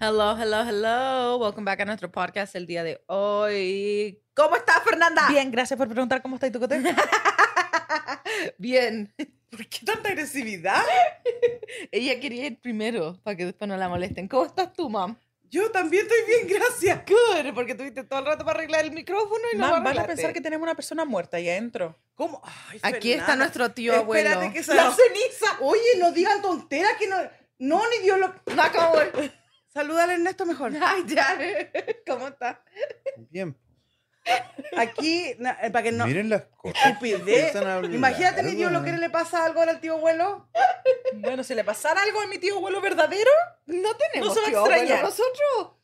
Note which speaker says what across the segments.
Speaker 1: Hello, hello, hello. Welcome back a nuestro podcast el día de hoy. ¿Cómo estás, Fernanda?
Speaker 2: Bien, gracias por preguntar cómo está y tu cote.
Speaker 1: Bien.
Speaker 2: ¿Por qué tanta agresividad?
Speaker 1: Ella quería ir primero para que después no la molesten. ¿Cómo estás tú, mam?
Speaker 2: Yo también estoy bien, gracias.
Speaker 1: Good, porque tuviste todo el rato para arreglar el micrófono y no
Speaker 2: Mam,
Speaker 1: lo
Speaker 2: van a
Speaker 1: arreglaste.
Speaker 2: pensar que tenemos una persona muerta ahí adentro.
Speaker 3: ¿Cómo? Ay,
Speaker 1: Aquí está
Speaker 3: Fernanda.
Speaker 1: nuestro tío abuelo.
Speaker 3: Espérate que
Speaker 2: ¡La
Speaker 3: sal-
Speaker 2: ceniza!
Speaker 3: Oye, no digan tonteras que no. No, ni Dios lo.
Speaker 1: No acabo de-
Speaker 3: Saluda al Ernesto mejor.
Speaker 1: Ay, ya. ¿Cómo estás?
Speaker 4: Bien.
Speaker 3: Aquí, na- eh, para que no.
Speaker 4: Miren las cosas. que
Speaker 3: Estupidez.
Speaker 4: empiezan a hablar,
Speaker 3: Imagínate, ni Dios lo que
Speaker 4: weón.
Speaker 3: le pasa algo ahora al tío abuelo.
Speaker 2: Bueno, si le pasara algo a mi tío abuelo verdadero,
Speaker 1: No tenemos
Speaker 2: No se va a
Speaker 1: tío abuelo.
Speaker 2: extrañar.
Speaker 1: Nosotros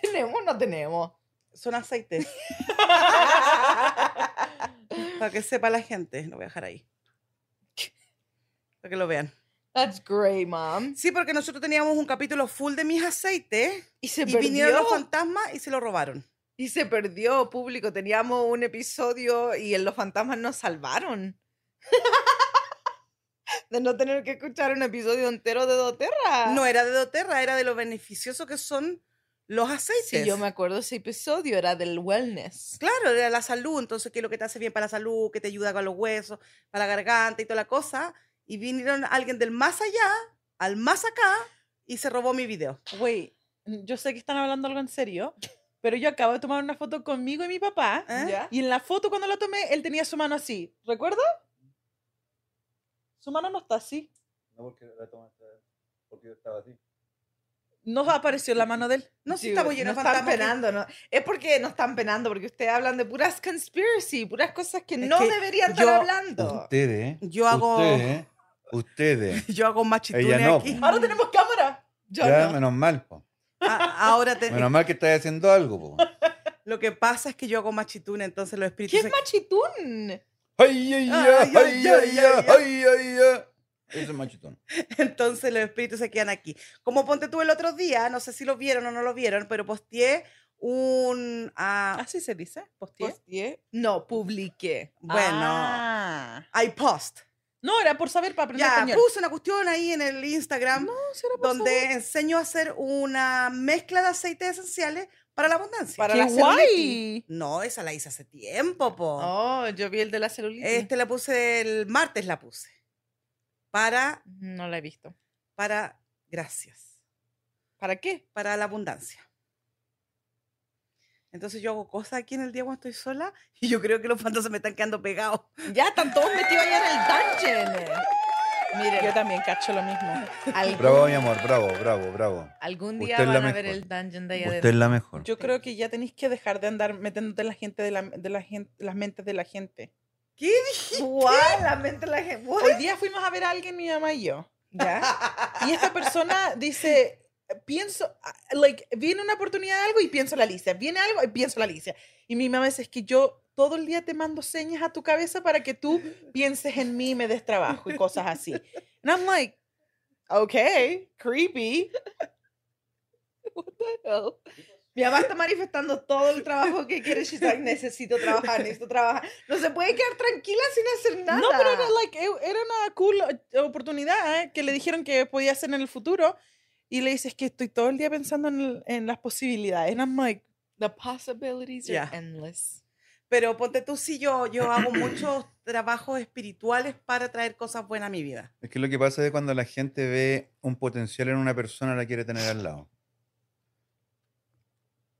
Speaker 1: tenemos, no tenemos.
Speaker 3: Son aceites. para que sepa la gente. Lo voy a dejar ahí. Para que lo vean.
Speaker 1: That's great, mom.
Speaker 3: Sí, porque nosotros teníamos un capítulo full de mis aceites.
Speaker 1: Y se
Speaker 3: Y
Speaker 1: perdió.
Speaker 3: vinieron los fantasmas y se lo robaron.
Speaker 1: Y se perdió, público. Teníamos un episodio y en Los Fantasmas nos salvaron. de no tener que escuchar un episodio entero de Doterra.
Speaker 3: No era de doTERRA, era de lo beneficioso que son los aceites.
Speaker 1: Sí, yo me acuerdo ese episodio, era del wellness.
Speaker 3: Claro, era la salud, entonces qué es lo que te hace bien para la salud, que te ayuda con los huesos, para la garganta y toda la cosa. Y vinieron alguien del más allá al más acá y se robó mi video.
Speaker 2: güey, yo sé que están hablando algo en serio, pero yo acabo de tomar una foto conmigo y mi papá.
Speaker 3: ¿Eh?
Speaker 1: ¿Ya?
Speaker 2: Y en la foto cuando la tomé, él tenía su mano así. ¿Recuerda? Su mano no está así.
Speaker 4: No porque la tomaste porque yo estaba así.
Speaker 2: No apareció la mano de él.
Speaker 3: No, si
Speaker 1: Sí,
Speaker 3: estamos llenos
Speaker 1: no
Speaker 3: de
Speaker 1: están
Speaker 3: fantasmas.
Speaker 1: penando, no. Es porque no están penando, porque ustedes hablan de puras conspiracy, puras cosas que
Speaker 3: Es
Speaker 1: no
Speaker 3: que
Speaker 1: deberían estar
Speaker 3: yo-
Speaker 1: hablando.
Speaker 4: Ustedes.
Speaker 3: Yo hago-
Speaker 4: Ustedes. ustedes.
Speaker 3: Yo hago machitunes
Speaker 4: ¿eh? Ella no.
Speaker 3: aquí.
Speaker 2: Ahora tenemos cámara.
Speaker 1: Yo
Speaker 4: Ya,
Speaker 1: no.
Speaker 4: menos mal, po.
Speaker 3: A- ahora te-
Speaker 4: Menos mal que estás haciendo algo, po.
Speaker 3: lo que pasa es que yo hago machitunes, entonces los espíritus.
Speaker 1: ¿Qué es
Speaker 3: se-
Speaker 1: machitún?
Speaker 4: ¡Ay, ay, ay!
Speaker 3: Ay, ay,
Speaker 4: ¡Ay, ay,
Speaker 3: ay,
Speaker 4: ay! ¡Ay, ay, ay! Ese es machitón.
Speaker 3: Entonces los espíritus se quedan aquí. Como ponte tú el otro día, no sé si lo vieron o no lo vieron, pero posteé un ah,
Speaker 2: Así se dice. Postier. Ah.
Speaker 1: Posteé. No, publiqué.
Speaker 3: bueno, I post.
Speaker 2: No, era por saber para aprender
Speaker 3: Ya,
Speaker 2: español.
Speaker 3: puse una cuestión ahí en el Instagram
Speaker 2: sí era por
Speaker 3: donde enseño a hacer una mezcla de aceites esenciales para la abundancia.
Speaker 1: Para
Speaker 2: ¡Qué
Speaker 1: la celulitis.
Speaker 2: guay!
Speaker 3: No, esa la hice hace tiempo, po.
Speaker 1: Oh, yo vi el de la celulitis.
Speaker 3: Este la puse el martes, la puse. Para,
Speaker 1: No la he visto.
Speaker 3: para, gracias.
Speaker 1: ¿Para qué?
Speaker 3: Para la abundancia. Entonces yo hago cosas aquí en el día cuando estoy sola y yo creo que los fantasmas me están quedando pegados.
Speaker 1: Ya están todos metidos allá en el dungeon.
Speaker 2: Yo
Speaker 1: Miren,
Speaker 2: también cacho lo mismo.
Speaker 4: Bravo,
Speaker 1: algún,
Speaker 4: mi amor. Bravo, bravo, bravo.
Speaker 1: algún
Speaker 4: Usted
Speaker 1: día
Speaker 4: es la
Speaker 1: van a ver
Speaker 4: mejor.
Speaker 1: el dungeon de allá
Speaker 4: Usted es la mejor.
Speaker 2: Yo creo que ya tenéis que dejar de andar metiéndote en la gente de la, de la gente, las mentes de la gente.
Speaker 1: ¡Guau! La mente la gente.
Speaker 2: Hoy día fuimos a ver a alguien, mi mamá y yo, ¿ya? Y esta persona dice, pienso, ah, like, viene una oportunidad de algo y pienso la Alicia, viene algo y pienso la Alicia. Y mi mamá dice, es que yo todo el día te mando señas a tu cabeza para que tú pienses en mí y me des trabajo y cosas así. And I'm like, okay, creepy.
Speaker 1: Mi mamá está manifestando todo el trabajo que quiere. She's like, necesito trabajar, necesito trabajar. No se puede quedar tranquila sin hacer nada.
Speaker 2: No, pero era, like, eu- era una cool eh, oportunidad eh, que le dijeron que podía hacer en el futuro. Y le dices que estoy todo el día pensando en, el- en las posibilidades. And I'm like,
Speaker 1: The possibilities
Speaker 3: Yeah.
Speaker 1: are endless.
Speaker 3: Pero ponte tú, si yo, yo hago muchos trabajos espirituales para traer cosas buenas a mi vida.
Speaker 4: Es que lo que pasa es cuando la gente ve un potencial en una persona, la quiere tener al lado.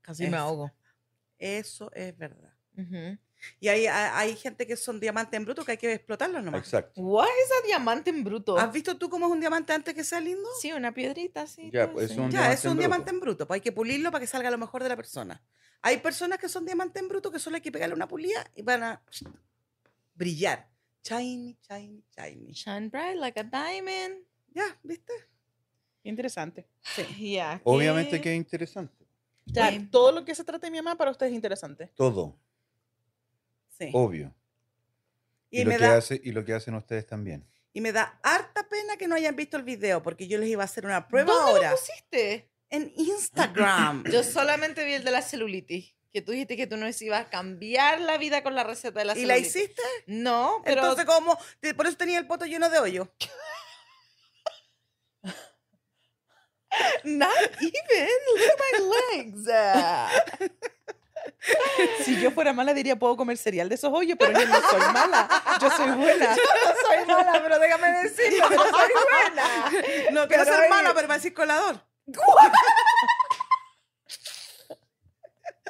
Speaker 1: Casi
Speaker 3: me
Speaker 1: ahogo.
Speaker 3: Eso es verdad. Y hay, ha- hay gente que son diamantes en bruto que hay que explotarlos nomás.
Speaker 4: Exacto.
Speaker 1: ¿What es esa diamante en bruto?
Speaker 3: ¿Has visto tú cómo es un diamante antes que sea lindo?
Speaker 1: Ah, Sí, una piedrita así.
Speaker 4: Ya,
Speaker 1: todo
Speaker 4: pues,
Speaker 1: así.
Speaker 4: un
Speaker 3: ya, eso
Speaker 4: diamante
Speaker 3: es
Speaker 4: en
Speaker 3: un
Speaker 4: bruto.
Speaker 3: diamante en bruto. Pues hay que pulirlo para que salga lo mejor de la persona. Hay personas que son diamantes en bruto que solo hay que pegarle una pulida y van a brillar. Shiny, shiny, shiny.
Speaker 1: Shine bright like a diamond.
Speaker 3: Ya, ¿viste?
Speaker 2: interesante.
Speaker 1: Yeah,
Speaker 4: Obviamente que es interesante.
Speaker 2: Ya,
Speaker 1: Bien.
Speaker 2: todo lo que se trate de mi mamá para usted es interesante.
Speaker 4: Todo,
Speaker 3: Sí.
Speaker 4: obvio. Oh, Y,
Speaker 3: y,
Speaker 4: lo
Speaker 3: me
Speaker 4: que
Speaker 3: da,
Speaker 4: hace, y lo que hacen ustedes también.
Speaker 3: y me da harta pena que no hayan visto el video porque yo les iba a hacer una prueba
Speaker 1: ¿Dónde
Speaker 3: ahora.
Speaker 1: lo pusiste?
Speaker 3: En Instagram.
Speaker 1: Yo solamente vi el de la celulitis. Que tú dijiste que tú no ibas a cambiar la vida con la receta de la
Speaker 3: ¿Y la
Speaker 1: celulitis.
Speaker 3: hiciste?
Speaker 1: No, pero
Speaker 3: Entonces, ¿cómo? Te- Por eso tenía el poto lleno de hoyo.
Speaker 2: Not even. Look at my legs. Ah. Si yo fuera mala, diría puedo comer cereal de esos hoyos, pero yo no soy mala. Yo soy buena.
Speaker 1: soy mala, pero déjame decirlo, no soy buena. Pero
Speaker 3: No quiero ser mala,
Speaker 1: oye-
Speaker 3: pero para decir colador.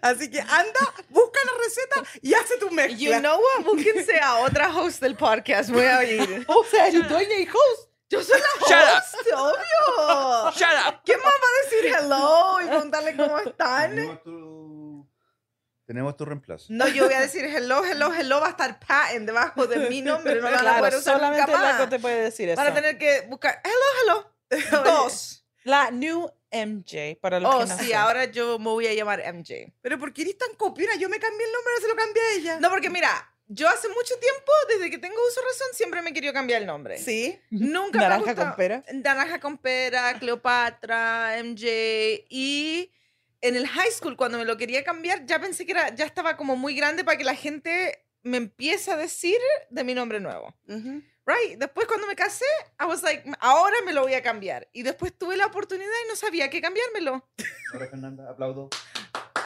Speaker 3: Así que anda, busca la receta y hace tu mezcla.
Speaker 1: You know what? Búsquense a otra host del podcast, voy a ir.
Speaker 2: O sea, el dueño y host.
Speaker 1: Yo soy la host, obvio.
Speaker 5: Shut up.
Speaker 1: ¿Quién más va a decir hello y contarle cómo están?
Speaker 4: Tenemos tu, tenemos tu reemplazo.
Speaker 1: No, yo voy a decir hello, hello, hello, va a estar patent debajo de mi nombre, no lo van a poder
Speaker 2: Claro,
Speaker 1: usar nunca
Speaker 2: solamente Laco
Speaker 1: más.
Speaker 2: te puede decir eso.
Speaker 1: Van a tener que buscar hello, hello, dos.
Speaker 2: La new MJ, para los
Speaker 1: Oh,
Speaker 2: que no
Speaker 1: sí,
Speaker 2: saben.
Speaker 1: ahora yo me voy a llamar MJ.
Speaker 3: Pero ¿por qué eres tan copiona? Yo me cambié el nombre, ahora se lo cambié a ella.
Speaker 1: No, porque mira, yo hace mucho tiempo, desde que tengo uso de razón, siempre me quería cambiar el nombre.
Speaker 3: Sí.
Speaker 1: Nunca me ha
Speaker 2: Naranja
Speaker 1: gustado-
Speaker 2: con pera.
Speaker 1: Naranja con pera, Cleopatra, MJ. Y en el high school, cuando me lo quería cambiar, ya pensé que era, ya estaba como muy grande para que la gente me empiece a decir de mi nombre nuevo.
Speaker 3: Ujú.
Speaker 1: Right. Después cuando me casé, I was like, ahora me lo voy a cambiar. Y después tuve la oportunidad y no sabía qué cambiármelo.
Speaker 4: Ahora, Fernanda, aplaudo.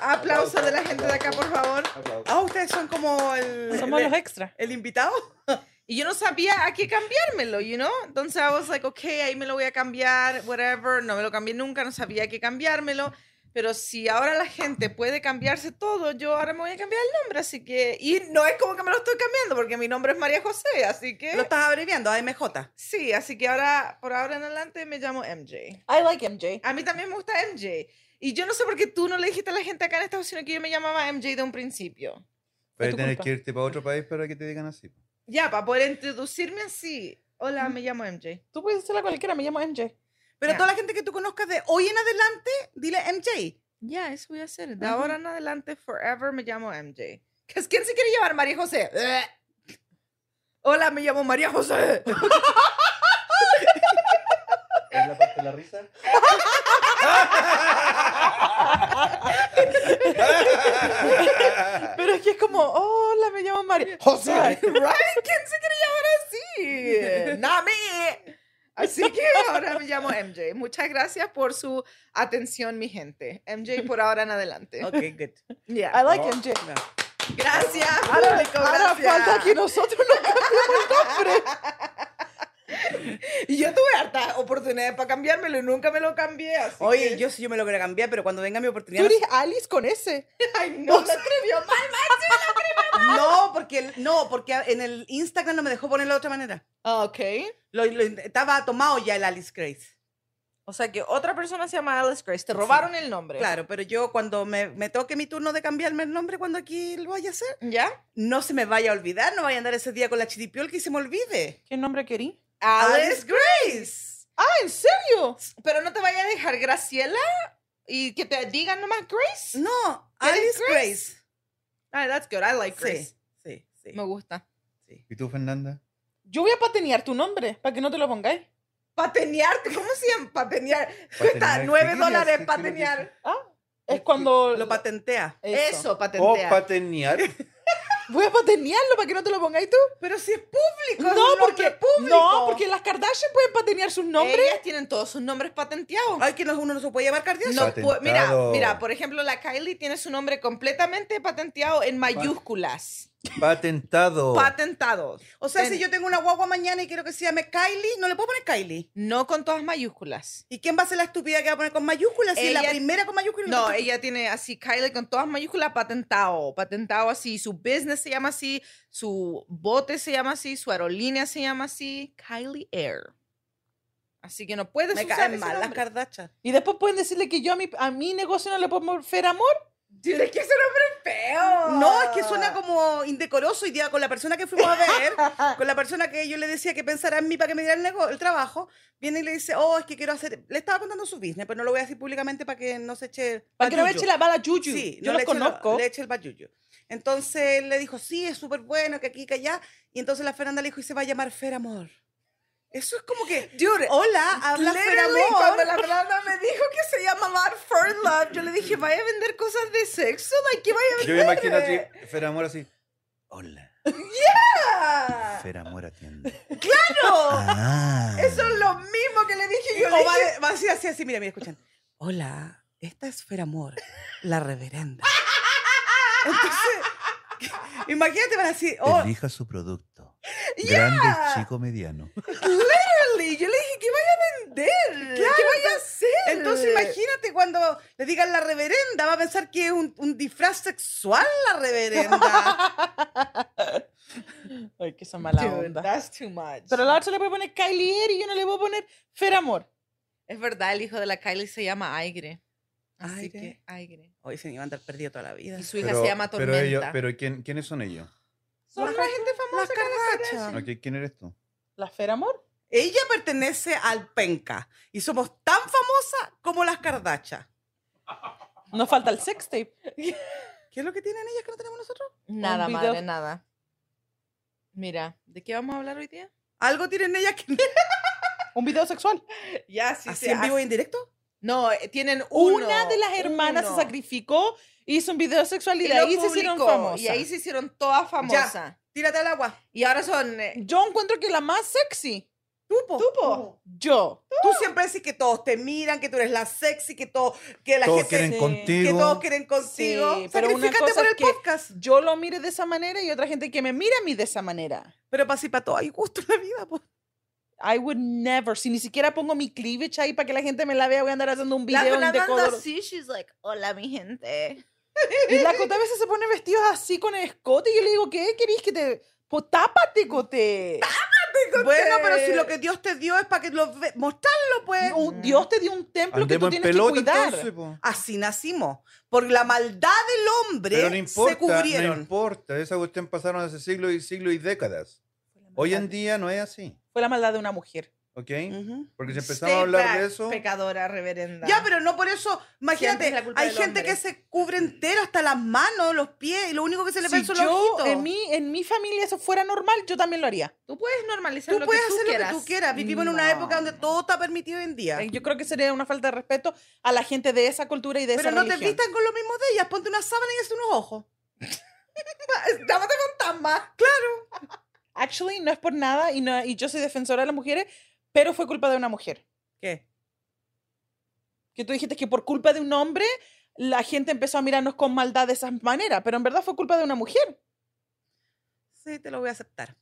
Speaker 1: Aplauso de la gente de acá, por favor.
Speaker 4: aplaudo.
Speaker 3: Ah, ustedes son como el,
Speaker 2: Somos
Speaker 3: el,
Speaker 2: los extra.
Speaker 3: el invitado.
Speaker 1: Y yo no sabía a qué cambiármelo, you know? Entonces I was like, ok, ahí me lo voy a cambiar, whatever. No me lo cambié nunca, no sabía a qué cambiármelo. Pero si ahora la gente puede cambiarse todo, yo ahora me voy a cambiar el nombre, así que... Y no es como que me lo estoy cambiando, porque mi nombre es María José, así que...
Speaker 3: Lo estás abreviando, AMJ.
Speaker 1: Sí, así que ahora, por ahora en adelante, me llamo MJ.
Speaker 2: I like MJ.
Speaker 1: A mí también me gusta MJ. Y yo no sé por qué tú no le dijiste a la gente acá en Estados Unidos que yo me llamaba MJ de un principio.
Speaker 4: Pero
Speaker 2: tu
Speaker 4: tener
Speaker 2: culpa.
Speaker 4: que irte para otro país para que te digan así.
Speaker 1: Ya, para poder introducirme así. Hola, me llamo MJ.
Speaker 2: Tú puedes decirla a cualquiera, me llamo MJ.
Speaker 3: Pero
Speaker 1: Ya.
Speaker 3: toda la gente que tú conozcas de hoy en adelante, dile MJ.
Speaker 1: Ya, eso voy a hacer. De
Speaker 2: Ajá.
Speaker 1: ahora en adelante, forever me llamo MJ. ¿Qué- ¿Quién se quiere llamar María José? Bleh. Hola, me llamo María José.
Speaker 4: ¿Es la parte de la risa?
Speaker 2: Pero es que es como, oh, hola, me llamo María.
Speaker 1: Right? ¿Quién se quiere llamar así? Not me. Así que ahora me llamo MJ. Muchas gracias por su atención, mi gente. MJ por ahora en adelante.
Speaker 3: Ok, good. Oh,
Speaker 1: Ya.
Speaker 2: I like
Speaker 4: No.
Speaker 2: MJ.
Speaker 1: Gracias,
Speaker 2: Ahora,
Speaker 1: público,
Speaker 2: ahora
Speaker 1: gracias.
Speaker 2: falta que nosotros nos cambiemos el nombre.
Speaker 1: Y yo tuve hartas oportunidades para cambiármelo y nunca me lo cambié. Así
Speaker 3: Oye,
Speaker 1: que-
Speaker 3: yo sí yo me lo quiero cambiar, pero cuando venga mi
Speaker 2: Tú
Speaker 3: oportunidad.
Speaker 2: eres Alice con ese.
Speaker 1: Ay, no, se atrevió mal.
Speaker 3: No, porque no, porque en el Instagram no me dejó ponerlo de otra manera.
Speaker 1: Ok.
Speaker 3: Lo, lo- estaba tomado ya el Alice Grace.
Speaker 1: O sea que otra persona se llama Alice Grace. Te robaron el nombre.
Speaker 3: Claro, pero yo cuando me, me toque mi turno de cambiarme el nombre cuando aquí lo vaya a hacer,
Speaker 1: ¿Ya?
Speaker 3: no se me vaya a olvidar, no vaya a andar ese día con la chiripiolca y se me olvide.
Speaker 2: ¿Qué nombre querí?
Speaker 1: Alice
Speaker 3: Grace.
Speaker 2: Ah, ¿en serio?
Speaker 1: Grace. Pero no te vaya a dejar Graciela y que te digan nomás Grace.
Speaker 3: No,
Speaker 1: ¿Eres
Speaker 3: Alice Grace.
Speaker 1: Ay, that's good. I like
Speaker 3: Sí, sí, sí.
Speaker 1: Me gusta.
Speaker 4: ¿Y tú, Fernanda?
Speaker 2: Yo voy a patenear tu nombre para que no te lo pongáis.
Speaker 1: Patenearte, ¿cómo se llama? Patenear. Cuesta
Speaker 4: Patenear, ¿qué
Speaker 1: nueve
Speaker 4: quiere
Speaker 1: dólares
Speaker 4: decir? ¿Qué le
Speaker 1: patenear.
Speaker 2: Ah, es cuando.
Speaker 3: Lo patentea.
Speaker 1: Eso,
Speaker 2: Eso.
Speaker 4: O
Speaker 1: patentear.
Speaker 4: patenear.
Speaker 2: Voy a patenearlo para que no te lo pongáis tú.
Speaker 3: Pero si es público.
Speaker 2: No, porque.
Speaker 3: porque público.
Speaker 2: No, porque las Kardashian pueden patenear sus nombres.
Speaker 1: Ellas tienen todos sus nombres patenteados.
Speaker 3: Ay, que no, uno no se puede llamar cardíaco.
Speaker 1: No, pu- mira,
Speaker 4: Patentado.
Speaker 1: mira, por ejemplo, la Kylie tiene su nombre completamente patenteado en mayúsculas.
Speaker 4: Patentado.
Speaker 1: Patentado.
Speaker 3: O sea,
Speaker 1: Ten-
Speaker 3: si yo tengo una guagua mañana y quiero que se llame Kylie, no le puedo poner Kylie.
Speaker 1: No con todas mayúsculas.
Speaker 3: ¿Y quién va a ser la estúpida que va a poner con mayúsculas? Si la
Speaker 1: Ella-
Speaker 3: primera con mayúsculas. y la
Speaker 1: No,
Speaker 3: otra-
Speaker 1: ella tiene así, Kylie con todas mayúsculas patentado. Patentado así. Su business se llama así, su bote se llama así, su aerolínea se llama así. Kylie Air. Así que no puedes
Speaker 3: Me
Speaker 1: usar
Speaker 3: caen
Speaker 1: ese
Speaker 3: mal las
Speaker 1: nombre.
Speaker 3: cardachas.
Speaker 2: Y después pueden decirle que yo a mi, a mi negocio no le puedo morfer amor.
Speaker 1: Dude, es que ese nombre es feo.
Speaker 3: No, es que suena como indecoroso y día con la persona que fuimos a ver, con la persona que yo le decía que pensara en mí para que me diera el, nego- el trabajo, viene y le dice, oh, es que quiero hacer, le estaba contando su business, pero no lo voy a decir públicamente para que no se eche...
Speaker 2: Para que no me
Speaker 3: bayuyo.
Speaker 2: eche la bala Yuyu.
Speaker 3: Sí,
Speaker 2: yo los
Speaker 3: no le eche la-
Speaker 2: conozco.
Speaker 3: le eche el bayuyo. Entonces él le dijo, sí, es súper bueno, que aquí, que allá. Y entonces la Fernanda le dijo, y se va a llamar Fer Amor. Eso es como que,
Speaker 1: Dude,
Speaker 3: hola, habla Fer
Speaker 1: Literally, Oh, cuando
Speaker 3: Amor.
Speaker 1: la Fernanda me dijo que se llamaba Fur Love, yo le dije, ¿vaya a vender cosas de sexo? Like, ¿qué vaya a
Speaker 4: Yo me imagino así, Feramor así. Hola. Fera Mora atiende.
Speaker 1: ¡No!
Speaker 4: Ah.
Speaker 1: Eso es lo mismo que le dije yo.
Speaker 3: O
Speaker 1: le
Speaker 3: va,
Speaker 1: dije,
Speaker 3: va así, así, así. Mira, mira, escuchan. Hola, esta es Fer Amor, la reverenda. Entonces, imagínate, van así. Oh,
Speaker 4: Elija su producto. Grande, chico, mediano.
Speaker 1: "Charlie", yo le dije, ¿qué vaya a vender? ¿Qué vaya a hacer?
Speaker 3: entonces imagínate cuando le digan la reverenda, va a pensar que es un, un disfraz sexual la reverenda.
Speaker 2: Ay, que son mala
Speaker 1: Dude,
Speaker 2: onda.
Speaker 1: that's too much.
Speaker 2: Pero a la otra le puede poner Kylie Air y yo no le puedo poner Fer Amor.
Speaker 1: Es verdad, el hijo de la Kylie se llama Aigre. Así
Speaker 3: Aigre.
Speaker 1: que, Aigre.
Speaker 3: Hoy se me iba a andar perdido toda la vida.
Speaker 1: Y su hija se llama Tormenta.
Speaker 4: Pero, ellos, pero ¿quién, ¿quiénes son ellos?
Speaker 1: Son la, gente famosa que
Speaker 3: Kardashian.
Speaker 1: Kardashian.
Speaker 4: Ok, ¿Quién eres tú?
Speaker 2: ¿La Fer Amor?
Speaker 3: Ella pertenece al penca y somos tan famosas como las Kardashian.
Speaker 2: Nos falta el sextape.
Speaker 3: ¿Qué es lo que tienen ellas que no tenemos nosotros?
Speaker 1: Nada,
Speaker 2: Un
Speaker 1: madre,
Speaker 2: video-
Speaker 1: nada. Mira, ¿de qué vamos a hablar hoy día?
Speaker 3: Algo tienen ellas que
Speaker 2: Un video sexual.
Speaker 1: Ya, sí,
Speaker 3: así en vivo e y en directo.
Speaker 1: No, eh, tienen
Speaker 2: Una de las hermanas se sacrificó, hizo un video sexual y,
Speaker 1: Y,
Speaker 2: de ahí se hicieron famosas.
Speaker 1: Y ahí se hicieron todas famosas.
Speaker 3: Tírate al agua.
Speaker 1: Y ahora son. eh,
Speaker 2: Yo encuentro que la más sexy.
Speaker 3: Tú, po.
Speaker 2: Tú, po. Yo.
Speaker 3: Tú siempre decís que todos te miran, que tú eres la sexy, que todo, que la
Speaker 4: Todos
Speaker 3: gente
Speaker 4: quieren
Speaker 2: sí.
Speaker 4: contigo.
Speaker 3: que todos quieren contigo.
Speaker 2: Sí, pero una
Speaker 3: Sacrificate
Speaker 2: cosa
Speaker 3: por
Speaker 2: es
Speaker 3: el
Speaker 2: que-
Speaker 3: podcast.
Speaker 2: Yo lo mire de esa manera y otra gente que me mira a mí de esa manera.
Speaker 3: Pero para sí, para todo hay gusto en la vida, po.
Speaker 2: I would never. Si ni siquiera pongo mi cleavage ahí para que la gente me la vea, voy a andar haciendo un
Speaker 1: La
Speaker 2: video en
Speaker 1: Fernanda
Speaker 2: decodoro.
Speaker 1: sí, she's like, hola, mi gente.
Speaker 2: Y la Cota a veces se pone vestidos así con escote y yo le digo, ¿qué querés que te...? Pues tápate, Cote.
Speaker 3: Bueno, pero si lo que Dios te dio es para que lo ve- mostrarlo, pues.
Speaker 2: Un- oh, Dios te dio un templo que tú
Speaker 4: Andemos en
Speaker 2: tienes que
Speaker 4: pelota
Speaker 2: cuidar.
Speaker 4: entonces, po.
Speaker 3: Así nacimos. Por la maldad del hombre
Speaker 4: Pero no importa,
Speaker 3: se cubrieron.
Speaker 4: no importa. Esa cuestión pasaron hace siglos y siglos y décadas. Hoy en día no es así,
Speaker 2: Fue la maldad de una mujer.
Speaker 4: ¿ok?
Speaker 3: Ujú.
Speaker 4: Porque si Pues empezamos
Speaker 1: Stay
Speaker 4: a hablar
Speaker 1: back,
Speaker 4: de eso,
Speaker 1: Pecadora, reverenda.
Speaker 3: Ya, pero no por eso.
Speaker 1: Siempre
Speaker 3: Imagínate,
Speaker 1: es la culpa
Speaker 3: hay
Speaker 1: del
Speaker 3: gente
Speaker 1: hombre.
Speaker 3: que se cubre entero hasta las manos, los pies, y lo único que se le ven
Speaker 2: Si
Speaker 3: son los
Speaker 2: yo,
Speaker 3: ojitos.
Speaker 2: en mi, en mi familia, eso fuera normal, yo también lo haría.
Speaker 1: Tú puedes normalizar
Speaker 3: Tú
Speaker 1: lo
Speaker 3: puedes
Speaker 1: que tú
Speaker 3: hacer
Speaker 1: quieras.
Speaker 3: lo que tú quieras. Vivimos en una
Speaker 1: No.
Speaker 3: época donde todo está permitido hoy en día.
Speaker 2: Eh, Yo creo que sería una falta de respeto a la gente de esa cultura y de
Speaker 3: Pero
Speaker 2: esa
Speaker 3: no te
Speaker 2: religión.
Speaker 3: vistan con lo mismo de ellas. Ponte una sábana y hazte unos ojos.
Speaker 1: Dámate con tamba.
Speaker 2: Actually, no es por nada y, no, y yo soy defensora de las mujeres, pero fue culpa de una mujer.
Speaker 3: ¿Qué?
Speaker 2: Que tú dijiste que por culpa de un hombre la gente empezó a mirarnos con maldad de esa manera, pero en verdad fue culpa de una mujer.
Speaker 3: Sí, te lo voy a aceptar.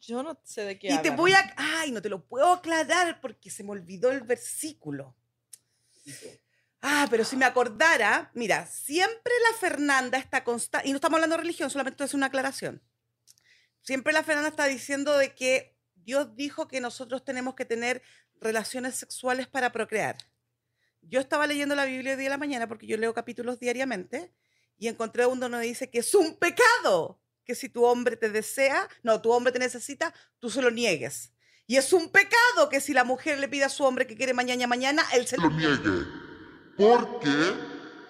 Speaker 1: Yo no sé de qué
Speaker 3: y te voy a... Ay, no te lo puedo aclarar porque se me olvidó el versículo. Ah, pero si me acordara, mira, siempre la Fernanda está constante, y no estamos hablando de religión, solamente es una aclaración. Siempre la Fernanda está diciendo de que Dios dijo que nosotros tenemos que tener relaciones sexuales para procrear. Yo estaba leyendo la Biblia hoy día de la mañana porque yo leo capítulos diariamente y encontré uno donde dice que es un pecado que si tu hombre te desea, no, tu hombre te necesita, tú se lo niegues. Y es un pecado que si la mujer le pide a su hombre que quiere mañana mañana, él se lo
Speaker 5: lo niegue. Porque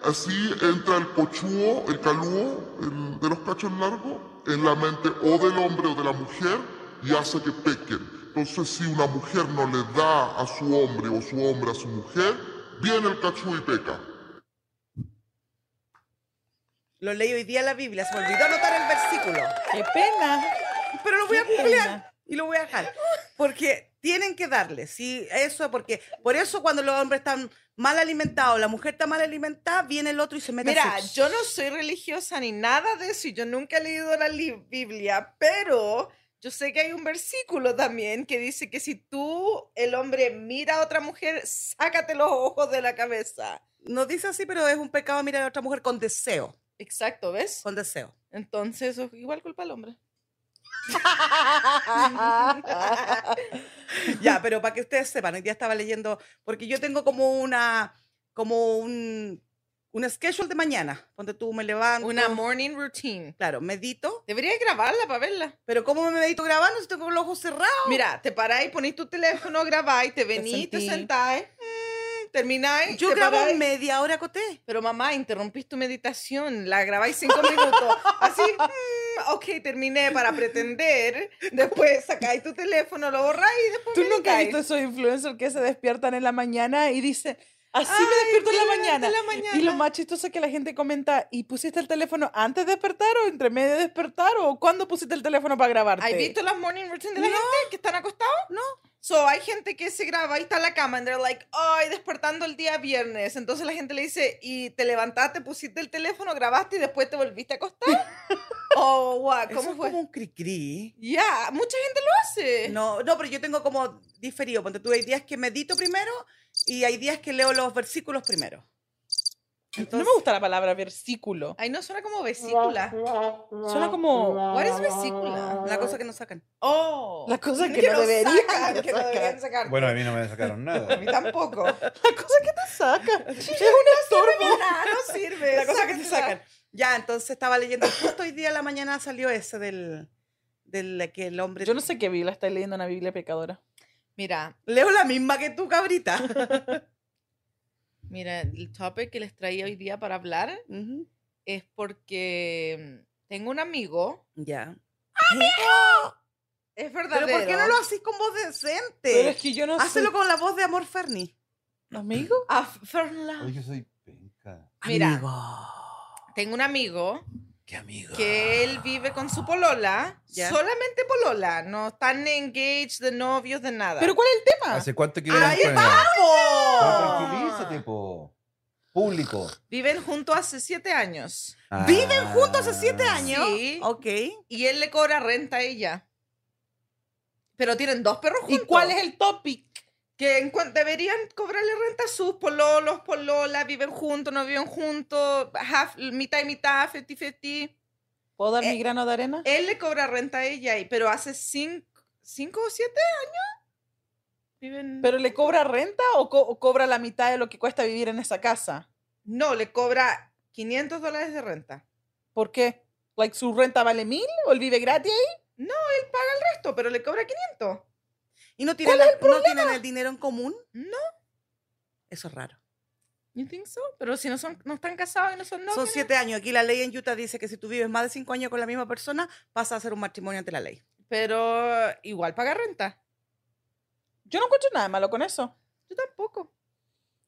Speaker 5: así entra el cochúo, el calúo el de los cachos largos en la mente o del hombre o de la mujer y hace que pequen. Entonces, si una mujer no le da a su hombre o su hombre a su mujer, viene el cachú y peca.
Speaker 3: Lo leí hoy día en la Biblia, se me olvidó anotar el versículo.
Speaker 2: ¡Qué pena!
Speaker 3: Pero lo voy a
Speaker 2: Qué
Speaker 3: googlear
Speaker 2: pena.
Speaker 3: y lo voy a dejar. Porque tienen que darle, sí, eso, porque por eso cuando los hombres están mal alimentados, la mujer está mal alimentada, viene el otro y se mete
Speaker 1: Mira,
Speaker 3: así.
Speaker 1: yo no soy religiosa ni nada de eso y yo nunca he leído la li- Biblia, pero yo sé que hay un versículo también que dice que si tú, el hombre, mira a otra mujer, sácate los ojos de la cabeza.
Speaker 3: No dice así, pero es un pecado mirar a otra mujer con deseo,
Speaker 1: Exacto, ¿ves?
Speaker 3: con deseo.
Speaker 1: Entonces, o- igual culpa al hombre.
Speaker 3: Ya, pero para que ustedes sepan, hoy día estaba leyendo, porque yo tengo como una, como un, un schedule de mañana, donde tú me levanto.
Speaker 1: Una morning routine.
Speaker 3: Claro, medito.
Speaker 1: Deberías grabarla para verla.
Speaker 3: Pero ¿cómo me medito grabando si tengo los ojos cerrados?
Speaker 1: Mira, te paráis, ponís tu teléfono, grabáis, te venís, te,
Speaker 2: sentí.
Speaker 1: sentáis, mm, termináis.
Speaker 3: Yo
Speaker 1: te
Speaker 3: grabo
Speaker 1: paráis.
Speaker 3: media hora coté.
Speaker 1: Pero mamá, interrumpís tu meditación, la grabáis cinco minutos. Así, mm, ok, terminé para pretender. Después sacáis tu teléfono, lo borráis y después
Speaker 2: Tú nunca has
Speaker 1: meditáis.
Speaker 2: visto esos influencers que se despiertan en la mañana y dicen, Así me
Speaker 1: Ay,
Speaker 2: despierto en la
Speaker 1: me levanté
Speaker 2: mañana.
Speaker 1: en la mañana.
Speaker 2: Y lo más chistoso es que la gente comenta, ¿y pusiste el teléfono antes de despertar o entre medio de despertar o cuándo pusiste el teléfono para grabarte?
Speaker 1: ¿Has visto las morning routines de la gente que están acostados? No. So, hay gente que se graba, ahí está la cama, and they're like, ay, despertando el día viernes. Entonces la gente le dice, y te levantaste, pusiste el teléfono, grabaste y después te volviste a acostar. oh, wow,
Speaker 3: Eso
Speaker 1: ¿cómo
Speaker 3: es
Speaker 1: fue?
Speaker 3: como un cri-cri.
Speaker 1: Ya, mucha gente lo hace.
Speaker 3: No, no, pero yo tengo como diferido. Ponte tú, hay días que medito primero y hay días que leo los versículos primero.
Speaker 2: No me gusta la palabra versículo.
Speaker 1: Ay, no, suena como vesícula.
Speaker 2: Suena como
Speaker 1: ¿Cuál es vesícula?
Speaker 3: La cosa que no sacan.
Speaker 1: Oh.
Speaker 2: la cosa que,
Speaker 1: que
Speaker 2: no
Speaker 1: no
Speaker 2: debería.
Speaker 1: sacan, que no deberían sacar.
Speaker 4: Bueno, a mí no me sacaron
Speaker 1: A
Speaker 4: nada.
Speaker 1: mí tampoco.
Speaker 2: La cosa que te saca. Es un estorbo.
Speaker 1: Nada, no sirve.
Speaker 3: La cosa que te
Speaker 1: sáquensela.
Speaker 3: sacan. Ya, entonces estaba leyendo. Justo hoy día a la mañana salió ese del, del que el hombre.
Speaker 2: Yo no sé qué Biblia estáis leyendo, una Biblia pecadora.
Speaker 1: Mira,
Speaker 3: Leo la misma que tú, cabrita.
Speaker 1: mira, el topic que les traía hoy día para hablar
Speaker 3: Ujú.
Speaker 1: es porque mm, tengo un amigo.
Speaker 3: Ya.
Speaker 1: Es
Speaker 3: Pero
Speaker 1: verdadero.
Speaker 3: ¿por qué no lo haces con voz
Speaker 2: Pero es
Speaker 3: decente?
Speaker 2: que yo no
Speaker 3: Hazlo
Speaker 2: sé.
Speaker 3: con la voz de Amor Ferni.
Speaker 2: ¿Amigo?
Speaker 1: A Ah, Fernla-
Speaker 4: Oye, yo soy penca.
Speaker 1: Mira.
Speaker 3: Amigo.
Speaker 1: Tengo un amigo
Speaker 4: Qué amigo.
Speaker 1: que él vive con su polola,
Speaker 3: Ya.
Speaker 1: solamente polola, no están engaged de novios de nada.
Speaker 2: ¿Pero cuál es el tema?
Speaker 4: ¿Hace cuánto que verán
Speaker 3: ¡Ahí
Speaker 4: con él?
Speaker 3: vamos!
Speaker 4: Pero tranquilízate, po. Público.
Speaker 1: viven juntos hace siete años
Speaker 3: ¿Viven juntos hace siete
Speaker 4: Ah.
Speaker 3: años?
Speaker 1: Sí.
Speaker 3: Ok.
Speaker 1: y él le cobra renta a ella. Pero tienen dos perros
Speaker 2: ¿Y
Speaker 1: juntos.
Speaker 2: cuál es el topic?
Speaker 1: Que en cuan- deberían cobrarle renta a sus pololos, pololas, viven juntos, no viven juntos, half- mitad y mitad, 50-50.
Speaker 2: ¿Puedo dar mi
Speaker 1: Eh,
Speaker 2: grano de arena?
Speaker 1: Él le cobra renta a ella, y- pero hace cinco, cinco o siete años viven...
Speaker 2: ¿Pero le cobra renta o, co- o cobra la mitad de lo que cuesta vivir en esa casa?
Speaker 1: No, le cobra 500 dólares de renta.
Speaker 2: ¿Por qué? Like, ¿Su renta vale mil o él vive gratis ahí?
Speaker 1: Esto, pero le cobra 500.
Speaker 3: ¿Y no tienen, la- no tienen el dinero en común?
Speaker 1: No.
Speaker 3: Eso es raro.
Speaker 1: You think so? Pero si no, son, no están casados y no son
Speaker 3: Son
Speaker 1: novios.
Speaker 3: siete años. Aquí la ley en Utah dice que si tú vives más de cinco años con la misma persona, vas a hacer un matrimonio ante la ley.
Speaker 1: Pero igual paga renta.
Speaker 2: Yo no encuentro nada de malo con eso.
Speaker 1: Yo tampoco.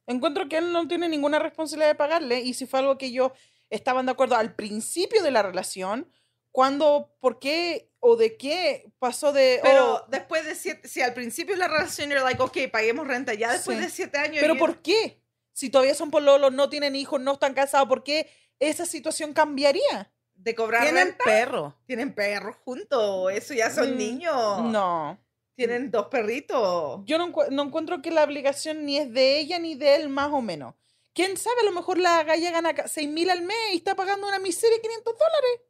Speaker 2: Encuentro que él no tiene ninguna responsabilidad de pagarle y si fue algo que yo estaban de acuerdo al principio de la relación, ¿cuándo, por qué o de qué pasó de...
Speaker 1: Pero
Speaker 2: oh,
Speaker 1: después de siete, si al principio de la relación you're like, ok, paguemos renta, ya después
Speaker 2: Sí.
Speaker 1: de siete años.
Speaker 2: ¿Pero
Speaker 1: you-
Speaker 2: por qué? Si todavía son pololos, no tienen hijos, no están casados, ¿por qué esa situación cambiaría?
Speaker 1: de cobrar
Speaker 3: Tienen
Speaker 1: renta.
Speaker 3: perro.
Speaker 1: Tienen perros juntos, eso ya son
Speaker 2: Mm,
Speaker 1: niños.
Speaker 2: No.
Speaker 1: Tienen dos perritos.
Speaker 2: Yo no, encue- no encuentro que la obligación ni es de ella ni de él, más o menos. ¿Quién sabe? A lo mejor la galla gana ca- 6 mil al mes y está pagando una miseria de 500 dólares.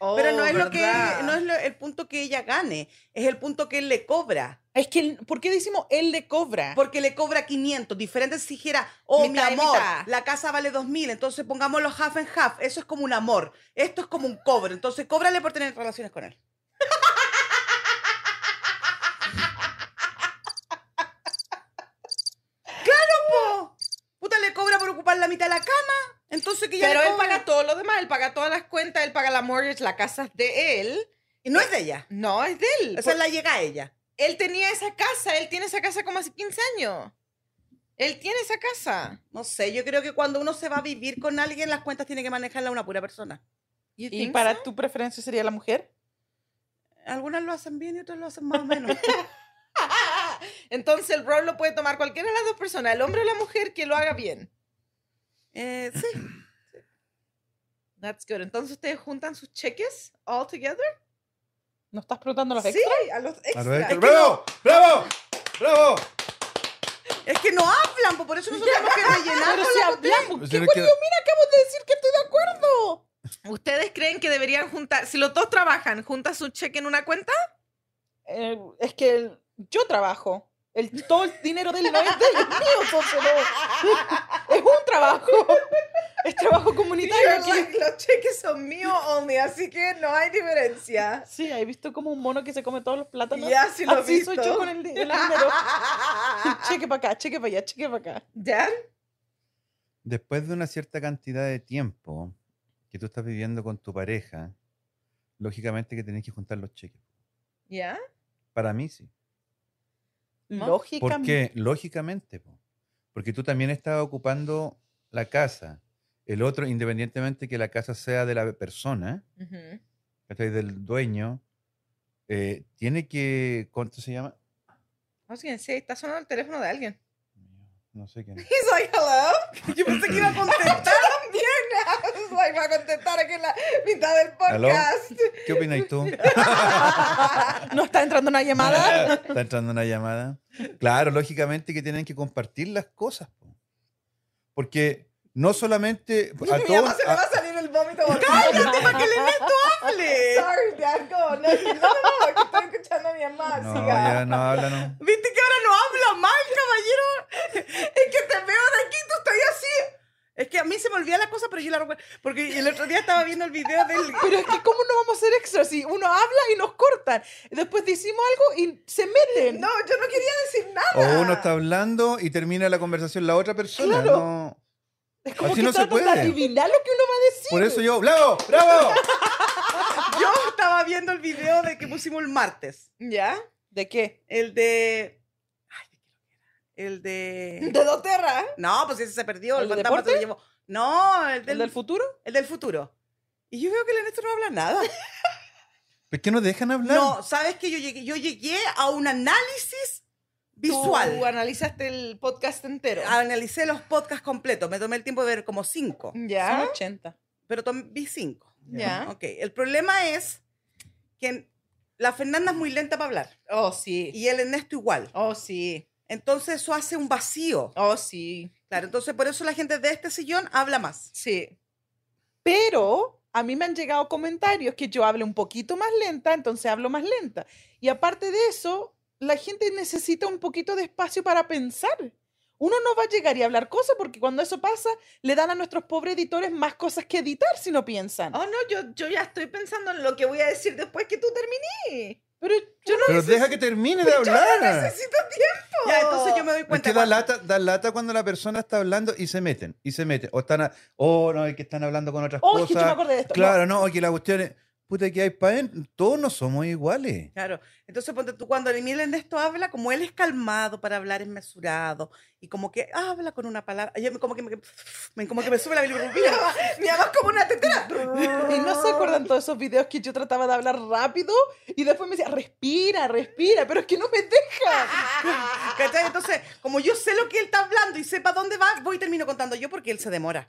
Speaker 3: Pero no es lo que
Speaker 1: Oh, ¿verdad?
Speaker 3: no es lo- el punto que ella gane, es el punto que él le cobra.
Speaker 2: Es que, él- ¿por qué decimos él le cobra?
Speaker 3: Porque le cobra 500. Diferente si dijera, oh,
Speaker 1: Mitad y
Speaker 3: mi amor,
Speaker 1: mitad.
Speaker 3: la casa vale 2000, entonces pongámoslo half and half. Eso es como un amor. Esto es como un cobro. Entonces, cóbrale por tener relaciones con él. ¡Claro, po! Puta, le cobra por ocupar la mitad de la cama. Entonces, que ya
Speaker 1: Pero
Speaker 3: le
Speaker 1: él
Speaker 3: cobre.
Speaker 1: paga todo lo demás, él paga todas las cuentas, él paga la mortgage, la casa es de él.
Speaker 3: Y no es de ella.
Speaker 1: No, es de él.
Speaker 3: O sea, la llega a ella.
Speaker 1: Él tenía esa casa, él tiene esa casa como hace 15 años. Él tiene esa casa.
Speaker 3: No sé, yo creo que cuando uno se va a vivir con alguien, las cuentas tiene que manejarla una pura persona.
Speaker 1: You
Speaker 2: ¿Y
Speaker 1: think
Speaker 2: para
Speaker 1: so?
Speaker 2: tu preferencia sería la mujer?
Speaker 3: Algunas lo hacen bien y otras lo hacen más o menos.
Speaker 1: Entonces el rol lo puede tomar cualquiera de las dos personas, el hombre o la mujer que lo haga bien.
Speaker 3: Eh, sí.
Speaker 1: That's good. Entonces ustedes juntan sus cheques all together.
Speaker 2: ¿No estás preguntando los
Speaker 1: Sí,
Speaker 2: extras?
Speaker 1: a los
Speaker 4: A
Speaker 1: extras.
Speaker 4: ver, ¡Bravo! ¡Bravo! ¡Bravo!
Speaker 3: Es que no hablan, po, por eso nosotros tenemos que rellenar.
Speaker 2: Pero si hablamos,
Speaker 4: Pero
Speaker 2: ¿qué
Speaker 4: si no
Speaker 2: bueno,
Speaker 4: quiero-
Speaker 2: mira, acabo de decir que estoy de acuerdo.
Speaker 1: ¿Ustedes creen que deberían juntar, si los dos trabajan, juntan su cheque en una cuenta?
Speaker 2: Eh, es que el- yo trabajo. El, todo el dinero de él no es de él, es mío, entonces no. Es un trabajo. Es trabajo comunitario.
Speaker 1: You're
Speaker 2: aquí.
Speaker 1: like, los cheques son míos only, así que no hay diferencia.
Speaker 2: Sí, ¿has visto como un mono que se come todos los plátanos?
Speaker 1: Ya, sí lo he
Speaker 2: Así soy
Speaker 1: visto.
Speaker 2: yo con el, di- el dinero. cheque para acá, cheque para allá, cheque para acá.
Speaker 1: ¿Ya?
Speaker 4: Después de una cierta cantidad de tiempo que tú estás viviendo con tu pareja, lógicamente que tenés que juntar los cheques.
Speaker 1: ¿Ya?
Speaker 4: Para mí sí.
Speaker 1: ¿No?
Speaker 2: Lógicamente.
Speaker 4: Porque lógicamente, po, Porque tú también estás ocupando la casa. El otro, independientemente que la casa sea de la persona,
Speaker 1: Ujú.
Speaker 4: ¿cachai? del dueño, eh, tiene que. ¿Cuánto se llama?
Speaker 1: I was gonna say, está sonando el teléfono de alguien.
Speaker 4: No sé quién.
Speaker 1: He's like, hello.
Speaker 3: Yo pensé que iba a contestar.
Speaker 1: I was like, va a contestar aquí en la mitad del
Speaker 4: ¿Aló?
Speaker 1: podcast.
Speaker 4: ¿Qué opinas tú?
Speaker 2: ¿No está entrando una llamada?
Speaker 4: Está entrando una llamada. Claro, lógicamente que tienen que compartir las cosas. po. Porque no solamente. A
Speaker 1: Mi
Speaker 4: todos,
Speaker 1: mamá se le
Speaker 4: a-
Speaker 1: va a salir el vómito. por-
Speaker 3: Cállate para que le meto hable.
Speaker 1: Sorry, Dad, go. No, no, no, no, que estoy escuchando a mi mamá.
Speaker 4: no,
Speaker 1: siga.
Speaker 4: ya no habla, no.
Speaker 3: ¿Viste que ahora no habla mal, caballero? Es que te veo de aquí, tú estás así. Es que a mí se me olvida la cosa, pero yo la recuerdo. Porque el otro día estaba viendo el video del.
Speaker 2: Pero es que ¿cómo no vamos a ser extras si uno habla y nos cortan? Después decimos algo y se meten.
Speaker 1: No, yo no quería decir nada.
Speaker 4: O uno Oh, está hablando y termina la conversación la otra persona.
Speaker 2: Claro.
Speaker 4: no.
Speaker 2: es como
Speaker 4: así
Speaker 2: que
Speaker 4: no se
Speaker 2: tratan
Speaker 4: puede.
Speaker 2: de adivinar lo que uno va a decir.
Speaker 4: Por eso yo, ¡bravo! ¡Bravo!
Speaker 3: Yo estaba viendo el video de que pusimos el martes.
Speaker 1: ¿Ya?
Speaker 2: ¿De qué?
Speaker 3: El de. Ay, ¿de qué era? El de.
Speaker 1: De Doterra.
Speaker 3: No, pues ese se perdió.
Speaker 2: ¿El de
Speaker 3: fantasma se lo
Speaker 2: deporte?
Speaker 3: llevó. No, el
Speaker 2: ¿El
Speaker 3: del,
Speaker 2: del futuro?
Speaker 3: el del futuro. Y yo veo que el Ernesto no habla nada.
Speaker 4: ¿Por qué no dejan hablar?
Speaker 3: No, ¿sabes que Yo llegué, yo llegué a un análisis
Speaker 1: Tú
Speaker 3: visual.
Speaker 1: analizaste el podcast entero.
Speaker 3: Analicé los podcasts completos. Me tomé el tiempo de ver como cinco.
Speaker 1: ¿Ya?
Speaker 2: Son 80.
Speaker 3: pero tom- vi cinco.
Speaker 1: ¿Ya?
Speaker 3: Ok, el problema es que en- la Fernanda es muy lenta para hablar
Speaker 1: Oh, sí.
Speaker 3: y el Ernesto igual.
Speaker 1: Oh, sí.
Speaker 3: Entonces eso hace un vacío.
Speaker 1: Oh, sí.
Speaker 3: Claro, entonces por eso la gente de este sillón habla más.
Speaker 1: Sí.
Speaker 2: Pero a mí me han llegado comentarios que yo hable un poquito más lenta, entonces hablo más lenta. Y aparte de eso, la gente necesita un poquito de espacio para pensar. Uno no va a llegar y hablar cosas porque cuando eso pasa, le dan a nuestros pobres editores más cosas que editar si no piensan.
Speaker 1: Oh, no, yo, yo ya estoy pensando en lo que voy a decir después que tú terminé.
Speaker 2: Pero yo no
Speaker 4: Pero deja que termine de hablar.
Speaker 1: Necesito tiempo.
Speaker 3: Ya, entonces yo me doy
Speaker 4: Es
Speaker 3: cuenta.
Speaker 4: que da
Speaker 3: cuando-
Speaker 4: lata, da lata cuando la persona está hablando y se meten, y se meten. O están, a- oh, no, es que están hablando con otras
Speaker 2: Oh, es
Speaker 4: cosas.
Speaker 2: que yo me acordé de esto. No.
Speaker 4: Claro, no, es que la cuestión es, puta, que hay para todos no somos iguales.
Speaker 3: Claro, entonces ponte tú, cuando el Ernesto habla, como él es calmado para hablar, es mesurado y como que habla con una palabra. Yo como que me, me- como que me sube la bilirrubina.
Speaker 1: Mi mamá es como una tetera.
Speaker 2: Y no se acuerdan todos esos videos que yo trataba de hablar rápido y después me decía, respira, respira, pero es que no me deja.
Speaker 3: ¿Cachai? Entonces, como yo sé lo que él está hablando y sepa dónde va, voy y termino contando yo porque él se demora.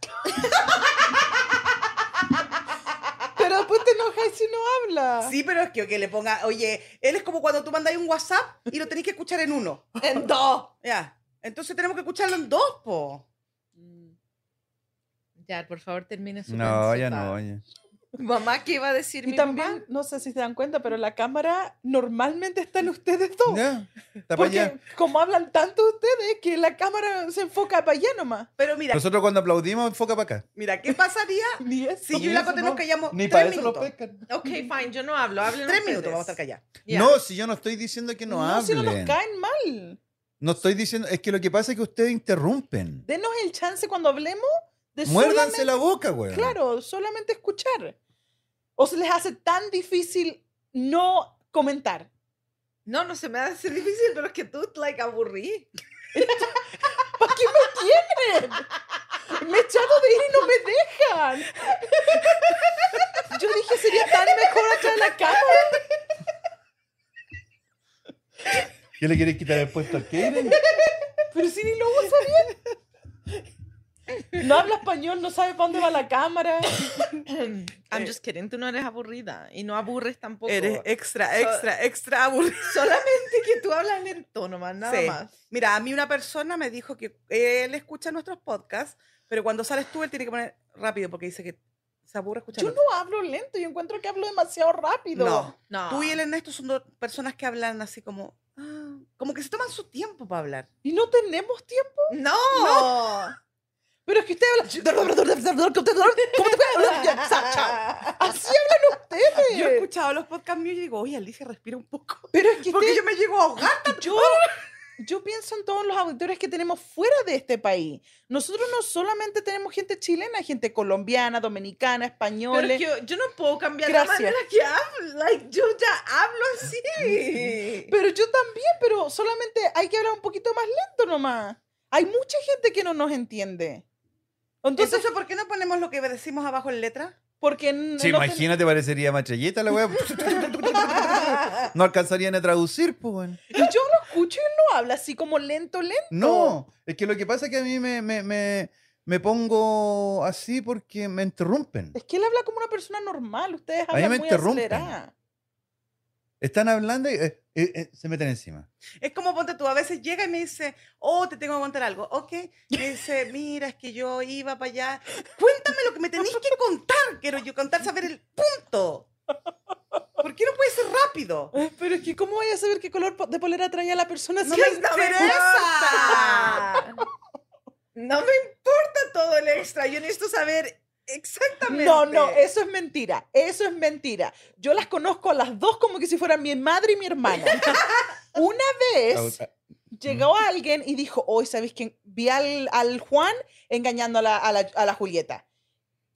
Speaker 2: Pero después te enojas si no habla.
Speaker 3: Sí, pero es que, que le ponga, oye, él es como cuando tú mandas un WhatsApp y lo tenés que escuchar en uno.
Speaker 1: En dos.
Speaker 3: Ya. Entonces tenemos que escucharlo en dos, po.
Speaker 1: Ya, por favor, termine su
Speaker 4: No, ya
Speaker 1: penseta.
Speaker 4: no, ya.
Speaker 1: Mamá, ¿qué iba a decir
Speaker 2: Y
Speaker 1: mi
Speaker 2: también,
Speaker 1: mamá?
Speaker 2: no sé si se dan cuenta, pero la cámara normalmente está en ustedes dos.
Speaker 4: Ya, está para allá.
Speaker 2: Porque como hablan tanto ustedes, que la cámara se enfoca para allá nomás.
Speaker 3: Pero mira,
Speaker 4: Nosotros cuando aplaudimos, enfoca para acá.
Speaker 3: mira, ¿qué pasaría
Speaker 2: Ni eso.
Speaker 3: si yo y la Cote nos callamos
Speaker 4: Ni para
Speaker 3: tres
Speaker 4: eso lo
Speaker 3: minutos?
Speaker 4: pescan.
Speaker 1: Ok, fine, yo no hablo. Hablen
Speaker 3: Tres
Speaker 1: ustedes.
Speaker 3: minutos vamos a estar callados.
Speaker 1: Ya.
Speaker 4: No, si yo no estoy diciendo que no,
Speaker 2: No, si no
Speaker 4: hablen.
Speaker 2: nos caen mal.
Speaker 4: No estoy diciendo, es que lo que pasa es que ustedes interrumpen.
Speaker 2: Denos el chance cuando hablemos de
Speaker 4: Muérdanse la boca, güey.
Speaker 2: Claro, solamente escuchar. O se les hace tan difícil no comentar.
Speaker 1: No, no se me hace difícil, pero es que tú, like, aburrí.
Speaker 2: ¿Para qué me tienen? Me he echado de ir y no me dejan. Yo dije, sería tan mejor atrás de la cámara.
Speaker 4: ¿Qué le quieres quitar el puesto al Keiren?
Speaker 2: Pero si ni lo usa bien. No habla español, no sabe para dónde va la cámara.
Speaker 1: I'm just kidding, tú no eres aburrida y no aburres tampoco.
Speaker 3: Eres extra,
Speaker 1: So-
Speaker 3: extra, extra aburrido.
Speaker 1: Solamente que tú hablas lento nomás, nada
Speaker 3: Sí.
Speaker 1: más.
Speaker 3: Mira, a mí una persona me dijo que él escucha nuestros podcasts, pero cuando sales tú, él tiene que poner rápido porque dice que se aburre
Speaker 2: Yo
Speaker 3: escucharlo.
Speaker 2: no hablo lento, yo encuentro que hablo demasiado rápido.
Speaker 3: No.
Speaker 1: No.
Speaker 3: Tú y el Ernesto son dos personas que hablan así como... ah, Como que se toman su tiempo para hablar.
Speaker 2: Y no tenemos tiempo.
Speaker 1: No.
Speaker 2: Pero es que usted habla. ¿Cómo te puede hablar? Sacha. Así hablan ustedes.
Speaker 3: Yo he escuchado los podcasts míos y digo, oye, Alicia, respira un poco.
Speaker 2: Pero es que
Speaker 3: Porque
Speaker 2: ustedes-
Speaker 3: yo me llego a ahogar.
Speaker 2: yo, yo pienso en todos los auditores que tenemos fuera de este país. Nosotros no solamente tenemos gente chilena, gente colombiana,
Speaker 1: Pero
Speaker 2: dominicana,
Speaker 1: es
Speaker 2: española.
Speaker 1: que yo, yo no puedo cambiar
Speaker 2: Gracias.
Speaker 1: la manera que hablo. Like, yo ya hablo así.
Speaker 2: Pero yo también, pero solamente hay que hablar un poquito más lento nomás. Hay mucha gente que no nos entiende. Entonces,
Speaker 3: Entonces, ¿por qué no ponemos lo que decimos abajo en letra?
Speaker 2: porque n-
Speaker 4: Sí,
Speaker 2: no ten-
Speaker 4: imagínate, parecería machalleta la weá. no alcanzarían a traducir, pues, weón.
Speaker 2: Y yo lo escucho y él no habla así como lento, lento.
Speaker 4: No, es que lo que pasa es que a mí me, me, me, me pongo así porque me interrumpen.
Speaker 2: Es que él habla como una persona normal. Ustedes
Speaker 4: mí
Speaker 2: hablan
Speaker 4: me
Speaker 2: muy
Speaker 4: interrumpen.
Speaker 2: acelerada.
Speaker 4: Están hablando y eh, eh, eh, se meten encima.
Speaker 3: Es como ponte tú, a veces llega y me dice, oh, te tengo que contar algo. Ok. Me dice, mira, es que yo iba para allá. Cuéntame lo que me tenéis que contar. Quiero yo contar, saber el punto. ¿Por qué no puede ser rápido?
Speaker 2: Eh, Pero es que, ¿cómo voy a saber qué color po- de polera traía la persona?
Speaker 3: No
Speaker 2: si
Speaker 3: me
Speaker 2: él-
Speaker 3: interesa.
Speaker 1: Ah. No me importa todo el extra. Yo necesito saber exactamente.
Speaker 2: No, no, eso es mentira. Eso es mentira. Yo las conozco a las dos como que si fueran mi madre y mi hermana. Una vez
Speaker 4: Au-
Speaker 2: llegó alguien y dijo, hoy, ¿sabéis quién? Vi al, al Juan engañando a la, a, la, a la Julieta.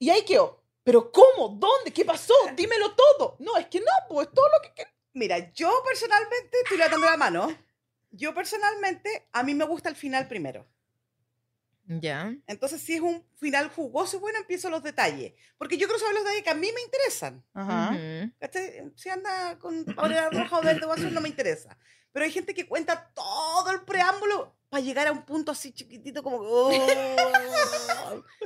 Speaker 2: Y ahí quedó. ¿Pero cómo? ¿Dónde? ¿Qué pasó? Dímelo todo. No, es que no, pues todo lo que... que-
Speaker 3: Mira, yo personalmente, estoy levantando la mano. Yo personalmente, a mí me gusta el final primero.
Speaker 1: Ya.
Speaker 3: Entonces, si es un final jugoso y bueno, empiezo los detalles. Porque yo quiero saber los detalles que a mí me interesan.
Speaker 1: Ujú.
Speaker 3: ¿cachai? Si anda con polera roja o verde o azul, no me interesa. Pero hay gente que cuenta todo el preámbulo para llegar a un punto así chiquitito como... "Oh".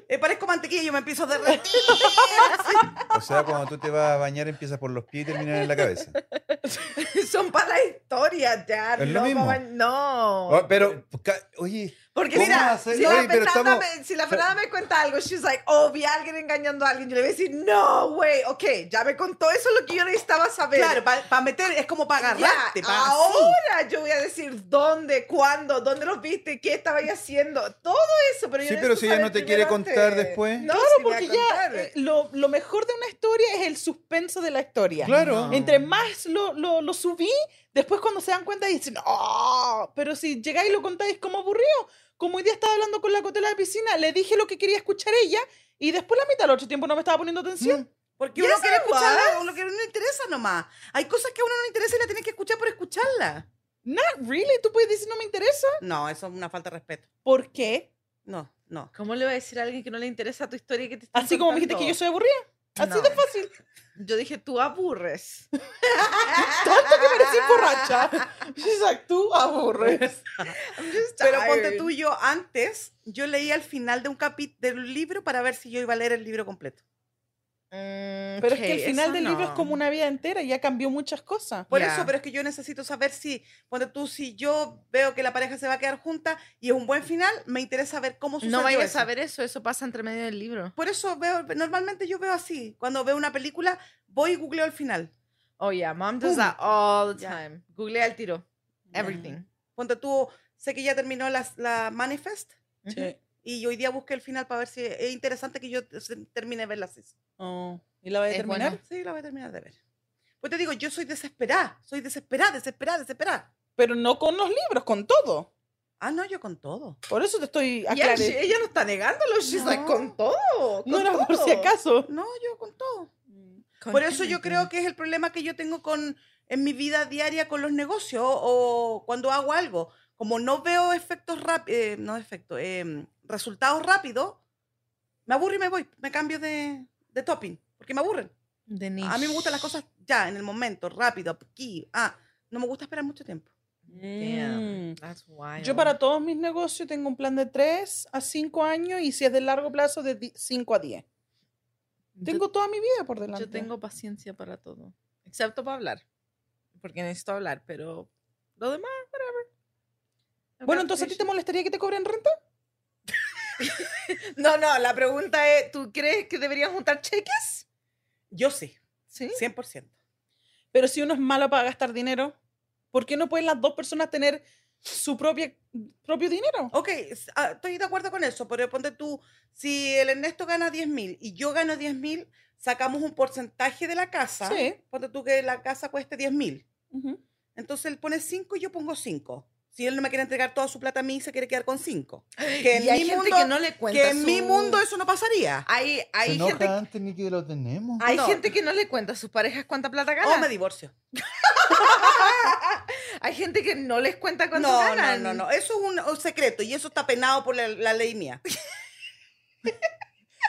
Speaker 3: Eh, parezco mantequilla, yo me empiezo a derretir.
Speaker 4: O sea, cuando tú te vas a bañar empiezas por los pies y terminas en la cabeza.
Speaker 1: Son para la historia, ya.
Speaker 4: Es lo
Speaker 1: no,
Speaker 4: mismo.
Speaker 1: mamá, no.
Speaker 4: Oh, pero, ca- oye,
Speaker 1: Porque
Speaker 4: ¿Cómo
Speaker 1: mira,
Speaker 4: hacer-
Speaker 1: si, la
Speaker 4: Oye, pero
Speaker 1: Fernanda
Speaker 4: estamos-
Speaker 3: Oh,
Speaker 1: me, si la Fernanda me cuenta algo, she's like, oh, vi a alguien engañando a alguien. Yo le voy a decir, no, güey, ok, ya me contó eso es lo que yo necesitaba saber.
Speaker 3: Claro, para meter, es como para
Speaker 1: Ya,
Speaker 3: agarrarte. pa' así.
Speaker 1: ahora yo voy a decir dónde, cuándo, dónde los viste, qué estaba ahí haciendo, todo eso. Pero yo
Speaker 4: Sí,
Speaker 1: necesito
Speaker 4: pero si ella
Speaker 1: saber
Speaker 4: no te
Speaker 1: primero
Speaker 4: quiere contar
Speaker 1: antes.
Speaker 4: después.
Speaker 1: No,
Speaker 2: Claro,
Speaker 1: sí me va a
Speaker 2: porque ya
Speaker 1: contar.
Speaker 2: eh, lo, lo mejor de una historia es el suspenso de la historia.
Speaker 4: claro.
Speaker 1: No.
Speaker 2: Entre más lo, lo, lo subí, después cuando se dan cuenta dicen, ¡oh! Pero si llegáis y lo contáis como aburrido, como hoy día estaba hablando con la cotela de piscina, le dije lo que quería escuchar ella y después la mitad del otro tiempo no me estaba poniendo atención.
Speaker 3: Porque
Speaker 1: Yes,
Speaker 3: uno quiere
Speaker 1: I
Speaker 3: escucharla, lo que a uno le interesa nomás. Hay cosas que a uno no le interesa y la tienes que escuchar por escucharla.
Speaker 2: Not really, tú puedes decir no me interesa.
Speaker 3: No, eso es una falta de respeto.
Speaker 2: ¿Por qué?
Speaker 3: No, no.
Speaker 1: ¿Cómo le voy a decir a alguien que no le interesa tu historia y que te están
Speaker 2: Así como me dijiste que
Speaker 1: contando?
Speaker 2: yo soy aburrida. Así
Speaker 1: No.
Speaker 2: de fácil.
Speaker 1: Yo dije, tú aburres.
Speaker 2: Tanto que parecí borracha. She's like, tú aburres.
Speaker 1: I'm just
Speaker 3: Pero ponte
Speaker 1: tired.
Speaker 3: tú, yo antes, yo leía el final de un capítulo del libro para ver si yo iba a leer el libro completo.
Speaker 1: Mm,
Speaker 2: Pero es que
Speaker 1: ok,
Speaker 2: el final
Speaker 1: eso
Speaker 2: del libro es
Speaker 1: no.
Speaker 2: como una vida entera y ya cambió muchas cosas.
Speaker 3: Por
Speaker 1: Ya.
Speaker 3: eso, pero es que yo necesito saber si, ponte tú, si yo veo que la pareja se va a quedar junta y es un buen final, me interesa ver cómo sucedió
Speaker 1: No vayas
Speaker 3: eso.
Speaker 1: a ver eso, eso pasa entre medio del libro.
Speaker 3: Por eso veo, normalmente yo veo así. Cuando veo una película, voy y googleo el final.
Speaker 1: Oh, yeah, mom does
Speaker 3: Boom.
Speaker 1: that all the
Speaker 3: Ya.
Speaker 1: time. Googlea el tiro.
Speaker 3: Ya.
Speaker 1: Everything.
Speaker 3: Ponte tú, sé que ya terminó la, la manifest
Speaker 2: Sí.
Speaker 3: y yo hoy día busqué el final para ver si es interesante que yo se- termine de verla así.
Speaker 2: Oh, ¿Y la voy a
Speaker 1: Es
Speaker 2: terminar?
Speaker 1: bueno.
Speaker 3: Sí, la voy a terminar de ver. Pues te digo, yo soy desesperada, soy desesperada, desesperada, desesperada.
Speaker 2: Pero no con los libros, con todo.
Speaker 3: Ah, no, yo con todo.
Speaker 2: Por eso te estoy
Speaker 1: Y ella,
Speaker 2: aclarando.
Speaker 1: ella no está negándolo, she's
Speaker 3: No.
Speaker 1: like, con todo.
Speaker 2: No
Speaker 1: con
Speaker 2: era por si
Speaker 1: todo.
Speaker 2: acaso.
Speaker 3: No, yo con todo. Por eso yo creo que es el problema que yo tengo con en mi vida diaria con los negocios o cuando hago algo. Como no veo efectos rápidos, no efectos, em, resultados rápidos, me aburro y me voy, me cambio de, de topping, porque me aburren.
Speaker 1: De
Speaker 3: A mí me gustan las
Speaker 1: niche.
Speaker 3: cosas ya, en el momento, rápido, aquí, ah, no me gusta esperar mucho tiempo.
Speaker 1: Damn,
Speaker 2: Mm.
Speaker 1: that's wild.
Speaker 2: Yo para todos mis negocios tengo un plan de 3 a 5 años y si es de largo plazo de 5 a 10.
Speaker 1: Yo-
Speaker 2: Tengo toda mi vida por delante.
Speaker 1: Yo tengo paciencia para todo. Excepto para hablar. Porque necesito hablar, pero lo demás, whatever. I've
Speaker 2: Bueno,
Speaker 1: got
Speaker 2: entonces a ti te
Speaker 1: patience.
Speaker 2: molestaría que te cobren renta?
Speaker 1: No, no, la pregunta es, ¿tú crees que deberían juntar cheques?
Speaker 3: Yo sí,
Speaker 1: Sí.
Speaker 3: 100%.
Speaker 2: Pero si uno es malo para gastar dinero, ¿por qué no pueden las dos personas tener su propia, propio dinero?
Speaker 3: Ok, s- ah, estoy de acuerdo con eso, pero ponte tú, si el Ernesto gana 10 mil y yo gano 10 mil, sacamos un porcentaje de la casa.
Speaker 2: Sí.
Speaker 3: Ponte tú que la casa cueste 10 mil.
Speaker 2: Ujú.
Speaker 3: Entonces él pone 5 y yo pongo 5. Si él no me quiere entregar toda su plata a mí, se quiere quedar con 5. Que en,
Speaker 1: y hay
Speaker 3: mi
Speaker 1: gente
Speaker 3: mundo,
Speaker 1: que no le cuenta
Speaker 3: que en mi
Speaker 1: su-
Speaker 3: mundo eso no pasaría.
Speaker 1: Hay, hay
Speaker 4: se enoja
Speaker 1: gente
Speaker 4: antes ni que lo tenemos.
Speaker 1: Hay
Speaker 3: No.
Speaker 1: gente que no le cuenta a sus parejas cuánta plata gana.
Speaker 3: O me divorcio.
Speaker 1: Hay gente que no les cuenta cuánto
Speaker 3: No, no,
Speaker 1: ganan.
Speaker 3: no, no. Eso es un, un secreto y eso está penado por la, la ley mía.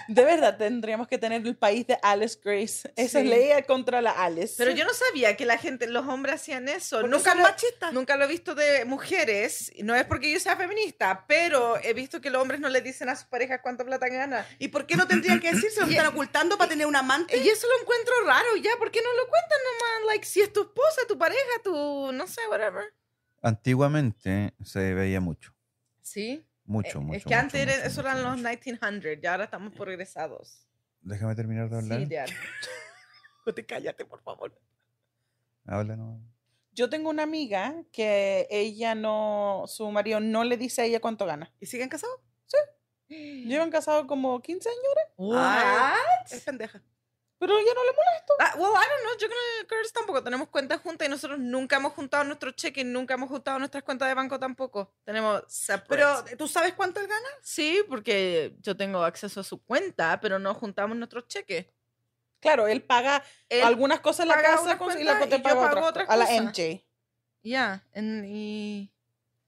Speaker 2: De verdad, tendríamos que tener el país de Alice Grace. Esa
Speaker 1: Sí.
Speaker 2: ley contra la Alice.
Speaker 1: Pero yo no sabía que la gente, los hombres hacían eso.
Speaker 3: Porque
Speaker 1: Nunca
Speaker 3: son
Speaker 1: lo,
Speaker 3: machistas.
Speaker 1: nunca lo he visto de mujeres. No es porque yo sea feminista, pero he visto que los hombres no le dicen a sus parejas cuánto plata ganan.
Speaker 3: ¿Y por qué no tendrían que decir? ¿Se lo
Speaker 1: Y-
Speaker 3: están ocultando para tener un amante?
Speaker 1: Y eso lo encuentro raro ya. ¿Por qué no lo cuentan nomás? Like, si es tu esposa, tu pareja, tu, no sé, whatever.
Speaker 4: Antiguamente se veía mucho.
Speaker 1: Sí.
Speaker 4: Mucho, mucho.
Speaker 1: Eh, es que
Speaker 4: mucho,
Speaker 1: antes era-
Speaker 4: mucho,
Speaker 1: eso
Speaker 4: mucho,
Speaker 1: eran los
Speaker 4: mucho.
Speaker 1: 1900 y ahora estamos por regresados.
Speaker 4: Déjame terminar de hablar.
Speaker 1: Sí, Dad.
Speaker 3: cállate, por favor.
Speaker 4: Habla, no.
Speaker 2: Yo tengo una amiga que ella no, su marido no le dice a ella cuánto gana.
Speaker 3: ¿Y siguen casados?
Speaker 2: Llevan casados como 15 años,
Speaker 1: Ah,
Speaker 3: Es pendeja.
Speaker 2: pero ella no le molesta.
Speaker 1: Ah, well, I don't know. Yo con el Curse tampoco tenemos cuentas juntas y nosotros nunca hemos juntado nuestro cheque, nunca hemos juntado nuestras cuentas de banco tampoco. Tenemos separate.
Speaker 3: Pero, ¿tú sabes cuánto él gana?
Speaker 1: sí, porque yo tengo acceso a su cuenta, pero no juntamos nuestros cheques.
Speaker 2: Claro, él paga
Speaker 1: Él-
Speaker 2: algunas cosas en la
Speaker 1: paga
Speaker 2: casa
Speaker 1: unas
Speaker 2: con- y
Speaker 1: cuentas
Speaker 2: la
Speaker 1: y
Speaker 2: cuota
Speaker 1: yo
Speaker 2: paga
Speaker 1: pago
Speaker 2: otras
Speaker 1: otras
Speaker 2: co- a la
Speaker 1: cosas.
Speaker 2: MJ.
Speaker 1: Ya, en- y,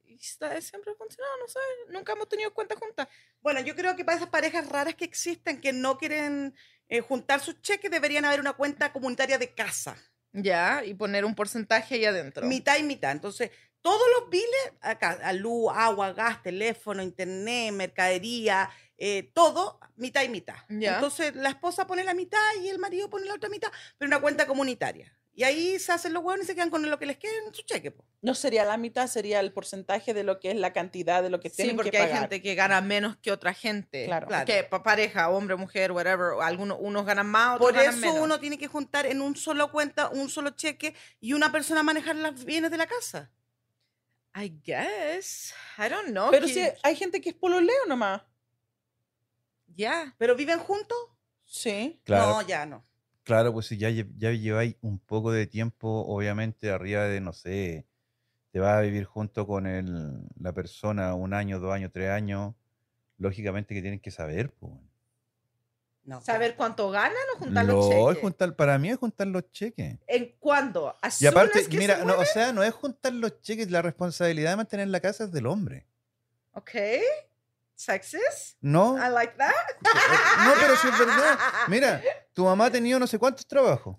Speaker 1: y está- siempre ha funcionado, no sé, nunca hemos tenido cuentas juntas.
Speaker 3: Bueno, yo creo que para esas parejas raras que existen, que no quieren eh, juntar sus cheques, deberían haber una cuenta comunitaria de casa.
Speaker 1: Ya, y poner un porcentaje ahí adentro.
Speaker 3: Mitad y mitad. Entonces, todos los biles, acá, a luz, agua, gas, teléfono, internet, mercadería, eh, todo, mitad y mitad.
Speaker 1: Ya.
Speaker 3: Entonces, la esposa pone la mitad y el marido pone la otra mitad, pero una cuenta comunitaria. Y ahí se hacen los huevos y se quedan con lo que les quede en su cheque. po.
Speaker 2: No sería la mitad, sería el porcentaje de lo que es la cantidad de lo que
Speaker 1: Sí,
Speaker 2: tienen
Speaker 1: porque
Speaker 2: que
Speaker 1: hay
Speaker 2: pagar.
Speaker 1: gente que gana menos que otra gente.
Speaker 2: Claro.
Speaker 3: Claro.
Speaker 1: Que pa- pareja, hombre, mujer, whatever. o Algunos, unos ganan más, otros
Speaker 3: Por
Speaker 1: ganan
Speaker 3: eso
Speaker 1: menos.
Speaker 3: uno tiene que juntar en un solo cuenta, un solo cheque y una persona manejar los bienes de la casa.
Speaker 1: I guess. I don't know.
Speaker 2: Pero
Speaker 1: que-
Speaker 2: sí, hay gente que es pololeo nomás.
Speaker 1: Ya.
Speaker 3: ¿Pero viven juntos?
Speaker 2: Sí.
Speaker 4: Claro,
Speaker 3: No, ya no.
Speaker 4: claro, pues si ya, lle- ya lleváis un poco de tiempo, obviamente, arriba de, no sé, te vas a vivir junto con el, la persona un año, dos años, tres años, lógicamente que tienes que saber, pues. weón.
Speaker 3: no.
Speaker 1: Saber cuánto ganan o juntar los
Speaker 4: Lo- es
Speaker 1: cheques.
Speaker 4: juntar, para mí es juntar los cheques.
Speaker 1: ¿En cuándo? As
Speaker 4: Y
Speaker 1: soon
Speaker 4: aparte,
Speaker 1: as que
Speaker 4: mira,
Speaker 1: se
Speaker 4: no,
Speaker 1: mueve-
Speaker 4: o sea, no es juntar los cheques, la responsabilidad de mantener la casa es del hombre.
Speaker 1: Ok. Sexist.
Speaker 4: No, eh,
Speaker 1: I like that.
Speaker 4: no, pero si es verdad. Mira, tu mamá ha tenido no sé cuántos trabajos.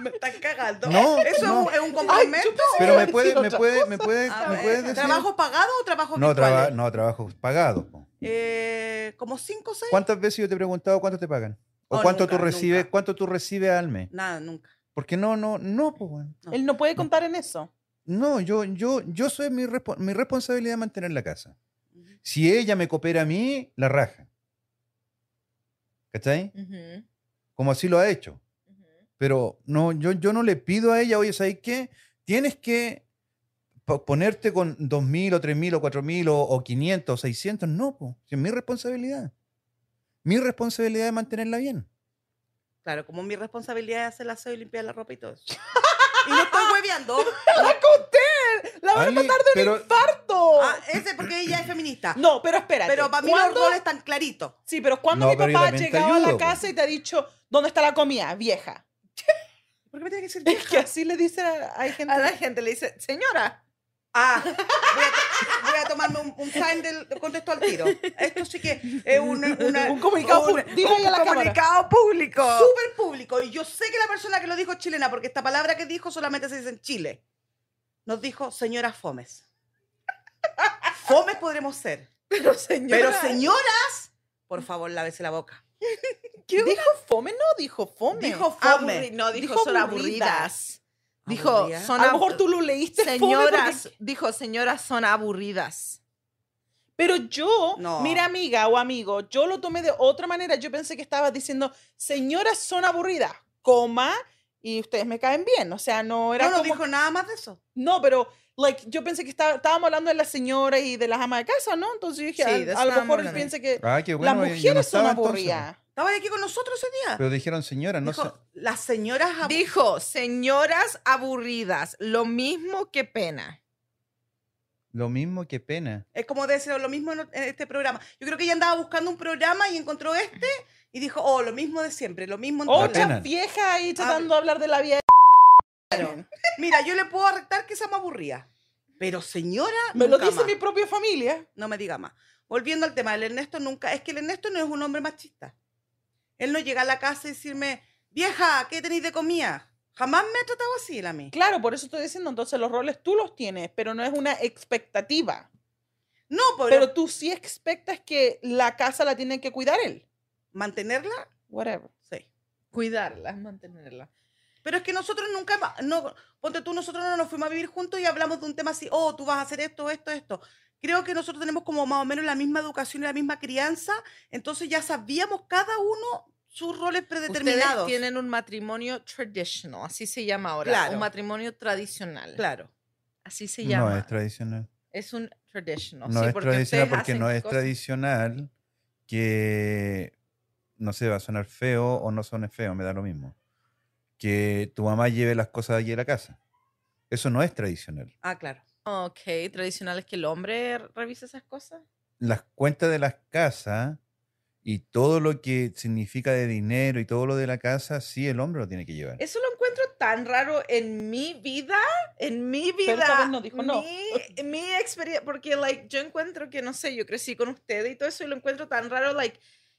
Speaker 3: Me están cagando.
Speaker 4: No,
Speaker 3: Eso es
Speaker 4: no.
Speaker 3: un- es un complemento.
Speaker 4: Pero
Speaker 2: iba a
Speaker 4: me
Speaker 2: decir
Speaker 4: puede, me
Speaker 2: otra
Speaker 4: puede, me puede,
Speaker 3: A
Speaker 4: me
Speaker 3: ver,
Speaker 4: puedes decir.
Speaker 3: ¿Trabajo pagado o trabajo
Speaker 4: no, traba-
Speaker 3: virtual?
Speaker 4: no, trabajos pagados. po.
Speaker 3: Eh, como 5 o 6.
Speaker 4: ¿Cuántas veces yo te he preguntado cuánto te pagan? ¿O
Speaker 3: No,
Speaker 4: cuánto tú
Speaker 3: Oh, nunca,
Speaker 4: recibes,
Speaker 3: nunca.
Speaker 4: cuánto tú recibes al mes?
Speaker 3: Nada, nunca.
Speaker 4: Porque no, no, no, pues, weón.
Speaker 3: No.
Speaker 2: Él no puede contar en eso.
Speaker 4: No, yo, yo, yo soy mi, respo- mi responsabilidad es mantener la casa. Si ella me coopera a mí, la raja. ¿Cachai?
Speaker 1: Ujú,
Speaker 4: Como así lo ha hecho.
Speaker 1: ujú.
Speaker 4: Pero no, yo, yo no le pido a ella, oye, ¿sabes qué? Tienes que po- ponerte con 2.000 o 3.000 o 4.000 o, o 500 o 600. No, po. Si es mi responsabilidad. Mi responsabilidad es mantenerla bien.
Speaker 3: Claro, como mi responsabilidad es hacer el aseo y limpiar la ropa y todo eso. y no estoy hueveando.
Speaker 2: ¡La van a
Speaker 4: Ali,
Speaker 2: matar de
Speaker 4: pero-
Speaker 2: un infarto!
Speaker 3: Ah, ese porque ella es feminista.
Speaker 2: no, pero espérate.
Speaker 3: Pero para mí los
Speaker 2: ¿cuándo-
Speaker 3: roles están claritos.
Speaker 2: Sí, pero cuando
Speaker 4: No,
Speaker 2: mi
Speaker 4: pero yo
Speaker 2: papá ha
Speaker 4: también te
Speaker 2: llegado a la
Speaker 4: ayudo, po.
Speaker 2: casa y te ha dicho, ¿dónde está la comida, vieja?
Speaker 3: ¿Por qué me tiene que decir
Speaker 2: Es
Speaker 3: vieja?
Speaker 2: que así le dicen a, hay gente.
Speaker 1: A la gente le dice, señora.
Speaker 3: Ah, voy a, to- voy a tomarme un, un sign del contexto al tiro. Esto sí que es una- una-
Speaker 2: Un comunicado
Speaker 3: un-
Speaker 2: público. Dile ahí a la cámara.
Speaker 1: Comunicado público.
Speaker 3: súper público. Y yo sé que la persona que lo dijo es chilena, porque esta palabra que dijo solamente se dice en Chile. Nos dijo señora Fomes. Fomes podremos ser.
Speaker 1: Pero señora.
Speaker 3: Pero señoras, por favor, lávese la boca.
Speaker 2: ¿Dijo fome? No, dijo fome.
Speaker 3: Dijo
Speaker 1: Aburri-
Speaker 3: Fomes.
Speaker 1: No, dijo,
Speaker 2: Dijo
Speaker 1: son aburridas.
Speaker 2: aburridas.
Speaker 1: Dijo,
Speaker 3: Aburrida.
Speaker 1: son
Speaker 2: a lo
Speaker 1: abu-
Speaker 2: mejor tú lo leíste fome porque-
Speaker 1: Señoras, dijo, señoras son aburridas.
Speaker 2: Pero yo,
Speaker 3: No.
Speaker 2: mira amiga o amigo, yo lo tomé de otra manera. Yo pensé que estabas diciendo, señoras son aburridas, coma, y ustedes me caen bien. O sea, no era
Speaker 3: No nos
Speaker 2: como...
Speaker 3: dijo nada más de eso.
Speaker 2: No, pero like, yo pensé que estaba- estábamos hablando de las señoras y de las amas de casa, ¿no? Entonces yo dije,
Speaker 1: Sí,
Speaker 2: "Al-
Speaker 1: de eso
Speaker 2: a, lo
Speaker 1: estábamos
Speaker 2: mejor él
Speaker 1: hablando.
Speaker 2: piensa que
Speaker 4: Ah, qué bueno.
Speaker 2: las
Speaker 4: eh, yo no
Speaker 2: mujeres son
Speaker 4: estaba entonces, po.
Speaker 2: aburridas.
Speaker 3: Estaba aquí con nosotros ese día.
Speaker 4: Pero dijeron, señora, no
Speaker 3: Dijo,
Speaker 4: sé.
Speaker 3: las señoras
Speaker 1: Ah,
Speaker 3: abu-
Speaker 1: Dijo, señoras aburridas, lo mismo que pena.
Speaker 4: Lo mismo que pena.
Speaker 3: Es como decir lo mismo en, en este programa. Yo creo que ella andaba buscando un programa y encontró este y dijo, oh, lo mismo de siempre, lo mismo en todos
Speaker 4: La
Speaker 3: lados".
Speaker 2: Otra
Speaker 1: Ah,
Speaker 4: pena.
Speaker 2: vieja ahí tratando de hablar de la vida
Speaker 3: Mira, yo le puedo arrectar que sea más aburrida. Pero señora,
Speaker 2: Me lo
Speaker 3: nunca
Speaker 2: dice
Speaker 3: más.
Speaker 2: mi propia familia.
Speaker 3: no me diga más. Volviendo al tema, el Ernesto nunca, es que el Ernesto no es un hombre machista. Él no llega a la casa y decirme, vieja, ¿qué tenéis de comida? Jamás me ha tratado así él a mí.
Speaker 2: Claro, por eso estoy diciendo, entonces los roles tú los tienes, pero no es una expectativa.
Speaker 3: No, pero,
Speaker 2: Pero tú sí expectas que la casa la tiene que cuidar él.
Speaker 3: mantenerla,
Speaker 2: Whatever.
Speaker 3: sí.
Speaker 1: Cuidarla, mantenerla.
Speaker 3: Pero es que nosotros nunca, ma- no, ponte tú, nosotros no nos fuimos a vivir juntos y hablamos de un tema así, oh, tú vas a hacer esto, esto, esto. Creo que nosotros tenemos como más o menos la misma educación y la misma crianza, entonces ya sabíamos cada uno sus roles
Speaker 1: Ustedes
Speaker 3: predeterminados.
Speaker 1: tienen un matrimonio traditional, así se llama ahora.
Speaker 3: Claro.
Speaker 1: Un matrimonio tradicional.
Speaker 3: Claro.
Speaker 1: Así se
Speaker 4: No
Speaker 1: llama.
Speaker 4: es tradicional.
Speaker 1: es un traditional.
Speaker 4: No
Speaker 1: sí,
Speaker 4: es
Speaker 1: porque
Speaker 4: tradicional
Speaker 1: ustedes
Speaker 4: porque
Speaker 1: hacen
Speaker 4: no es
Speaker 1: cosas-
Speaker 4: tradicional que, no sé, va a sonar feo o no suene feo, me da lo mismo. Que tu mamá lleve las cosas allí a la casa. Eso no es tradicional.
Speaker 3: Ah, claro.
Speaker 1: Ok, tradicional es que el hombre revise esas cosas.
Speaker 4: las cuentas de las casas y todo lo que significa de dinero y todo lo de la casa, sí el hombre lo tiene que llevar.
Speaker 1: Eso lo encuentro tan raro en mi vida, en mi vida.
Speaker 2: esta vez no dijo no.
Speaker 1: Mi, mi experiencia, porque like, yo encuentro que, no sé, yo crecí con ustedes y todo eso y lo encuentro tan raro, like,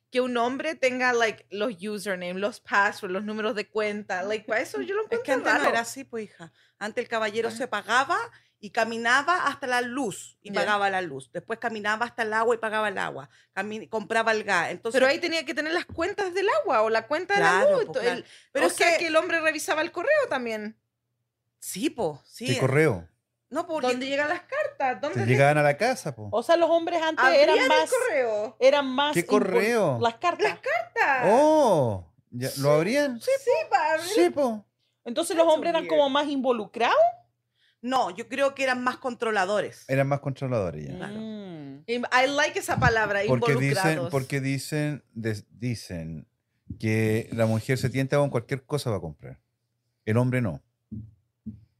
Speaker 1: que un hombre tenga, like, los usernames, los passwords, los números de cuenta, like, para eso yo lo
Speaker 3: Es que
Speaker 1: encuentro
Speaker 3: antes no
Speaker 1: raro. Ah.
Speaker 3: era así, pues hija. Antes el caballero se pagaba y caminaba hasta la luz y
Speaker 1: Ya.
Speaker 3: pagaba la luz. Después caminaba hasta el agua y pagaba el agua. Cami- compraba el gas. Entonces,
Speaker 1: Pero ahí tenía que tener las cuentas del agua o la cuenta de la
Speaker 3: Claro,
Speaker 1: luz.
Speaker 3: po,
Speaker 1: to-
Speaker 3: claro.
Speaker 1: el-
Speaker 3: Pero
Speaker 1: o
Speaker 3: es
Speaker 1: sea,
Speaker 3: que-
Speaker 1: que el hombre revisaba el correo también.
Speaker 3: sí, po, sí.
Speaker 4: ¿Qué correo?
Speaker 3: No, porque
Speaker 1: ¿Dónde llegan las cartas? ¿Dónde
Speaker 4: Te llegaban a la casa, po.
Speaker 2: O sea, los hombres antes
Speaker 1: abrían
Speaker 2: eran más.
Speaker 1: el correo?
Speaker 2: Eran más.
Speaker 4: ¿Qué
Speaker 2: impor-
Speaker 4: correo?
Speaker 2: Las cartas.
Speaker 1: Las cartas.
Speaker 4: ¡Oh! Ya- ¿Lo abrían?
Speaker 1: sí, para abrir
Speaker 4: Sí, po.
Speaker 2: Entonces los
Speaker 1: That's
Speaker 2: hombres eran
Speaker 1: weird.
Speaker 2: como más involucrados.
Speaker 3: no, yo creo que eran más controladores.
Speaker 4: Eran más controladores ya.
Speaker 3: Claro.
Speaker 2: Mm.
Speaker 1: Im- I like esa palabra,
Speaker 4: Porque dicen,
Speaker 1: involucrados.
Speaker 4: porque dicen, des- dicen que la mujer se tienta con cualquier cosa para comprar. El hombre no.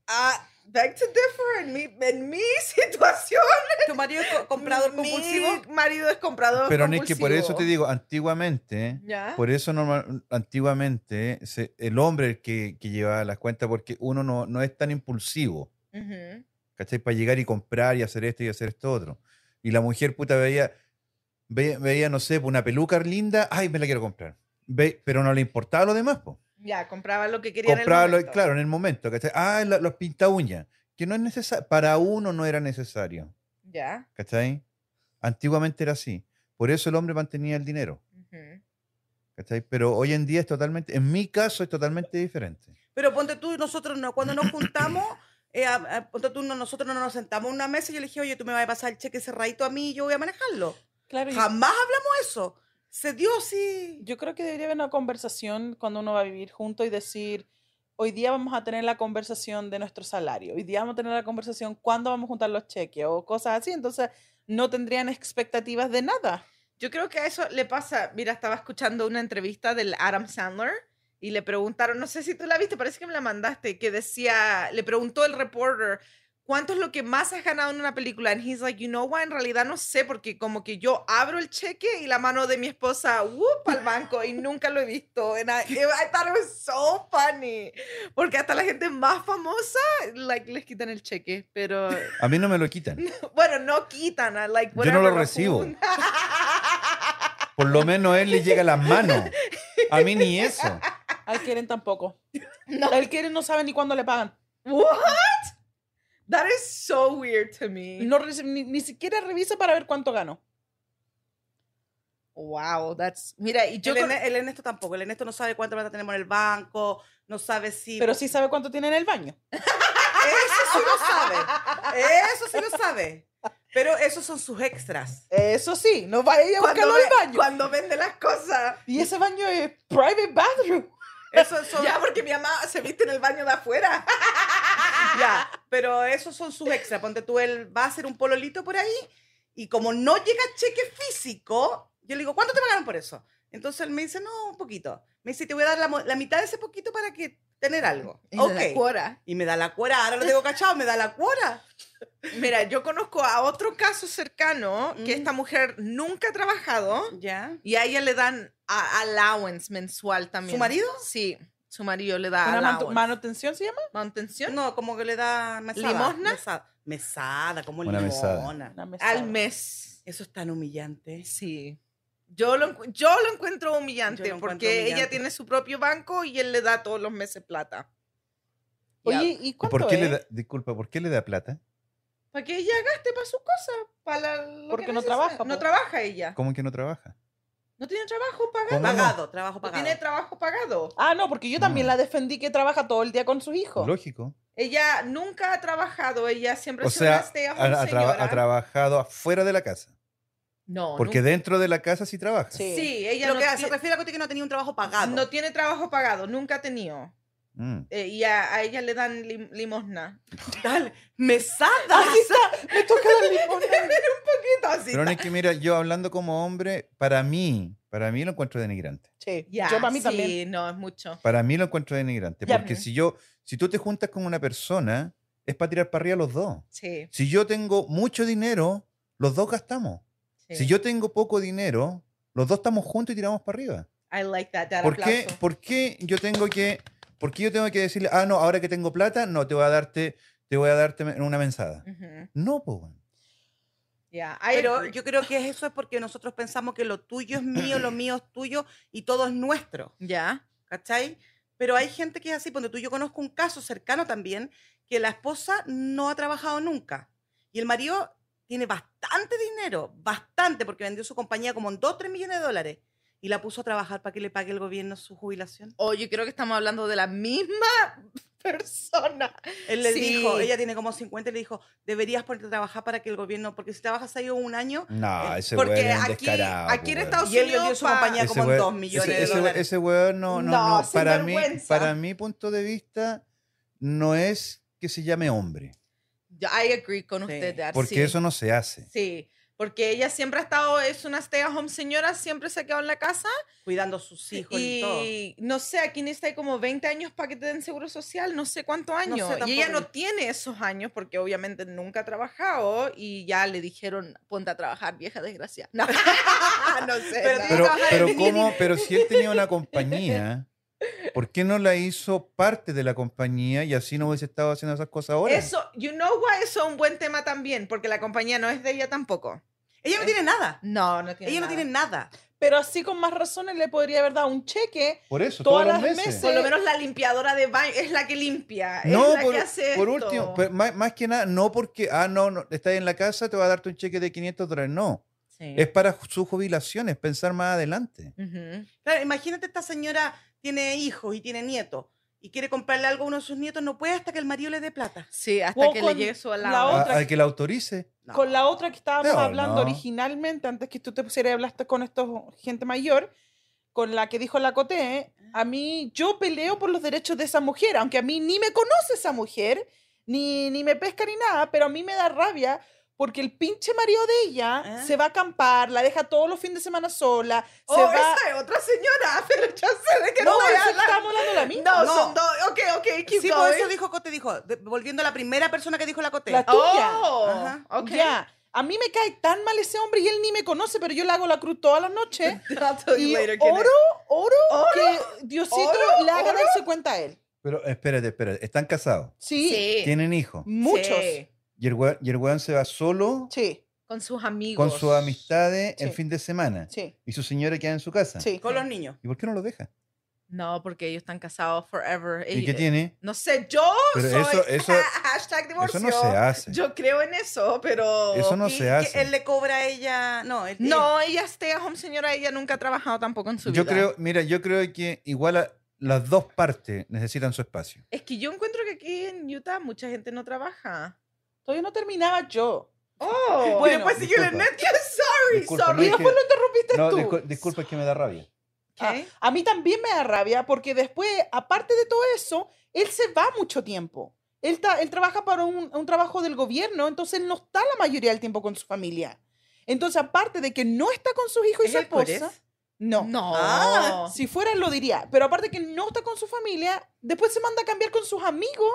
Speaker 1: Ah, back to differ. En mi, en mi situación.
Speaker 3: Tu marido es co-
Speaker 1: Mm,
Speaker 3: comprador compulsivo.
Speaker 1: Mi marido es comprador
Speaker 4: Pero no es
Speaker 1: compulsivo.
Speaker 4: que por eso te digo, antiguamente,
Speaker 1: ¿Ya?
Speaker 4: Por eso normal- antiguamente se- el hombre el que, que llevaba las cuentas, porque uno no, no es tan impulsivo,
Speaker 1: Ujú.
Speaker 4: ¿cachai? Para llegar y comprar y hacer esto y hacer esto otro. Y la mujer puta veía, veía, veía, no sé, una peluca linda, ay, me la quiero comprar. Ve- pero no le importaba lo demás, po.
Speaker 1: Ya, compraba lo que quería
Speaker 4: Compraba,
Speaker 1: en
Speaker 4: lo-
Speaker 1: el momento.
Speaker 4: claro, en el momento, ¿cachai? Ah, la- los pinta uñas, que no es necesario, para uno no era necesario,
Speaker 1: Ya.
Speaker 4: ¿cachai? Antiguamente era así. Por eso el hombre mantenía el dinero.
Speaker 1: ujú.
Speaker 4: ¿Cachai? Pero hoy en día es totalmente, en mi caso es totalmente diferente.
Speaker 3: Pero ponte tú, nosotros no, cuando nos juntamos, eh, a- a- ponte tú, no- nosotros no nos sentamos en una mesa y yo le dije, oye, tú me vas a pasar el cheque cerradito a mí y yo voy a manejarlo.
Speaker 2: Claro, y-
Speaker 3: Jamás hablamos eso. Se dio así.
Speaker 2: Yo creo que debería haber una conversación cuando uno va a vivir junto y decir, hoy día vamos a tener la conversación de nuestro salario, hoy día vamos a tener la conversación cuándo vamos a juntar los cheques o cosas así, entonces no tendrían expectativas de nada.
Speaker 1: Yo creo que a eso le pasa. Mira, estaba escuchando una entrevista del Adam Sandler y le preguntaron, no sé si tú la viste, parece que me la mandaste, que decía, le preguntó el reporter, ¿cuánto es lo que más has ganado en una película? And he's like, you know what, en realidad no sé, porque como que yo abro el cheque y la mano de mi esposa, whoop, al banco y nunca lo he visto. And I, I thought it was so funny, porque hasta la gente más famosa, like, les quitan el cheque, pero
Speaker 4: A mí no me lo quitan.
Speaker 1: bueno, no quitan, I like,
Speaker 4: Yo no lo
Speaker 1: whatever,
Speaker 4: recibo.
Speaker 1: juntan.
Speaker 4: Por lo menos a él le llega a las manos. A mí ni eso.
Speaker 2: Al Keren tampoco. Al Keren no sabe ni cuándo le pagan.
Speaker 1: What? That is so weird to me.
Speaker 2: No reci- ni, ni siquiera revisa para ver cuánto ganó.
Speaker 1: Wow, that's Mira, y yo
Speaker 3: el,
Speaker 1: con-
Speaker 3: Erne- el Ernesto tampoco. El Ernesto no sabe cuánta plata tenemos en el banco, no sabe si.
Speaker 2: Pero sí sabe cuánto tiene en el baño.
Speaker 3: Eso sí lo sabe. Eso sí lo sabe. Pero esos son sus extras.
Speaker 2: Eso sí, no vaya a buscarlo
Speaker 1: ve-
Speaker 2: al baño.
Speaker 1: cuando vende las cosas.
Speaker 2: Y ese baño es private bathroom.
Speaker 3: Esos son,
Speaker 1: Ya,
Speaker 3: ya.
Speaker 1: porque mi mamá se viste en el baño de afuera.
Speaker 3: Pero esos son sus extras. Ponte tú, él va a hacer un pololito por ahí y como no llega cheque físico, yo le digo, ¿cuánto te pagaron por eso? Entonces él me dice, no, un poquito. Me dice, te voy a dar la, mo- la mitad de ese poquito para que tener algo.
Speaker 1: Ok.
Speaker 3: Ok. Y me da la cuora. Ahora lo tengo cachado, me da la cuora.
Speaker 1: Mira, yo conozco a otro caso cercano que
Speaker 3: Mm.
Speaker 1: esta mujer nunca ha trabajado
Speaker 3: Ya.
Speaker 1: y a ella le dan a- allowance mensual también.
Speaker 3: ¿Su marido?
Speaker 1: Sí. Su marido le da
Speaker 2: ¿Una mantu-
Speaker 1: allowance.
Speaker 2: manutención se llama?
Speaker 1: manutención
Speaker 3: No, como que le da mesada.
Speaker 1: ¿Limosna?
Speaker 3: Mesada, mesada como
Speaker 4: Una mesada.
Speaker 3: limona.
Speaker 2: Una mesada.
Speaker 1: al mes.
Speaker 3: Eso es tan humillante.
Speaker 1: Sí. Yo lo, encu- yo lo encuentro humillante
Speaker 3: Yo lo encuentro
Speaker 1: porque ella
Speaker 3: humillante.
Speaker 1: tiene su propio banco y él le da todos los meses plata.
Speaker 2: Oye, ¿y
Speaker 4: ¿Y
Speaker 2: cuánto
Speaker 4: ¿Por qué
Speaker 2: es?
Speaker 4: le da, disculpa, ¿por qué le da plata?
Speaker 1: Para que ella gaste para sus cosas. Para lo que
Speaker 2: Porque no
Speaker 1: necesita.
Speaker 2: trabaja,
Speaker 1: No
Speaker 2: po.
Speaker 1: trabaja ella.
Speaker 4: ¿Cómo que no trabaja?
Speaker 1: No tiene trabajo pagado.
Speaker 4: ¿Cómo no?
Speaker 3: Pagado, trabajo
Speaker 1: No
Speaker 3: pagado.
Speaker 1: Pues tiene trabajo pagado.
Speaker 2: Ah, no, porque yo también
Speaker 4: Ah.
Speaker 2: la defendí que trabaja todo el día con sus hijos.
Speaker 4: Lógico.
Speaker 1: Ella nunca ha trabajado. Ella siempre
Speaker 4: O
Speaker 1: ha sido una
Speaker 4: sea,
Speaker 1: stay-at-home
Speaker 4: ha, ha traba-
Speaker 1: señora.
Speaker 4: ha trabajado afuera de la casa.
Speaker 1: No,
Speaker 4: Porque dentro de la casa sí trabaja.
Speaker 2: Sí.
Speaker 1: Sí, ella
Speaker 3: lo
Speaker 1: no,
Speaker 3: que
Speaker 1: ti-
Speaker 3: se refiere a Coti que no tenía un trabajo pagado.
Speaker 1: no tiene trabajo pagado, nunca ha tenido.
Speaker 4: Mm.
Speaker 1: Eh, y a, a ella le dan lim- limosna.
Speaker 3: Dale, mesada.
Speaker 2: Así está, me toca la limosna.
Speaker 4: Pero no es que, mira, yo hablando como hombre, para mí, para mí lo encuentro denigrante.
Speaker 2: Sí,
Speaker 1: Ya,
Speaker 2: yo para mí
Speaker 1: sí,
Speaker 2: también.
Speaker 1: no, es mucho.
Speaker 4: Para mí lo encuentro denigrante.
Speaker 2: Ya.
Speaker 4: Porque si yo, si tú te juntas con una persona, es para tirar para arriba los dos.
Speaker 1: Sí,
Speaker 4: Si yo tengo mucho dinero, los dos gastamos.
Speaker 1: sí.
Speaker 4: Si yo tengo poco dinero, los dos estamos juntos y tiramos para arriba.
Speaker 1: I like that, that
Speaker 4: ¿Por qué,
Speaker 1: aplauso.
Speaker 4: por qué yo tengo que, por qué yo tengo que decirle, ah, no, ahora que tengo plata, no, te voy a darte, te voy a darte me- una mensada?
Speaker 1: Ujú,
Speaker 4: No, pues, weón.
Speaker 1: yeah, I
Speaker 3: Pero
Speaker 1: agree.
Speaker 3: yo creo que eso es porque nosotros pensamos que lo tuyo es mío, lo mío es tuyo y todo es nuestro.
Speaker 1: Ya.
Speaker 3: ¿Cachai? Pero hay gente que es así. Ponte tú, yo conozco un caso cercano también que la esposa no ha trabajado nunca y el marido tiene bastante dinero, bastante, porque vendió su compañía como en 2 3 millones de dólares y la puso a trabajar para que le pague el gobierno su jubilación.
Speaker 1: O Oh, yo creo que estamos hablando de la misma persona.
Speaker 3: Él le
Speaker 1: Sí.
Speaker 3: dijo, ella tiene como 50 y le dijo, deberías ponerte a trabajar para que el gobierno, porque si trabajas ahí un año,
Speaker 4: No, ese
Speaker 1: Eh, Porque
Speaker 4: weón es un
Speaker 1: aquí-
Speaker 4: descarado,
Speaker 1: aquí en
Speaker 4: pues, weón.
Speaker 1: Estados
Speaker 3: y él vendió su
Speaker 1: pa-
Speaker 3: compañía como en
Speaker 4: weón-
Speaker 3: 2 millones
Speaker 4: ese-
Speaker 3: de
Speaker 4: ese we-
Speaker 3: dólares.
Speaker 4: Ese weón no, no,
Speaker 1: No,
Speaker 4: no. Para mí,
Speaker 1: sinvergüenza.
Speaker 4: para mi punto de vista, no es que se llame hombre,
Speaker 1: Yo- I agree con
Speaker 3: Sí,
Speaker 1: usted, Dar,
Speaker 4: porque
Speaker 1: sí.
Speaker 4: eso no se hace.
Speaker 1: Sí, porque ella siempre ha estado, es una stay-at-home señora, siempre se ha quedado en la casa.
Speaker 3: cuidando a sus hijos y, todo.
Speaker 1: Y no sé, aquí necesita como 20 años para que te den seguro social, no sé cuántos años. y ella
Speaker 3: tampoco.
Speaker 1: no tiene esos años porque obviamente nunca ha trabajado y ya le dijeron, ponte a trabajar, vieja desgracia. No, no sé.
Speaker 3: Pero
Speaker 1: no.
Speaker 3: tiene
Speaker 4: Pero,
Speaker 3: trabajar en
Speaker 4: pero
Speaker 3: mini.
Speaker 4: cómo, pero si él tenía una compañía, ¿por qué no la hizo parte de la compañía y así no hubiese estado haciendo esas cosas ahora?
Speaker 1: Eso, you know why, eso es un buen tema también, porque la compañía no es de ella tampoco.
Speaker 3: Ella no tiene nada.
Speaker 1: No, no tiene
Speaker 3: Ella no
Speaker 1: nada.
Speaker 3: tiene nada.
Speaker 2: Pero así con más razones le podría haber dado un cheque.
Speaker 4: Por eso,
Speaker 2: Todas
Speaker 4: todos los
Speaker 2: las
Speaker 4: meses.
Speaker 2: meses.
Speaker 1: Por lo menos la limpiadora de baño es la que limpia, es
Speaker 4: No,
Speaker 1: la
Speaker 4: por,
Speaker 1: que hace
Speaker 4: por
Speaker 1: esto.
Speaker 4: último, pero más, más que nada, no porque, ah, no, no, estás en la casa, te va a darte un cheque de 500 dólares. No,
Speaker 1: Sí.
Speaker 4: es para sus jubilaciones, pensar más adelante.
Speaker 1: Ujú.
Speaker 3: Claro, imagínate esta señora tiene hijos y tiene nietos y quiere comprarle algo a uno de sus nietos, no puede hasta que el marido le dé plata.
Speaker 1: Sí, hasta
Speaker 2: Vos
Speaker 1: que le
Speaker 2: con
Speaker 1: llegue su
Speaker 4: A-
Speaker 1: alado.
Speaker 2: la otra-
Speaker 4: Al que la autorice.
Speaker 3: No.
Speaker 2: Con la otra que estábamos
Speaker 4: No,
Speaker 2: hablando
Speaker 4: no.
Speaker 2: originalmente, antes que tú te pusieras a hablar con esta gente mayor, con la que dijo la Coté, a mí yo peleo por los derechos de esa mujer, aunque a mí ni me conoce esa mujer, ni, ni me pesca ni nada, pero a mí me da rabia porque el pinche marido de ella
Speaker 3: ¿Eh?
Speaker 2: se va a acampar, la deja todos los fines de semana sola,
Speaker 1: Ah. Oh,
Speaker 2: se va...
Speaker 1: esa es otra señora, pero yo sé de qué
Speaker 2: No,
Speaker 1: no, estoy
Speaker 2: esa que
Speaker 1: hablando.
Speaker 2: estábamos hablando de la misma.
Speaker 1: No,
Speaker 3: No.
Speaker 1: son dos. Ok, ok, keep
Speaker 3: Sí, por
Speaker 1: going.
Speaker 3: eso dijo Cote, dijo, de- volviendo a la primera persona que dijo la Cote. "Ah,
Speaker 2: La-
Speaker 1: oh,
Speaker 3: Ajá,
Speaker 1: ok.
Speaker 2: Ya, a mí me cae tan mal ese hombre y él ni me conoce, pero yo le hago la cruz todas las noches.
Speaker 1: I'll tell you
Speaker 2: Y
Speaker 1: later quién
Speaker 2: oro,
Speaker 1: es.
Speaker 2: oro,
Speaker 1: Oro,
Speaker 2: que Diosito
Speaker 1: oro,
Speaker 2: le haga
Speaker 1: oro.
Speaker 2: darse cuenta a él.
Speaker 4: Pero espérate, espérate, están casados,
Speaker 2: Sí, Mm.
Speaker 4: tienen hijos.
Speaker 2: muchos.
Speaker 1: Sí,
Speaker 2: Sí.
Speaker 4: Y el, weón, y el weón se va solo
Speaker 1: Con sus amigos.
Speaker 4: con sus amistades el
Speaker 2: Sí.
Speaker 4: fin de semana.
Speaker 2: sí,
Speaker 4: Y su señora queda en su casa.
Speaker 2: sí.
Speaker 3: con los niños.
Speaker 4: ¿Y por qué no lo deja?
Speaker 1: No, porque ellos están casados forever.
Speaker 4: ¿Y
Speaker 1: Ellos-
Speaker 4: qué tiene?
Speaker 1: No sé, eh, yo
Speaker 4: Pero
Speaker 1: soy
Speaker 4: eso- eso-
Speaker 1: hashtag divorcio.
Speaker 4: Eso no se hace.
Speaker 1: Yo creo en eso, pero...
Speaker 4: Eso no
Speaker 3: Y
Speaker 4: se
Speaker 3: que
Speaker 4: hace.
Speaker 3: él le cobra a ella, no, él-
Speaker 1: No, ella stay at home, señora. Ella nunca ha trabajado tampoco en su
Speaker 4: Yo
Speaker 1: vida.
Speaker 4: creo, mira, yo creo que igual a- las dos partes necesitan su espacio.
Speaker 1: Es que yo encuentro que aquí en Utah mucha gente no trabaja.
Speaker 2: Todavía no terminaba yo.
Speaker 1: Oh,
Speaker 2: Bueno,
Speaker 1: después siguió en el
Speaker 4: disculpa.
Speaker 1: Netflix. Sorry,
Speaker 4: Disculpa,
Speaker 1: sorry.
Speaker 4: no es que-
Speaker 2: Después pues, lo interrumpiste
Speaker 4: No,
Speaker 2: tú.
Speaker 4: discul- disculpa, es que me da rabia.
Speaker 2: Ah, a mí también me da rabia porque después, aparte de todo eso, él se va mucho tiempo. Él, ta- él trabaja para un, un trabajo del gobierno, entonces él no está la mayoría del tiempo con su familia. Entonces, aparte de que no está con sus hijos y
Speaker 3: ¿Es
Speaker 2: su
Speaker 3: el Corés?
Speaker 2: esposa, no.
Speaker 1: No.
Speaker 3: Oh.
Speaker 2: Ah, si fuera lo diría, pero aparte que no está con su familia, después se manda a cambiar con sus amigos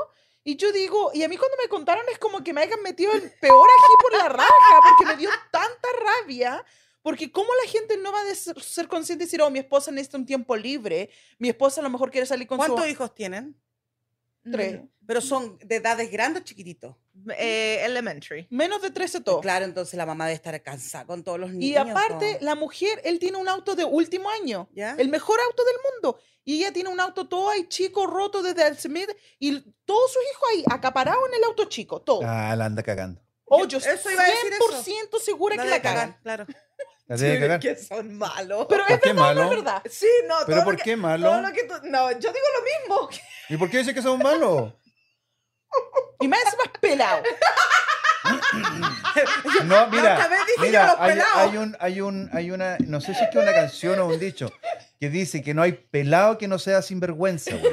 Speaker 2: y yo digo, y a mí cuando me contaron es como que me hayan metido el peor ají por la raja porque me dio tanta rabia Porque cómo la gente no va a des- ser consciente y decir, oh, mi esposa necesita un tiempo libre, mi esposa a lo mejor quiere salir con su...
Speaker 3: ¿Cuántos hijos tienen?
Speaker 1: Mm.
Speaker 2: Tres.
Speaker 3: Pero son de edades grandes o chiquititos.
Speaker 1: Eh, elementary.
Speaker 2: Menos de 13
Speaker 3: Y
Speaker 2: todo.
Speaker 3: Claro, entonces la mamá debe estar cansada con todos los niños.
Speaker 2: Y aparte,
Speaker 3: po.
Speaker 2: la mujer, él tiene un auto de último año,
Speaker 3: ¿Ya?
Speaker 2: el mejor auto del mundo. Y ella tiene un auto todo ahí chico, roto desde el Smith, y todos sus hijos ahí acaparados en el auto chico, todo.
Speaker 4: Ah, la anda cagando.
Speaker 2: Oh, yo
Speaker 3: Eso iba a decir eso.
Speaker 2: 100% segura que
Speaker 3: debe
Speaker 2: la cagan.
Speaker 3: cagar, Claro.
Speaker 4: La debe cagar.
Speaker 1: Que son malos.
Speaker 2: Pero es
Speaker 4: ¿Por qué
Speaker 2: verdad, o no
Speaker 4: malo?
Speaker 2: es verdad.
Speaker 1: sí, no, todo
Speaker 4: ¿Pero
Speaker 1: lo
Speaker 4: por
Speaker 1: que-
Speaker 4: qué malo?
Speaker 1: todo lo que tú- no, yo digo lo mismo.
Speaker 4: ¿Y por qué dice que son malos?
Speaker 2: Y más encima es pelado.
Speaker 4: No,
Speaker 3: Ah, otra
Speaker 4: mira,
Speaker 3: vez dije yo
Speaker 4: mira
Speaker 3: los
Speaker 4: hay,
Speaker 3: pelados.
Speaker 4: hay un, hay un, hay una, no sé si es que una canción o un dicho que dice que no hay pelado que no sea sinvergüenza. güey.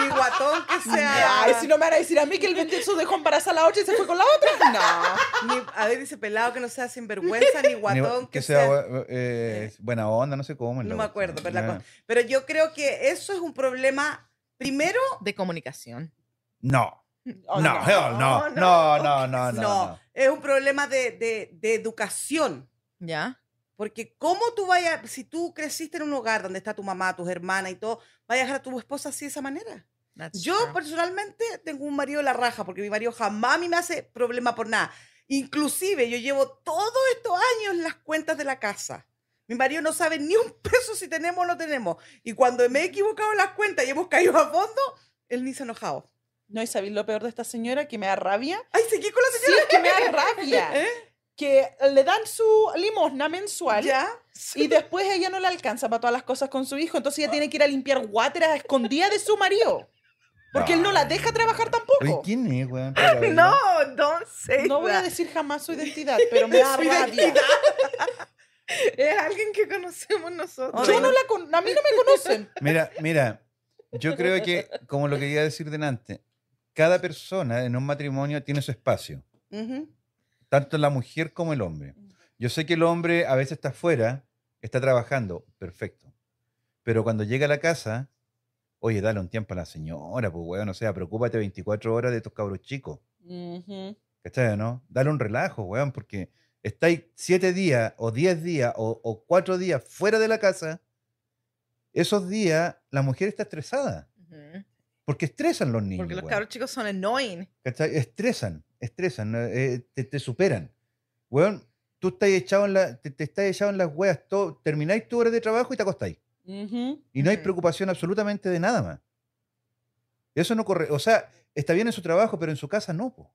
Speaker 3: Ni guatón que sea.
Speaker 2: Ay, si no me van a decir a mí que el bendito dejó embarazada a la otra y se fue con la otra. No.
Speaker 3: ni- a ver, dice pelado que no sea sinvergüenza, ni
Speaker 4: Ni-
Speaker 3: guatón
Speaker 4: que sea eh, buena onda, no sé cómo. es la
Speaker 3: No me
Speaker 4: cuestión.
Speaker 3: acuerdo, pero, la
Speaker 4: Ah.
Speaker 3: co- pero yo creo que eso es un problema. Primero,
Speaker 1: De comunicación.
Speaker 4: No,
Speaker 2: Oh,
Speaker 4: no, hell no, no, no, no, no.
Speaker 3: no,
Speaker 4: no.
Speaker 3: es un problema de, de- de educación.
Speaker 1: ¿Ya?
Speaker 3: Porque cómo tú vayas, si tú creciste en un hogar donde está tu mamá, tus hermanas y todo, vayas a dejar a tu esposa así de esa manera.
Speaker 1: That's
Speaker 3: Yo
Speaker 1: true.
Speaker 3: personalmente tengo un marido de la raja, porque mi marido jamás a mí me hace problema por nada. Inclusive yo llevo todos estos años las cuentas de la casa. Mi marido no sabe ni un peso si tenemos o no tenemos. Y cuando me he equivocado en las cuentas y hemos caído a fondo, él ni se ha enojado.
Speaker 2: No, y sabéis lo peor de esta señora que me da rabia.
Speaker 3: Ay, seguí con la
Speaker 2: Sí,
Speaker 3: señora.
Speaker 2: es que me da rabia. Que le dan su limosna mensual.
Speaker 3: ¿Eh? ¿Ya?
Speaker 2: Y después ella no le alcanza para todas las cosas con su hijo, entonces ella tiene que ir a limpiar guateras a escondidas de su marido. Porque él no la deja trabajar
Speaker 4: Oye,
Speaker 2: tampoco.
Speaker 4: ¿quién es, weón? Para verlo.
Speaker 1: No, don't say
Speaker 2: No voy a
Speaker 1: that.
Speaker 2: decir jamás su identidad, pero me da
Speaker 3: Su
Speaker 2: rabia.
Speaker 3: identidad.
Speaker 1: Es alguien que conocemos nosotros.
Speaker 2: Yo no la con- a mí no me conocen.
Speaker 4: Mira, mira, yo creo que, como lo que iba a decir delante, cada persona en un matrimonio tiene su espacio.
Speaker 3: Ujú.
Speaker 4: tanto la mujer como el hombre.
Speaker 1: Mm.
Speaker 4: Yo sé que el hombre a veces está afuera, está trabajando, perfecto. Pero cuando llega a la casa, oye, dale un tiempo a la señora, pues weón, o sea, preocúpate 24 horas de tus cabros chicos,
Speaker 2: Ujú.
Speaker 4: ¿cachai? o ¿No? Dale un relajo, weón, porque estáis 7 días o 10 días o, o 4 días fuera de la casa, esos días la mujer está estresada,
Speaker 1: Ujú.
Speaker 4: porque estresan los niños.
Speaker 1: Porque los
Speaker 4: weón.
Speaker 1: cabros chicos son annoying.
Speaker 4: ¿cachai? Estresan, estresan, eh, te, te superan. Weón, tú estás echado en la, te, te estás echado en las weas, todo, termináis tu hora de trabajo y te acostáis.
Speaker 2: Ujú.
Speaker 4: Y no hay
Speaker 1: Ujú.
Speaker 4: preocupación absolutamente de nada más. Eso no corre, o sea, está bien en su trabajo, pero en su casa no. po.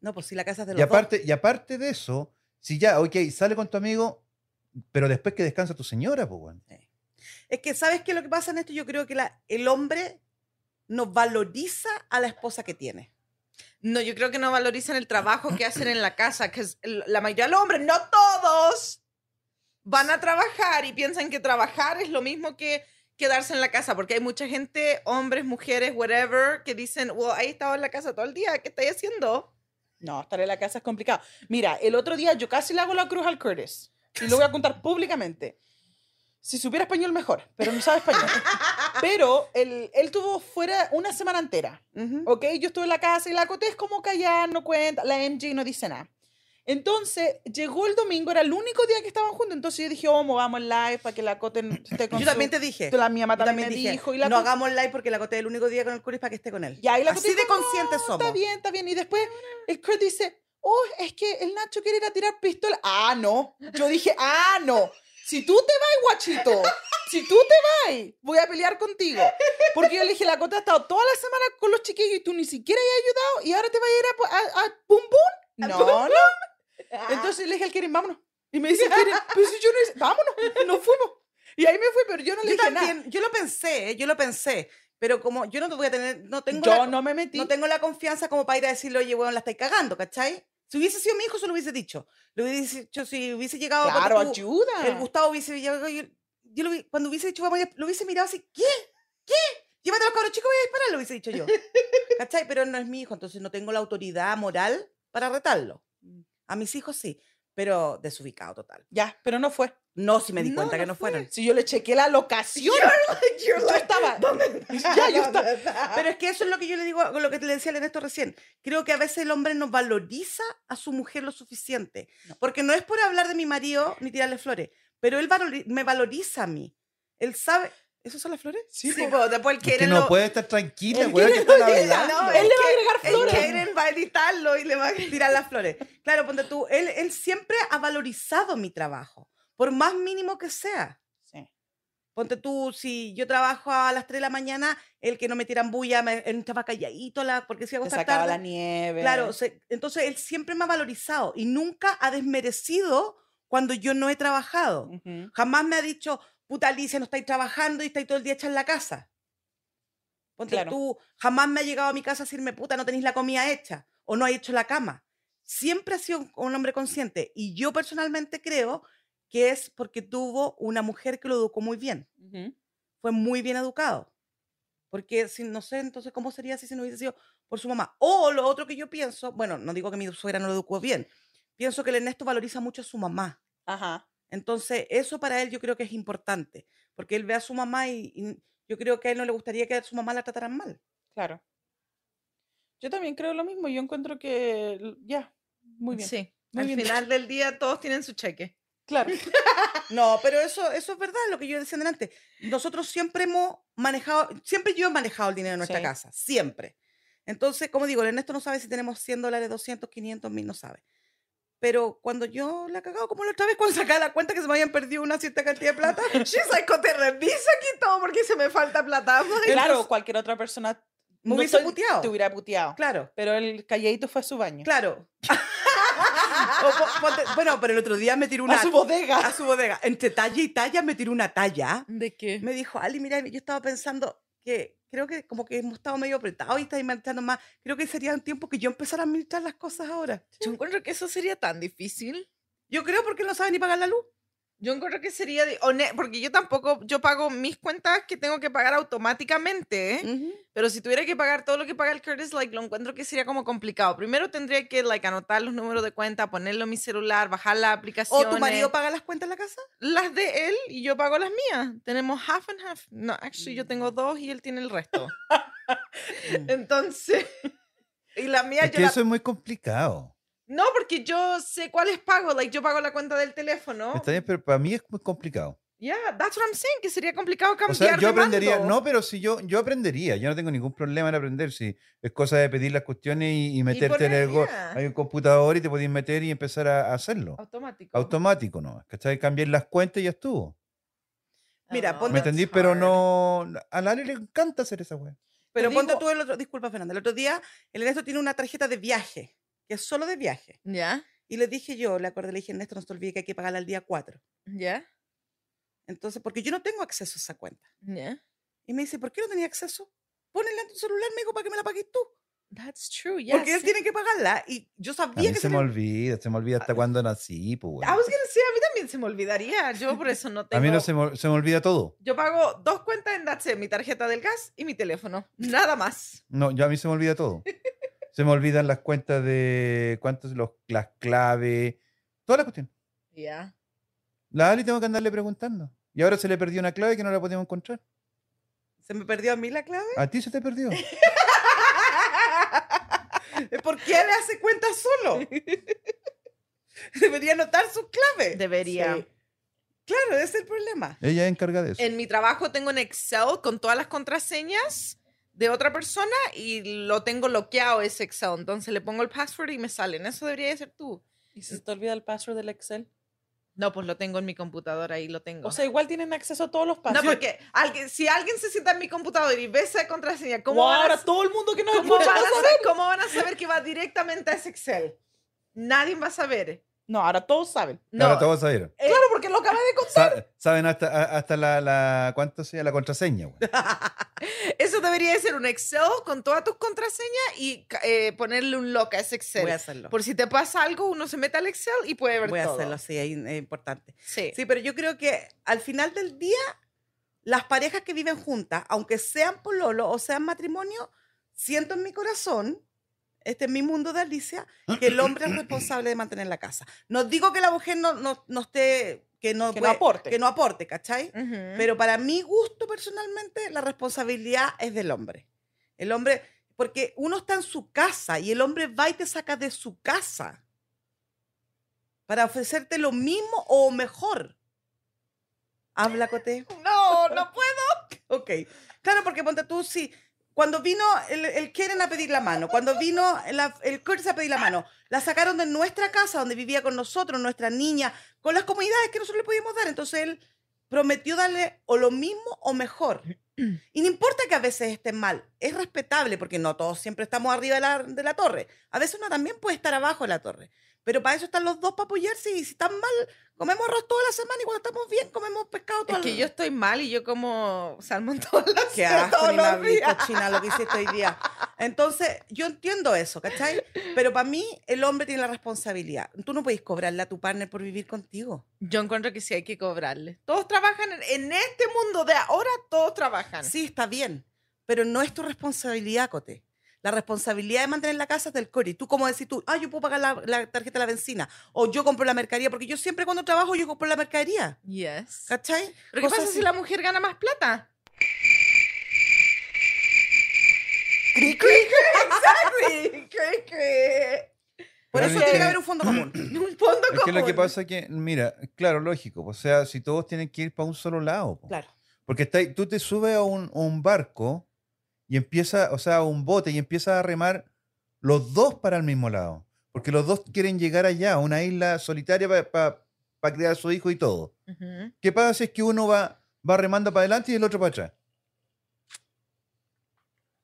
Speaker 3: No, pues si la casa es de los
Speaker 4: Y aparte, y aparte de eso, si ya, ok, sale con tu amigo, pero después que descansa tu señora, pues, weón.
Speaker 3: dos. Es que, ¿sabes qué es lo que pasa en esto? Yo creo que la- el hombre no valoriza a la esposa que tiene.
Speaker 1: No, yo creo que no valorizan el trabajo que hacen en la casa, que es l- la mayoría de los hombres, no todos, van a trabajar y piensan que trabajar es lo mismo que quedarse en la casa, porque hay mucha gente, hombres, mujeres, whatever, que dicen, well, ahí he estado en la casa todo el día, ¿qué estáis haciendo?
Speaker 2: No, estar en la casa es complicado. Mira, el otro día yo casi le hago la cruz al Curtis. Y lo voy a contar públicamente. Si supiera español, mejor, pero no sabe español. Pero él, él tuvo fuera una semana entera.
Speaker 3: Ujú.
Speaker 2: ¿ok? Yo estuve en la casa y la acoté, es como callar, no cuenta, la MJ no dice nada. Entonces, llegó el domingo, era el único día que estaban juntos, entonces yo dije, oh, movamos el live para que la acoten esté con
Speaker 3: Yo
Speaker 2: su-
Speaker 3: también te dije.
Speaker 2: La mía
Speaker 3: Yo
Speaker 2: también, me
Speaker 3: dije,
Speaker 2: dijo, y la
Speaker 3: no
Speaker 2: acoté-
Speaker 3: hagamos live porque la acoté el único día con el Curis para que esté con él.
Speaker 2: Ya, y la
Speaker 3: Así
Speaker 2: Cote
Speaker 3: de
Speaker 2: dijo,
Speaker 3: conscientes
Speaker 2: "No,
Speaker 3: somos.
Speaker 2: Está bien, está bien. Y después el Kurt dice, oh, es que el Nacho quiere ir a tirar pistola. Ah, no. Yo dije, ah, no. Si tú te vas, guachito, si tú te vas, voy a pelear contigo. Porque yo le dije, la Cota ha estado toda la semana con los chiquillos y tú ni siquiera has ayudado y ahora te vas a ir a, a, a pum pum. No, no. Entonces le dije al Keren, vámonos. Y me dice, Keren, pero si yo no hice, vámonos, nos fuimos. Y ahí me fui, pero yo no le
Speaker 3: Yo
Speaker 2: dije nada.
Speaker 3: también, yo lo pensé, ¿eh? yo lo pensé, pero como yo no te voy a tener, no tengo,
Speaker 2: yo
Speaker 3: la,
Speaker 2: no me metí.
Speaker 3: no tengo la confianza como para ir a decirle, oye, weón, la estáis cagando, ¿cachai? Si hubiese sido mi hijo, se lo hubiese dicho. Lo hubiese dicho, si hubiese llegado ponte
Speaker 2: claro,
Speaker 3: tú,
Speaker 2: ayuda.
Speaker 3: el Gustavo hubiese llegado, yo, yo lo hubi- cuando hubiese dicho, vamos, a ir", lo hubiese mirado así, ¿qué? ¿Qué? Llévate a los cabros chicos, voy a disparar, lo hubiese dicho yo. ¿Cachai? Pero no es mi hijo, entonces no tengo la autoridad moral para retarlo. A mis hijos sí. pero desubicado total.
Speaker 2: Ya, pero no fue.
Speaker 3: No, si me di
Speaker 1: No,
Speaker 3: cuenta que
Speaker 1: no
Speaker 3: no
Speaker 1: fue.
Speaker 3: fueron.
Speaker 2: Si yo le chequé la locación. yo estaba. Ya, yo estaba.
Speaker 3: Pero es que eso es lo que yo le digo, lo que le decía a Ernesto recién. Creo que a veces el hombre no valoriza a su mujer lo suficiente. Porque no es por hablar de mi marido ni tirarle flores, pero él valori- me valoriza a mí. Él sabe. ¿Esos son las
Speaker 2: ¿eh?
Speaker 3: flores?
Speaker 1: Sí,
Speaker 2: pues,
Speaker 1: po, después el
Speaker 4: Es que
Speaker 1: Keren
Speaker 4: no
Speaker 1: lo-
Speaker 4: puede estar tranquila,
Speaker 2: El
Speaker 4: weón, que
Speaker 2: Keren
Speaker 4: están
Speaker 2: lo llega,
Speaker 4: hablando.
Speaker 1: No,
Speaker 2: Él
Speaker 1: el
Speaker 2: le va a
Speaker 1: Ke-
Speaker 2: agregar flores.
Speaker 1: El Keren va a editarlo y le va a
Speaker 3: tirar las flores. Claro, ponte tú, él, él siempre ha valorizado mi trabajo, por más mínimo que sea.
Speaker 2: Sí.
Speaker 3: Ponte tú, si yo trabajo a las 3 de la mañana, el que no me tiran bulla, me, él estaba calladito, la, porque si hago
Speaker 2: Se
Speaker 3: hasta
Speaker 2: sacaba la
Speaker 3: tarde.
Speaker 2: nieve.
Speaker 3: Claro, se- entonces él siempre me ha valorizado y nunca ha desmerecido cuando yo no he trabajado.
Speaker 2: Ujú.
Speaker 3: Jamás me ha dicho, puta Alicia, no estáis trabajando y estáis todo el día hecha en la casa. Ponte
Speaker 2: Claro.
Speaker 3: tú, jamás me ha llegado a mi casa a decirme, puta, no tenéis la comida hecha o no hay hecho la cama. Siempre ha sido un- un hombre consciente y yo personalmente creo que es porque tuvo una mujer que lo educó muy bien.
Speaker 2: Ujú.
Speaker 3: Fue muy bien educado. Porque si no sé, entonces, ¿cómo sería si se no hubiese sido por su mamá? O lo otro que yo pienso, bueno, no digo que mi suegra no lo educó bien, pienso que el Ernesto valoriza mucho a su mamá.
Speaker 2: Ajá.
Speaker 3: Entonces, eso para él yo creo que es importante, porque él ve a su mamá y, y yo creo que a él no le gustaría que a su mamá la trataran mal.
Speaker 2: Claro. Yo también creo lo mismo. Yo encuentro que. l- Ya. Muy bien.
Speaker 1: Sí.
Speaker 2: Muy
Speaker 1: Al
Speaker 2: bien.
Speaker 1: final del día todos tienen su cheque.
Speaker 2: Claro.
Speaker 3: No, pero eso, eso es verdad, lo que yo decía antes. Nosotros siempre hemos manejado, siempre yo he manejado el dinero de nuestra
Speaker 2: Sí.
Speaker 3: casa, siempre. Entonces, como digo, el Ernesto no sabe si tenemos 100 dólares, 200, 500 mil, no sabe. Pero cuando yo la he cagado, como la otra vez, cuando sacaba la cuenta que se me habían perdido una cierta cantidad de plata,
Speaker 1: She's like, "Co- te reviso aquí todo porque se me falta plata.
Speaker 2: Claro, cualquier otra persona
Speaker 3: me
Speaker 2: no
Speaker 3: hubiese
Speaker 2: estoy-
Speaker 3: puteado.
Speaker 2: te hubiera puteado.
Speaker 3: Claro,
Speaker 2: Pero el calladito fue a su baño.
Speaker 3: claro. O po- ponte- bueno, pero el otro día me tiró una...
Speaker 2: A su bodega.
Speaker 1: Ah,
Speaker 3: a su bodega. Entre talla y talla me tiró una talla.
Speaker 2: ¿De qué?
Speaker 3: Me dijo, Ali, mira, yo estaba pensando que creo que como que hemos estado medio apretados y estáis marchando más. Creo que sería un tiempo que yo empezara a administrar las cosas ahora.
Speaker 1: Yo encuentro que eso sería tan difícil.
Speaker 3: Yo creo porque no sabe ni pagar la luz.
Speaker 1: Yo encuentro que sería, di- hone- porque yo tampoco, yo pago mis cuentas que tengo que pagar automáticamente,
Speaker 3: Mm.
Speaker 1: ¿eh? pero si tuviera que pagar todo lo que paga el Curtis, like, lo encuentro que sería como complicado. Primero tendría que, like, anotar los números de cuenta, ponerlo en mi celular, bajar la aplicación.
Speaker 3: ¿O tu marido paga las cuentas en la casa?
Speaker 1: Las de él y yo pago las mías. Tenemos half and half. No, actually, yo
Speaker 3: Mm.
Speaker 1: tengo dos y él tiene el resto.
Speaker 4: Mm.
Speaker 1: Entonces, y la mía
Speaker 4: Es
Speaker 1: yo
Speaker 4: que
Speaker 1: la-
Speaker 4: eso es muy complicado.
Speaker 1: No, porque yo sé cuáles pago. Like, yo pago la cuenta del teléfono.
Speaker 4: Está bien, pero para mí es muy complicado.
Speaker 1: Yeah, that's what I'm saying, que sería complicado cambiar
Speaker 4: O sea,
Speaker 1: de
Speaker 4: yo aprendería,
Speaker 1: mando.
Speaker 4: no, pero si yo, yo aprendería, yo no tengo ningún problema en aprender, si es cosa de pedir las cuestiones y, y meterte en
Speaker 1: poner,
Speaker 4: el go-
Speaker 1: ya.
Speaker 4: hay un computador y te podés meter y empezar a a hacerlo.
Speaker 1: Automático.
Speaker 4: Automático no, ¿cachai? Cambiar las cuentas y ya estuvo.
Speaker 3: Mira,
Speaker 1: no,
Speaker 3: ponte-
Speaker 4: ¿Me
Speaker 1: that's
Speaker 4: entendís? Pero
Speaker 1: hard.
Speaker 4: no, a Lali le encanta hacer esa weá.
Speaker 3: Pero
Speaker 2: Te
Speaker 3: ponte
Speaker 2: digo-
Speaker 3: tú el otro... Disculpa, Fernanda. El otro día el Ernesto tiene una tarjeta de viaje, que es solo de viaje.
Speaker 1: ¿Ya?
Speaker 3: Y le dije yo, le acordé, le dije, Ernesto, no se te olvide que hay que pagarla el día 4.
Speaker 1: ¿Ya?
Speaker 3: Entonces, porque yo no tengo acceso a esa cuenta.
Speaker 1: ¿Ya?
Speaker 3: Y me dice, ¿por qué no tenía acceso? Ponela en tu celular, me dijo, para que me la pagues tú.
Speaker 1: That's true, yeah.
Speaker 3: Porque él
Speaker 1: sí.
Speaker 3: tiene que pagarla. Y yo
Speaker 4: A
Speaker 3: sabía
Speaker 4: mí
Speaker 3: que
Speaker 4: se me
Speaker 3: tenía-
Speaker 4: olvida, se me olvida hasta cuando nací, pues, weón.
Speaker 1: I was gonna say, a mí también se me olvidaría. Yo por eso no tengo...
Speaker 4: A mí no se me, se me olvida todo.
Speaker 1: Yo pago dos cuentas en Datse, mi tarjeta del gas y mi teléfono. Nada más.
Speaker 4: No, yo a mí se me olvida todo. Se me olvidan las cuentas de cuántos los las claves, toda la cuestión.
Speaker 1: Yeah.
Speaker 4: La Ali tengo que andarle preguntando. Y ahora se le perdió una clave que no la podemos encontrar.
Speaker 3: se me perdió a mí la clave.
Speaker 4: A ti se te perdió.
Speaker 3: Eh, ¿Por qué le hace cuenta solo? Debería anotar sus claves.
Speaker 1: Debería.
Speaker 3: Sí. Claro, ese es el problema.
Speaker 4: Ella es encargada de eso.
Speaker 1: En mi trabajo tengo un Excel con todas las contraseñas de otra persona y lo tengo bloqueado ese Excel. Entonces le pongo el password y me salen. Eso debería de ser tú.
Speaker 2: ¿Y si se te olvida el password del Excel?
Speaker 1: No, pues lo tengo en mi computadora y lo tengo.
Speaker 2: O sea, igual tienen acceso a todos los
Speaker 1: no,
Speaker 2: passwords.
Speaker 1: porque alguien, si alguien se sienta en mi computadora y ve esa contraseña, ¿cómo,
Speaker 2: Como
Speaker 1: van, a,
Speaker 2: ahora todo el mundo que nos
Speaker 1: cómo
Speaker 2: escucha
Speaker 1: van
Speaker 2: va a
Speaker 1: a
Speaker 2: saber.
Speaker 1: saber, cómo van a saber que va directamente a ese Excel? Nadie va a saber.
Speaker 2: No, ahora todos saben.
Speaker 1: No, eh,
Speaker 4: Ahora todos saben.
Speaker 2: Claro, porque lo acabas de contar.
Speaker 4: Sa- saben hasta, a- hasta la, la cuánto sea la contraseña, weón.
Speaker 1: eso debería de ser un Excel con todas tus contraseñas y ca- eh, ponerle un lock a ese Excel.
Speaker 3: Voy a hacerlo.
Speaker 1: Por si te pasa algo, uno se mete al Excel y puede ver
Speaker 3: Voy a
Speaker 1: todo.
Speaker 3: hacerlo, sí, ahí es importante.
Speaker 1: Sí.
Speaker 3: Sí, pero yo creo que al final del día, las parejas que viven juntas, aunque sean pololo o sean matrimonio, siento en mi corazón este es mi mundo de Alicia, que el hombre es responsable de mantener la casa. No digo que la mujer no, no, no esté, que no,
Speaker 2: Que no aporte.
Speaker 3: que no aporte, ¿cachai?
Speaker 1: Ujú.
Speaker 3: Pero para mi gusto personalmente, la responsabilidad es del hombre. El hombre, porque uno está en su casa y el hombre va y te saca de su casa para ofrecerte lo mismo o mejor. Habla, Cote.
Speaker 1: No, no puedo.
Speaker 3: Ok. Claro, porque ponte tú, sí. Cuando vino el, el Keren a pedir la mano, cuando vino la- el Curtis a pedir la mano, la sacaron de nuestra casa donde vivía con nosotros, nuestra niña, con las comodidades que nosotros le podíamos dar. Entonces él prometió darle o lo mismo o mejor. Y no importa que a veces estén mal, es respetable porque no todos siempre estamos arriba de la, de la torre. A veces uno también puede estar abajo de la torre. Pero para eso están los dos para apoyarse y si están mal, comemos arroz toda la semana y cuando estamos bien, comemos pescado
Speaker 1: Es
Speaker 3: todo
Speaker 1: que yo estoy mal y yo como salmón todas las
Speaker 3: Qué asco,
Speaker 1: todos
Speaker 3: ni me
Speaker 1: los
Speaker 3: hablé,
Speaker 1: días.
Speaker 3: cochina, lo que hiciste hoy día. Entonces, yo entiendo eso, ¿cachai? Pero para mí, el hombre tiene la responsabilidad. Tú no puedes cobrarle a tu partner por vivir contigo.
Speaker 1: Yo encuentro que sí hay que cobrarle. Todos trabajan en, en este mundo de ahora, todos trabajan.
Speaker 3: Sí, está bien, pero no es tu responsabilidad, Cote. La responsabilidad de mantener la casa es del Cori. Tú, como decís tú, ah, yo puedo pagar la, la tarjeta de la benzina, o yo compro la mercadería, porque yo siempre cuando trabajo, yo compro la mercadería.
Speaker 1: Yes.
Speaker 3: ¿Cachai?
Speaker 1: ¿Pero qué
Speaker 3: Cosas
Speaker 1: pasa
Speaker 3: así.
Speaker 1: si la mujer gana más plata?
Speaker 2: Cri,
Speaker 3: Por
Speaker 4: Pero
Speaker 3: eso tiene
Speaker 4: es
Speaker 3: que
Speaker 4: que-
Speaker 3: haber un fondo común.
Speaker 1: Un fondo
Speaker 4: Es que lo que
Speaker 1: común.
Speaker 4: pasa es que, mira, claro, lógico. pues, O sea, si todos tienen que ir para un solo lado. po.
Speaker 3: Claro.
Speaker 4: Porque está, ahí- tú te subes a un, a un barco y empieza, o sea, a un bote y empiezas a remar los dos para el mismo lado. Porque los dos quieren llegar allá, a una isla solitaria para criar a su hijo y todo.
Speaker 1: Ujú.
Speaker 4: ¿Qué pasa si es que uno va, va remando para adelante y el otro para atrás?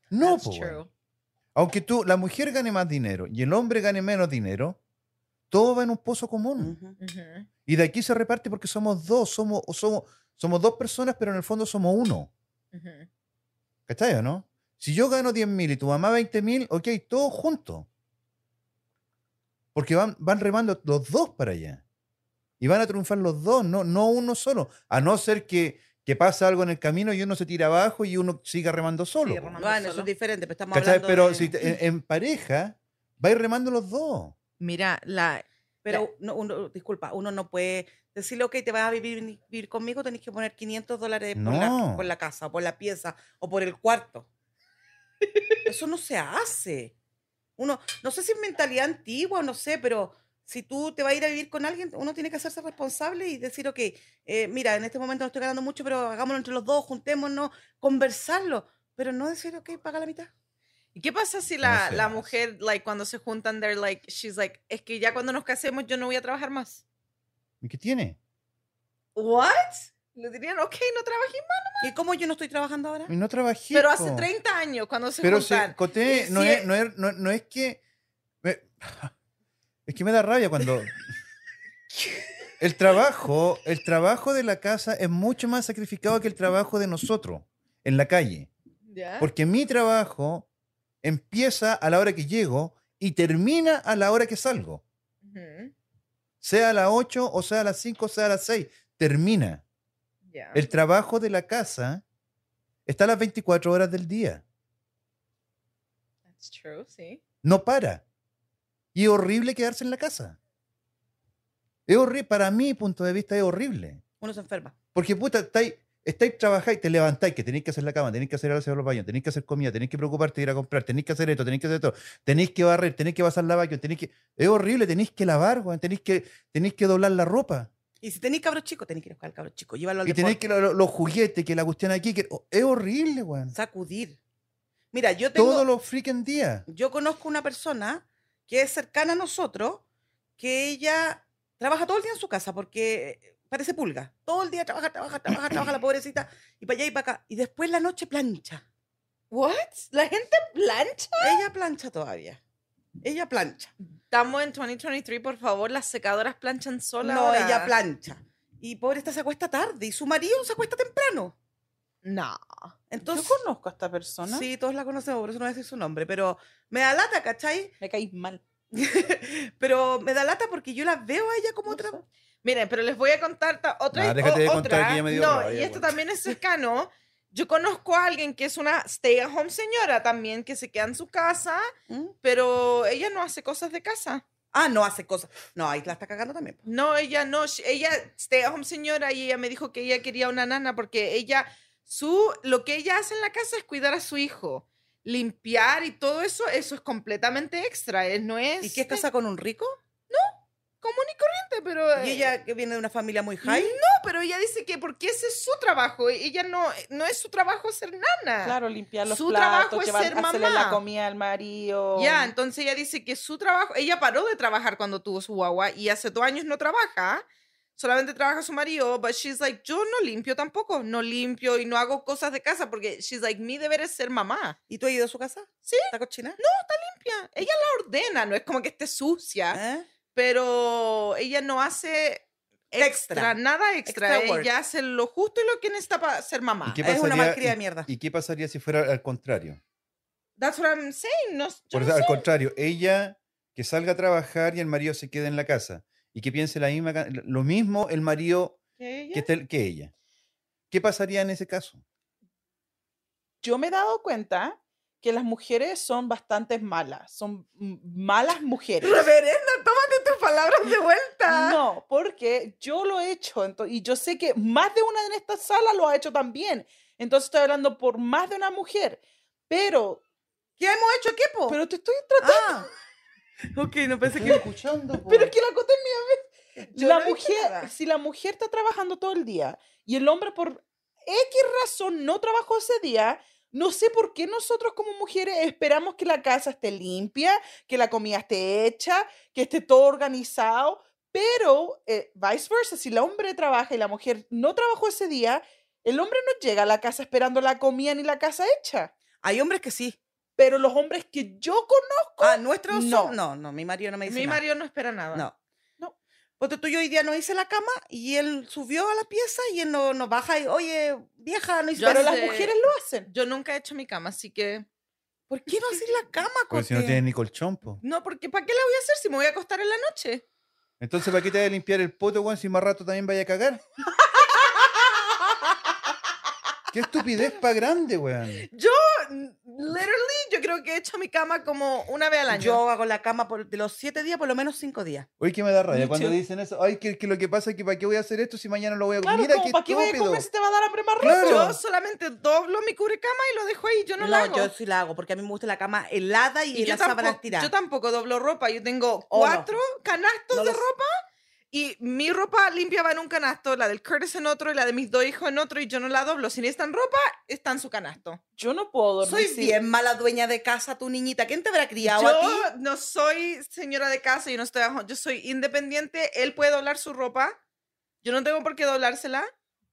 Speaker 4: No,
Speaker 1: That's
Speaker 4: po,
Speaker 1: true.
Speaker 4: pues, weón. aunque tú, la mujer gane más dinero y el hombre gane menos dinero, todo va en un pozo común.
Speaker 1: Mm.
Speaker 3: Ujú.
Speaker 1: Ujú.
Speaker 4: Y de aquí se reparte porque somos dos, somos, o somos, somos dos personas, pero en el fondo somos uno.
Speaker 1: Ujú.
Speaker 4: ¿Cachai o no? Si yo gano 10.000 y tu mamá 20.000, ok, todos juntos. Porque van, van remando los dos para allá. Y van a triunfar los dos, no, no uno solo. A no ser que, que pasa algo en el camino y uno se tira abajo y uno siga remando solo.
Speaker 1: Sigue
Speaker 4: po.
Speaker 1: remando.
Speaker 3: Bueno, eso
Speaker 1: solo.
Speaker 3: es diferente, pero estamos
Speaker 4: ¿Cachai?
Speaker 3: hablando
Speaker 4: Pero
Speaker 3: de-
Speaker 4: si te- en, en pareja, vais remando los dos.
Speaker 1: Mira, la,
Speaker 3: Pero no, uno, disculpa, uno no puede decirle, ok, te vas a vivir, vivir conmigo, tenés que poner 500 dólares por, la,
Speaker 4: No.
Speaker 3: por la casa, por la pieza o por el cuarto. Eso no se hace. Uno, no sé si es mentalidad antigua, no sé, pero si tú te vas a ir a vivir con alguien, uno tiene que hacerse responsable y decir, ok, eh, mira, en este momento no estoy ganando mucho, pero hagámoslo entre los dos, juntémonos, conversarlo, pero no decir, ok, paga la mitad.
Speaker 1: ¿Y qué pasa si la,
Speaker 4: se
Speaker 1: la
Speaker 4: hace.
Speaker 1: mujer, like, cuando se juntan, they're like, she's like, es que ya cuando nos casemos yo no voy a trabajar más?
Speaker 4: ¿Y qué tiene?
Speaker 1: ¿What? Le dirían, ok, no trabajé más.
Speaker 3: ¿Y cómo yo no estoy trabajando ahora?
Speaker 4: Y no trabajé.
Speaker 1: Pero hace
Speaker 4: po.
Speaker 1: 30 años cuando se
Speaker 4: Pero
Speaker 1: juntan.
Speaker 4: se, Coté,
Speaker 1: Y
Speaker 4: no,
Speaker 1: Eh, si
Speaker 4: es,
Speaker 1: es-
Speaker 4: no, es, no, no es que. me- es que me da rabia cuando. El trabajo, el trabajo de la casa es mucho más sacrificado que el trabajo de nosotros en la calle.
Speaker 1: ¿Ya?
Speaker 4: Porque mi trabajo empieza a la hora que llego y termina a la hora que salgo.
Speaker 1: Ujú,
Speaker 4: Sea a las 8 o sea a las 5 o sea a las 6. Termina.
Speaker 1: ya.
Speaker 4: El trabajo de la casa está a las 24 horas del día.
Speaker 1: That's true, sí.
Speaker 4: no para. Y es horrible quedarse en la casa. Es horrible, para mi punto de vista es horrible.
Speaker 3: Uno se enferma.
Speaker 4: Porque puta, estáis, estáis trabajáis, te levantáis, que tenéis que hacer la cama, tenéis que hacer el aseo de los baños, tenéis que hacer comida, tenéis que preocuparte de ir a comprar, tenéis que hacer esto, tenéis que hacer esto, tenéis que barrer, tenéis que pasar la vaca, tenéis que... Es horrible, tenéis que lavar, weón, tenéis que, tenéis que doblar la ropa.
Speaker 3: Y si tenéis cabros chicos, tenéis que ir a buscar al cabro chico, llévalo al
Speaker 4: Y tenéis
Speaker 3: deporte.
Speaker 4: que lo- lo- los juguetes, que la cuestión aquí, que... oh, Es horrible, weón.
Speaker 3: sacudir. Mira, yo tengo,
Speaker 4: Todos los freaking días.
Speaker 3: yo conozco una persona que es cercana a nosotros, que ella trabaja todo el día en su casa porque eh, parece pulga. Todo el día trabaja, trabaja, trabaja, trabaja la pobrecita y para allá y para acá. Y después la noche plancha.
Speaker 1: ¿What? ¿La gente plancha?
Speaker 3: Ella plancha todavía. Ella plancha.
Speaker 1: Estamos en 2023, por favor, las secadoras planchan sola
Speaker 3: no,
Speaker 1: ahora.
Speaker 3: ella plancha. Y pobre esta se acuesta tarde y su marido se acuesta temprano.
Speaker 1: No.
Speaker 2: Yo
Speaker 3: Entonces,
Speaker 2: conozco a esta persona.
Speaker 3: sí, todos la conocemos, por eso no voy a decir su nombre, pero me da lata, ¿cachai?
Speaker 2: Me caís mal.
Speaker 3: Pero me da lata porque yo la veo a ella como
Speaker 2: No
Speaker 3: otra.
Speaker 2: sé.
Speaker 1: Miren, pero les voy a contar ta- otra.
Speaker 4: Nah,
Speaker 1: o-
Speaker 4: déjate de contar
Speaker 1: otra.
Speaker 4: que ya me dio
Speaker 1: no,
Speaker 4: rabia,
Speaker 1: y esto
Speaker 4: güey.
Speaker 1: también es cercano. Yo conozco a alguien que es una stay-at-home señora también, que se queda en su casa,
Speaker 3: ¿Mm?
Speaker 1: pero ella no hace cosas de casa.
Speaker 3: Ah, no hace cosas. No, ahí la está cagando también. po.
Speaker 1: No, ella no, sh- ella stay-at-home señora y ella me dijo que ella quería una nana porque ella, su, lo que ella hace en la casa es cuidar a su hijo, limpiar y todo eso, eso es completamente extra, eh, no es
Speaker 3: ¿Y qué estás con un rico?
Speaker 1: común y corriente, pero...
Speaker 3: ¿Y
Speaker 1: eh,
Speaker 3: ella que viene de una familia muy high?
Speaker 1: No, pero ella dice que porque ese es su trabajo. Ella no, no es su trabajo ser nana.
Speaker 2: Claro, limpiar los
Speaker 1: Ah, Su
Speaker 2: platos,
Speaker 1: trabajo es
Speaker 2: llevar,
Speaker 1: ser
Speaker 2: hacerle la
Speaker 1: mamá.
Speaker 2: comida al marido.
Speaker 1: Ya, entonces ella dice que su trabajo, ella paró de trabajar cuando tuvo su guagua y hace dos años no trabaja, solamente trabaja su marido, but she's like, yo no limpio tampoco, no limpio y no hago cosas de casa porque she's like, mi deber es ser mamá.
Speaker 3: ¿Y tú has ido a su casa?
Speaker 1: Sí.
Speaker 3: ¿Está cochina?
Speaker 1: Limpia. Ella la ordena, no es como que esté sucia,
Speaker 3: ¿Eh?
Speaker 1: pero ella no hace extra,
Speaker 3: Extra.
Speaker 1: nada extra,
Speaker 3: Extra work.
Speaker 1: ella hace lo justo y lo que necesita para ser mamá.
Speaker 4: ¿Y qué
Speaker 3: Ah, Es una
Speaker 4: pasaría-
Speaker 3: malcriada de
Speaker 4: y-
Speaker 3: mierda.
Speaker 4: ¿Y qué pasaría si fuera al contrario?
Speaker 1: That's what I'm saying. No, yo
Speaker 4: Por
Speaker 1: no
Speaker 4: eso,
Speaker 1: sé.
Speaker 4: al contrario, ella que salga a trabajar y el marido se quede en la casa y que piense la misma, ca- lo mismo el marido
Speaker 1: ¿Qué ella?
Speaker 4: que, esté- que ella. ¿Qué pasaría en ese caso?
Speaker 2: Yo me he dado cuenta que las mujeres son bastante malas, son m- malas mujeres.
Speaker 3: Reverenda, tómate tus palabras de vuelta.
Speaker 2: No, porque yo lo he hecho ento- y yo sé que más de una en esta sala lo ha hecho también. Entonces estoy hablando por más de una mujer. Pero,
Speaker 3: ¿Qué hemos hecho aquí, po?
Speaker 2: pero te estoy
Speaker 3: Ah. ok, no pensé que...
Speaker 4: escuchando.
Speaker 2: Pero es que la cosa es mi
Speaker 3: Yo
Speaker 2: La
Speaker 3: no dije nada.
Speaker 2: mujer, si la mujer está trabajando todo el día y el hombre por X razón no trabajó ese día, no sé por qué nosotros como mujeres esperamos que la casa esté limpia, que la comida esté hecha, que esté todo organizado, pero eh, viceversa, si el hombre trabaja y la mujer no trabajó ese día, el hombre no llega a la casa esperando la comida ni la casa hecha.
Speaker 3: Hay hombres que sí.
Speaker 2: Pero los hombres que yo conozco,
Speaker 3: Ah, nuestros
Speaker 2: No.
Speaker 3: son- No, no, mi marido no me dice
Speaker 1: Mi
Speaker 3: nada.
Speaker 1: marido no espera nada.
Speaker 3: No.
Speaker 2: No.
Speaker 3: Porque tú yo hoy día no hice la cama y él subió a la pieza y él no, no baja y, oye, vieja, no hice
Speaker 1: Yo
Speaker 2: pero
Speaker 1: no
Speaker 2: las
Speaker 1: sé.
Speaker 2: mujeres lo hacen.
Speaker 1: Yo nunca he hecho mi cama, así que...
Speaker 3: ¿Por qué no haces la cama,
Speaker 4: Pero si no
Speaker 3: Cote?
Speaker 4: tiene ni colchón, po.
Speaker 1: No, porque ¿para qué la voy a hacer si me voy a acostar en la noche?
Speaker 4: Entonces, ¿para qué te vas a limpiar el poto, weón, si más rato también vaya a cagar? ¡Qué estupidez pa' grande, weón!
Speaker 1: Mm, Literally, yo creo que he hecho mi cama como una vez al año.
Speaker 3: Yo hago la cama por, de los siete días, por lo menos cinco días.
Speaker 4: Oye, que me da rabia
Speaker 2: Me
Speaker 4: cuando
Speaker 2: too.
Speaker 4: dicen eso. Ay, que, que lo que pasa es que ¿para qué voy a hacer esto si mañana lo voy a comer?
Speaker 2: Claro,
Speaker 4: Mira,
Speaker 2: como,
Speaker 4: qué
Speaker 2: ¿para qué vayas a
Speaker 4: estúpido.
Speaker 2: comer si te va a dar hambre más
Speaker 4: Claro.
Speaker 2: rápido?
Speaker 1: Yo solamente doblo mi cubrecama y lo dejo ahí. Yo no, lo hago.
Speaker 3: yo sí la hago porque a mí me gusta la cama helada y,
Speaker 1: Y yo,
Speaker 3: la sábana
Speaker 1: tampoco,
Speaker 3: estirada.
Speaker 1: yo tampoco doblo ropa. Yo tengo
Speaker 3: Oh, no.
Speaker 1: cuatro canastos
Speaker 3: No
Speaker 1: de
Speaker 3: lo-
Speaker 1: ropa y mi ropa limpia va en un canasto, la del Curtis en otro y la de mis dos hijos en otro y yo no la doblo. Si necesitan ropa, está en su canasto.
Speaker 2: Yo no puedo dormir.
Speaker 3: Soy
Speaker 2: sin-
Speaker 3: bien mala dueña de casa, tu niñita. ¿Quién te habrá criado a ti?
Speaker 1: Yo no soy señora de casa, yo no estoy ajo- yo soy independiente, él puede doblar su ropa. Yo no tengo por qué doblársela.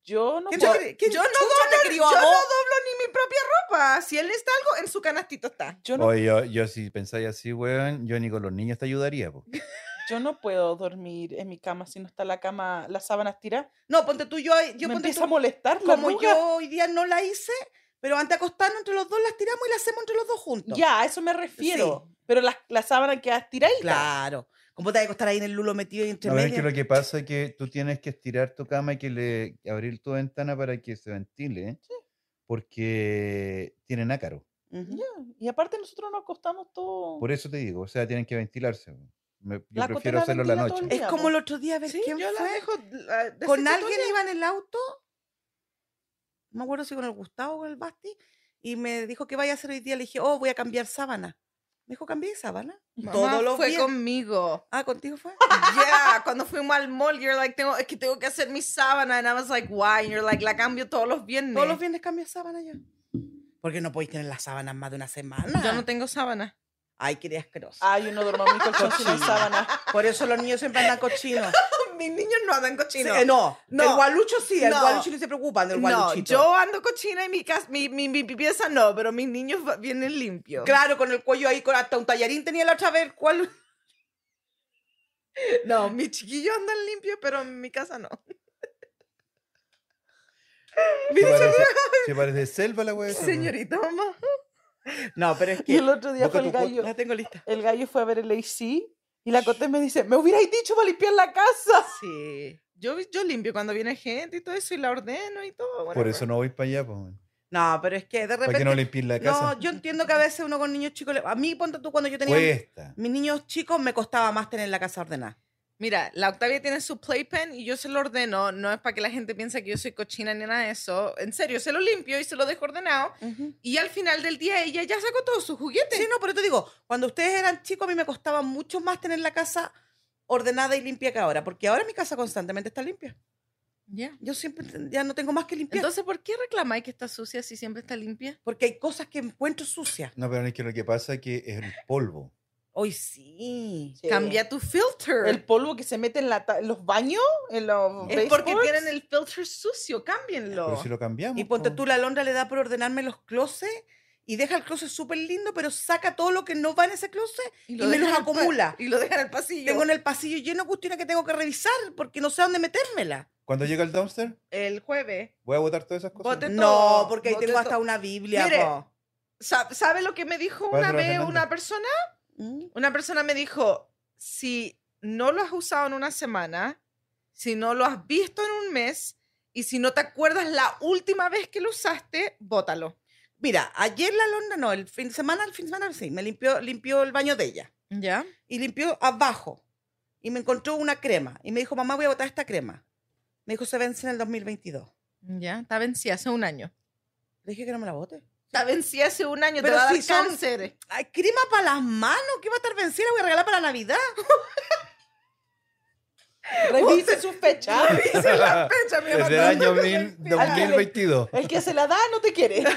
Speaker 2: Yo no
Speaker 3: ¿Quién
Speaker 2: puedo.
Speaker 3: te cri- quién
Speaker 1: yo no
Speaker 3: chucha te crió a
Speaker 1: yo no
Speaker 3: vos?
Speaker 1: doblo ni mi propia ropa. Si él está algo, en su canastito está.
Speaker 2: Yo no,
Speaker 4: Oye, yo, yo si pensáis así, weón, yo ni con los niños te ayudaría, po.
Speaker 2: yo no puedo dormir en mi cama si no está la cama, la sábana estirada.
Speaker 3: No, ponte tú, yo, yo
Speaker 2: me
Speaker 3: ponte
Speaker 2: empieza
Speaker 3: tú,
Speaker 2: a molestar la
Speaker 3: como
Speaker 2: arruga.
Speaker 3: yo hoy día no la hice, pero antes de acostarnos entre los dos las tiramos y la hacemos entre los dos juntos.
Speaker 2: Ya, a eso me refiero. Pero la, la sábana queda estiradita.
Speaker 3: Claro. ¿Cómo te vas a acostar ahí en el lulo metido y entre
Speaker 4: A ver, es que
Speaker 3: medio?
Speaker 4: lo que pasa es que tú tienes que estirar tu cama y que le abrir tu ventana para que se ventile, porque tienen ácaro.
Speaker 3: Ujú.
Speaker 2: Y aparte nosotros nos acostamos todo.
Speaker 4: Por eso te digo, o sea, tienen que ventilarse. weón. Me- yo
Speaker 2: La Cote
Speaker 4: prefiero
Speaker 2: la
Speaker 4: hacerlo en la
Speaker 2: ventila todo
Speaker 4: noche.
Speaker 2: el
Speaker 3: Es
Speaker 2: Mira,
Speaker 3: como
Speaker 2: vos.
Speaker 3: el otro día, a ver,
Speaker 1: Sí,
Speaker 3: ¿quién
Speaker 1: yo la
Speaker 3: fue?
Speaker 1: dejo. la- deshecha
Speaker 3: Con
Speaker 1: toda.
Speaker 3: alguien iba en el auto, no me acuerdo si con el Gustavo o con el Basti, y me dijo que vaya a hacer hoy día. Le dije, oh, voy a cambiar sábana. Me dijo, cambié de sábana.
Speaker 1: Mamá
Speaker 3: Todos los
Speaker 1: fue
Speaker 3: días.
Speaker 1: conmigo.
Speaker 3: Ah, contigo fue.
Speaker 1: Ya, cuando fuimos al mall, you're like, tengo, es que tengo que hacer mi sábana. And I was like, why? And you're like, la cambio todos los viernes.
Speaker 3: Todos los viernes cambio sábana yo. Porque no podéis tener las sábanas más de una semana.
Speaker 1: Yo no tengo sábana.
Speaker 3: Ay, qué asqueroso.
Speaker 2: Ay, uno duerme en mi colchón sin la
Speaker 3: Cochino.
Speaker 2: sábana.
Speaker 3: Por eso los niños siempre andan cochinos.
Speaker 1: Mis niños no andan
Speaker 3: Sí,
Speaker 1: cochinos.
Speaker 3: eh, no,
Speaker 1: No.
Speaker 3: el gualucho sí, el
Speaker 1: No.
Speaker 3: gualucho no se preocupan del
Speaker 1: no,
Speaker 3: gualuchito.
Speaker 1: yo ando cochina y mi, cas- mi, mi, mi pieza no, pero mis niños va- vienen limpios.
Speaker 3: Claro, con el cuello ahí, con hasta un tallarín tenía la otra vez. ¿Cuál?
Speaker 1: No, mis chiquillos andan limpios, pero en mi casa no.
Speaker 4: Se parece, se parece selva la weón.
Speaker 1: Señorita mamá.
Speaker 3: No, pero es
Speaker 2: Y
Speaker 3: que
Speaker 2: el otro día
Speaker 4: Boca
Speaker 2: fue el
Speaker 4: tu cuota.
Speaker 2: gallo.
Speaker 3: la tengo lista.
Speaker 2: El gallo fue a ver el AC y la Cote me dice, me hubierais dicho para limpiar la casa.
Speaker 1: Sí. Yo, yo limpio cuando viene gente y todo eso y la ordeno y todo.
Speaker 4: Por eso no voy para allá, po. weón.
Speaker 3: No, pero es que de
Speaker 4: para
Speaker 3: repente.
Speaker 4: que no limpies la casa.
Speaker 3: No, yo entiendo que a veces uno con niños chicos. le- A mí, ponte tú, cuando yo tenía
Speaker 4: Cuesta.
Speaker 3: mis niños chicos, me costaba más tener la casa ordenada.
Speaker 1: Mira, la Octavia tiene su playpen y yo se lo ordeno. No es para que la gente piense que yo soy cochina ni nada de eso. En serio, se lo limpio y se lo dejo ordenado. Y al final del día ella ya sacó todos sus juguetes.
Speaker 3: Sí, no, pero te digo, cuando ustedes eran chicos, a mí me costaba mucho más tener la casa ordenada y limpia que ahora, porque ahora mi casa constantemente está limpia.
Speaker 1: Ya.
Speaker 3: Yo siempre ya no tengo más que limpiar,
Speaker 1: Entonces, ¿por qué reclamáis que está sucia si siempre está limpia?
Speaker 3: porque hay cosas que encuentro sucias.
Speaker 4: No, pero es que lo que pasa es que es el polvo.
Speaker 3: Hoy sí.
Speaker 2: Sí.
Speaker 1: Cambia tu filter.
Speaker 2: El polvo que se mete en, la ta- en los baños, en los
Speaker 1: es porque
Speaker 2: baseboards.
Speaker 1: tienen el filter sucio.
Speaker 4: Pero
Speaker 1: Cámbienlo.
Speaker 4: si lo cambiamos.
Speaker 3: Y ponte
Speaker 4: po.
Speaker 3: tú, la Londra le da por ordenarme los closets y deja el closet súper lindo, pero saca todo lo que no va en ese closet. y me
Speaker 1: dejan
Speaker 3: los
Speaker 1: al pa-
Speaker 3: acumula.
Speaker 1: Y lo dejan al pasillo.
Speaker 3: Tengo en el pasillo lleno de cuestiones que tengo que revisar porque no sé dónde metérmela.
Speaker 4: Cuando llega el dumpster,
Speaker 1: El jueves.
Speaker 4: voy a botar todas esas cosas.
Speaker 1: Bote- De
Speaker 3: No,
Speaker 1: todo,
Speaker 3: porque ahí
Speaker 1: no, de
Speaker 3: tengo hasta
Speaker 1: todo.
Speaker 3: una Biblia.
Speaker 1: Mire.
Speaker 3: po.
Speaker 1: Sa- ¿Sabe lo que me dijo
Speaker 4: ¿Cuál
Speaker 1: una
Speaker 4: de las
Speaker 1: vez una
Speaker 4: demandas?
Speaker 1: persona?
Speaker 3: Mm.
Speaker 1: Una persona me dijo, si no lo has usado en una semana, si no lo has visto en un mes y si no te acuerdas la última vez que lo usaste, bótalo.
Speaker 3: Mira, ayer la Londra, no, el fin de semana, el fin de semana sí, me limpió, limpió el baño de ella
Speaker 1: ¿Ya?
Speaker 3: y limpió abajo y me encontró una crema y me dijo, mamá, voy a botar esta crema. Me dijo, se vence en el 2022.
Speaker 1: Ya, está vencida hace un año.
Speaker 3: Le dije que no me la bote.
Speaker 1: Está vencida hace un año,
Speaker 3: Pero
Speaker 1: te va a
Speaker 3: si
Speaker 1: dar
Speaker 3: son-
Speaker 1: cáncer.
Speaker 3: Ay, crema para las manos, ¿qué va a estar vencida? La voy a regalar para Navidad.
Speaker 2: Revise su fecha.
Speaker 4: Desde el año mil- 2022.
Speaker 2: El que se la da no te quiere.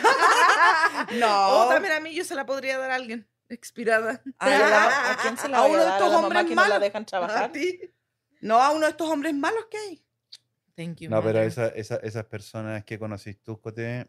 Speaker 1: O
Speaker 3: No.
Speaker 1: también a mí yo se la podría dar a alguien. Expirada.
Speaker 2: Ah,
Speaker 3: Ay, a la-
Speaker 2: ¿A quién se
Speaker 3: a
Speaker 2: la voy a
Speaker 3: uno de
Speaker 2: dar? A
Speaker 3: estos
Speaker 2: la mamá
Speaker 3: hombres
Speaker 2: que no la
Speaker 3: malos. Ah,
Speaker 2: dejan trabajar.
Speaker 1: ti.
Speaker 3: No, a uno de estos hombres malos que hay.
Speaker 1: Thank you.
Speaker 4: No, pero
Speaker 1: mother.
Speaker 4: esa- esa- esas personas que conocís tú, Cote,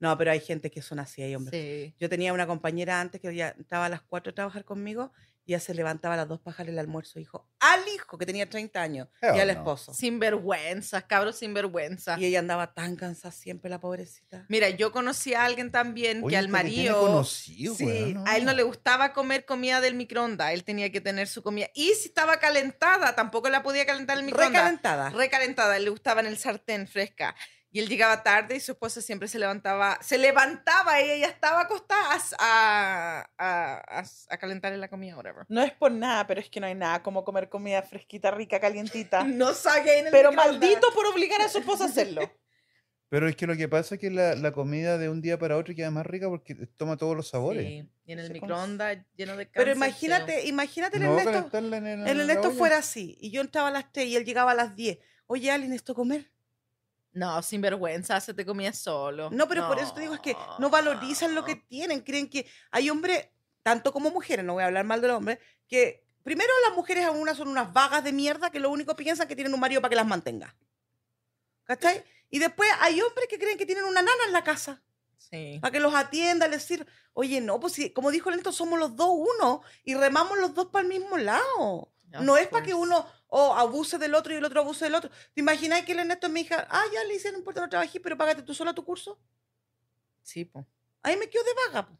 Speaker 3: No, pero hay gente que son así, hay hombres.
Speaker 1: Sí.
Speaker 3: Yo tenía una compañera antes que ya estaba a las 4 a trabajar conmigo y ya se levantaba a las 2 para bajarle el almuerzo, hijo. Al hijo que tenía 30 años y
Speaker 4: Hell
Speaker 3: al
Speaker 4: no.
Speaker 3: esposo.
Speaker 1: Sinvergüenzas, cabros sinvergüenza.
Speaker 3: Y ella andaba tan cansada siempre, la pobrecita.
Speaker 1: Mira, yo conocí a alguien también Mm, que
Speaker 4: Oye,
Speaker 1: al
Speaker 4: esto que tiene
Speaker 1: marido.
Speaker 4: conocido,
Speaker 1: sí,
Speaker 4: weón,
Speaker 1: a él no le gustaba comer comida del microondas. Él tenía que tener su comida. Y si estaba calentada, tampoco la podía calentar el microondas.
Speaker 3: Recalentada.
Speaker 1: Recalentada, le gustaba en el sartén fresca. Y él llegaba tarde y su esposa siempre se levantaba. Se levantaba y ella estaba acostada a, s- a, a- a- a calentarle la comida, whatever.
Speaker 2: No es por nada, pero es que no hay nada como comer comida fresquita, rica, calientita.
Speaker 1: No saqué en el
Speaker 2: Pero
Speaker 1: microondas.
Speaker 2: maldito por obligar a su esposa a hacerlo.
Speaker 4: Pero es que lo que pasa es que la, la comida de un día para otro queda más rica porque eh, toma todos los sabores.
Speaker 1: Sí, y en el
Speaker 2: Sí, con-
Speaker 1: microondas lleno de
Speaker 3: Pero
Speaker 1: cáncer,
Speaker 3: imagínate, imagínate el
Speaker 4: No va a
Speaker 3: Ernesto.
Speaker 4: calentarla en el,
Speaker 3: El
Speaker 4: en la
Speaker 3: Ernesto
Speaker 4: olla.
Speaker 3: fuera así y yo entraba a las 3 y él llegaba a las 10. Oye, Ali, necesito comer.
Speaker 1: No, sin vergüenza, se te comía solo.
Speaker 3: No, pero por eso te digo, es que no valorizan lo que tienen. Creen que hay hombres, tanto como mujeres, no voy a hablar mal de los hombres, que primero las mujeres algunas son unas vagas de mierda que lo único piensan que tienen un marido para que las mantenga. ¿Cachai? Y después hay hombres que creen que tienen una nana en la casa
Speaker 1: Sí.
Speaker 3: para que los atienda, les sirva. Oye, no, pues si, como dijo Lento, somos los dos uno y remamos los dos para el mismo lado.
Speaker 1: Of
Speaker 3: no es para que
Speaker 1: course.
Speaker 3: uno oh, abuse del otro y el otro abuse del otro. ¿Te imagináis que el Ernesto me dijo, ah, ya le hice, no importa, no trabajé, pero págate tú sola tu curso?
Speaker 1: Sí, po.
Speaker 3: ahí me quedo de vaga. po.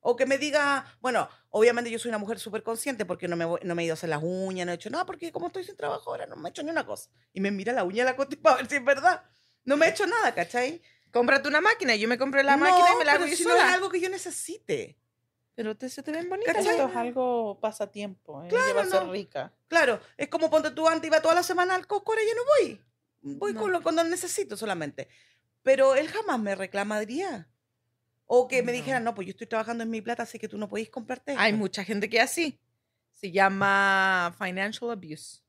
Speaker 3: O que me diga, bueno, obviamente yo soy una mujer súper consciente porque no me, voy- no me he ido a hacer las uñas, no he hecho nada, porque como estoy sin trabajo ahora, no me he hecho ni una cosa. Y me mira la uña de la costa para ver si es verdad. No me he hecho nada, ¿cachai?
Speaker 1: Cómprate una máquina. Yo me compré la
Speaker 3: No,
Speaker 1: máquina y me la hago
Speaker 3: pero
Speaker 1: yo
Speaker 3: si no
Speaker 1: sola.
Speaker 3: es algo que yo necesite.
Speaker 1: Pero te, se te ven bonitas.
Speaker 3: ¿Cachai?
Speaker 2: Esto es algo pasatiempo. ¿eh?
Speaker 3: Claro,
Speaker 2: Ella va a ser
Speaker 3: no.
Speaker 2: rica.
Speaker 3: Claro, es como ponte tú antes, iba toda la semana al Costco, ahora ya no voy. Voy
Speaker 1: No.
Speaker 3: con lo- cuando necesito solamente. Pero él jamás me reclamaría. O que me
Speaker 1: No.
Speaker 3: dijera, no, pues yo estoy trabajando en mi plata, así que tú no podéis comprarte.
Speaker 1: Hay
Speaker 3: esto".
Speaker 1: mucha gente que es así. Se llama financial abuse.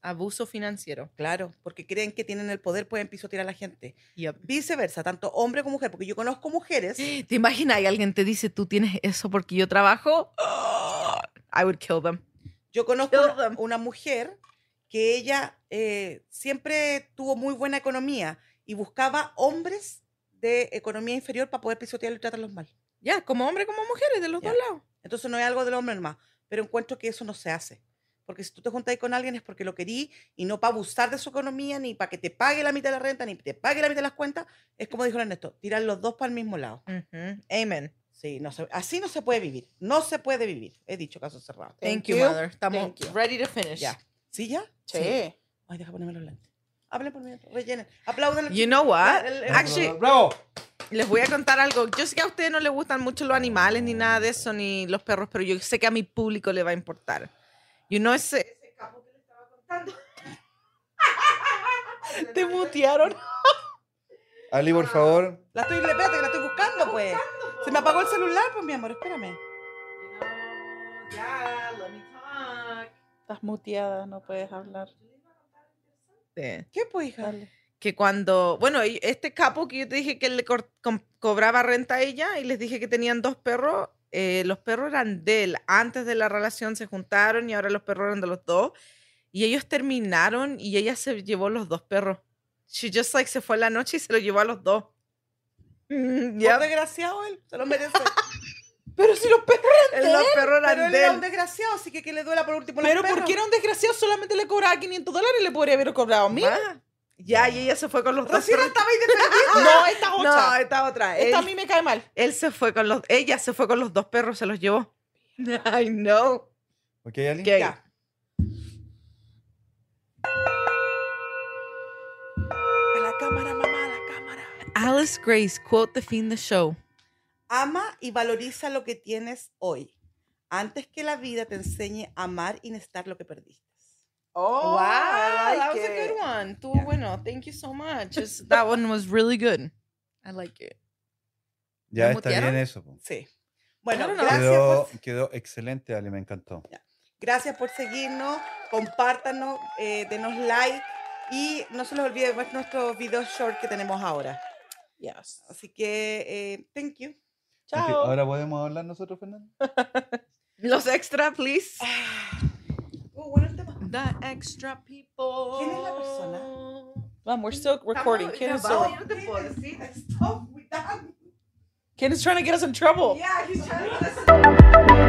Speaker 1: Abuso financiero.
Speaker 3: Claro, porque creen que tienen el poder, pueden pisotear a la gente.
Speaker 1: Yep.
Speaker 3: Viceversa, tanto hombre como mujer, porque yo conozco mujeres.
Speaker 1: ¿Te imaginas? Y alguien te dice, tú tienes eso porque yo trabajo. I would kill them.
Speaker 3: Yo conozco una-
Speaker 1: Perdón.
Speaker 3: una mujer que ella eh, siempre tuvo muy buena economía y buscaba hombres de economía inferior para poder pisotearlos y tratarlos mal.
Speaker 1: Ya, como hombre, como mujeres, de los
Speaker 3: Ya.
Speaker 1: dos lados.
Speaker 3: Entonces no es algo del hombre nomás, pero encuentro que eso no se hace. Porque si tú te juntas con alguien es porque lo querí y no para abusar de su economía, ni para que te pague la mitad de la renta, ni te pague la mitad de las cuentas. Es como dijo Ernesto, tirar los dos para el mismo lado.
Speaker 1: Ujú. Amen.
Speaker 3: Sí, no se- así no se puede vivir. No se puede vivir. He dicho caso cerrado.
Speaker 1: Thank,
Speaker 2: Thank
Speaker 1: you,
Speaker 2: you.
Speaker 1: mother. Estamos
Speaker 2: Thank you.
Speaker 1: ready to finish.
Speaker 3: Ya. ¿Sí ya?
Speaker 2: Sí.
Speaker 3: Ay, deja ponerme los lentes. Hablen por mí, rellenen. Aplaudan.
Speaker 1: You know what?
Speaker 3: El- el-
Speaker 1: Actually,
Speaker 4: ¡Bravo!
Speaker 1: Les voy a contar algo. Yo sé que a ustedes no les gustan mucho los animales ni nada de eso, ni los perros, pero yo sé que a mi público le va a importar. Y uno ese, ese capo que les estaba contando.
Speaker 2: Te mutearon.
Speaker 4: Ali,
Speaker 1: Ah.
Speaker 4: por favor.
Speaker 3: La estoy, espérate, que la estoy buscando, pues. Se me apagó el celular, pues, mi amor, espérame.
Speaker 1: Ya, let me talk.
Speaker 2: Estás muteada, no puedes hablar.
Speaker 1: Sí.
Speaker 3: ¿Qué, pues, hija?
Speaker 2: Dale.
Speaker 1: que cuando, bueno, y- este capo que yo te dije que le cor- com- cobraba renta a ella y les dije que tenían dos perros, eh, los perros eran de él, antes de la relación se juntaron y ahora los perros eran de los dos y ellos terminaron y ella se llevó los dos perros. She just like se fue en la noche y se los llevó a los dos. Mm,
Speaker 3: Ya
Speaker 1: yep.
Speaker 3: desgraciado él, se lo merece.
Speaker 2: Pero si los perros.
Speaker 1: eh, Los perros
Speaker 3: Pero
Speaker 1: eran
Speaker 3: él
Speaker 1: de
Speaker 3: era un
Speaker 1: él.
Speaker 3: desgraciado, así que que le duela por último. los
Speaker 2: Pero
Speaker 3: perros.
Speaker 2: porque era un desgraciado, solamente le cobraba 500 dólares y le podría haber cobrado mil.
Speaker 1: Ma. Ya, y ella se fue con los dos
Speaker 3: Recién
Speaker 1: perros.
Speaker 3: estaba ahí defendiendo.
Speaker 2: Ah, No, esta es
Speaker 1: No,
Speaker 2: otra.
Speaker 1: esta otra.
Speaker 2: esta a
Speaker 1: Él-
Speaker 2: mí me cae mal.
Speaker 1: él se fue con los, ella se fue con los dos perros, se los llevó. I know.
Speaker 4: ¿Ok, Ali?
Speaker 1: Gay.
Speaker 3: Ya.
Speaker 2: A la cámara, mamá, a la cámara.
Speaker 1: Alice Grace, quote the fin the show.
Speaker 3: Ama y valoriza lo que tienes hoy. Antes que la vida te enseñe a amar y necesitar lo que perdiste.
Speaker 2: Oh,
Speaker 1: Wow,
Speaker 2: I
Speaker 1: that
Speaker 2: like
Speaker 1: was a
Speaker 2: it.
Speaker 1: good one. Tú, bueno, thank you so much. It's- that one was really good. I like it.
Speaker 4: Ya
Speaker 1: ¿Me
Speaker 4: está
Speaker 1: mutearon?
Speaker 4: bien eso. po.
Speaker 3: Sí. Bueno,
Speaker 1: Claro, no.
Speaker 3: gracias,
Speaker 4: Quedó,
Speaker 3: por,
Speaker 4: quedó excelente, Ali, me encantó.
Speaker 3: gracias por seguirnos. Compártanos, eh, denos like y no se les olvide ver nuestros videos short que tenemos ahora.
Speaker 2: Yes.
Speaker 3: Así que, eh, thank you.
Speaker 4: Ok,
Speaker 2: Chao.
Speaker 4: ¿Ahora podemos hablar nosotros, Fernando?
Speaker 1: Los extra, please.
Speaker 3: Oh, bueno, el tema.
Speaker 1: The extra people.
Speaker 3: ¿Quién es la persona?
Speaker 2: Mom, we're still recording.
Speaker 1: Estamos-
Speaker 2: Ken is,
Speaker 1: Wow,
Speaker 2: still,
Speaker 1: you don't have to see
Speaker 3: Stop with that.
Speaker 2: Ken is trying to get us in trouble.
Speaker 3: Yeah, he's trying to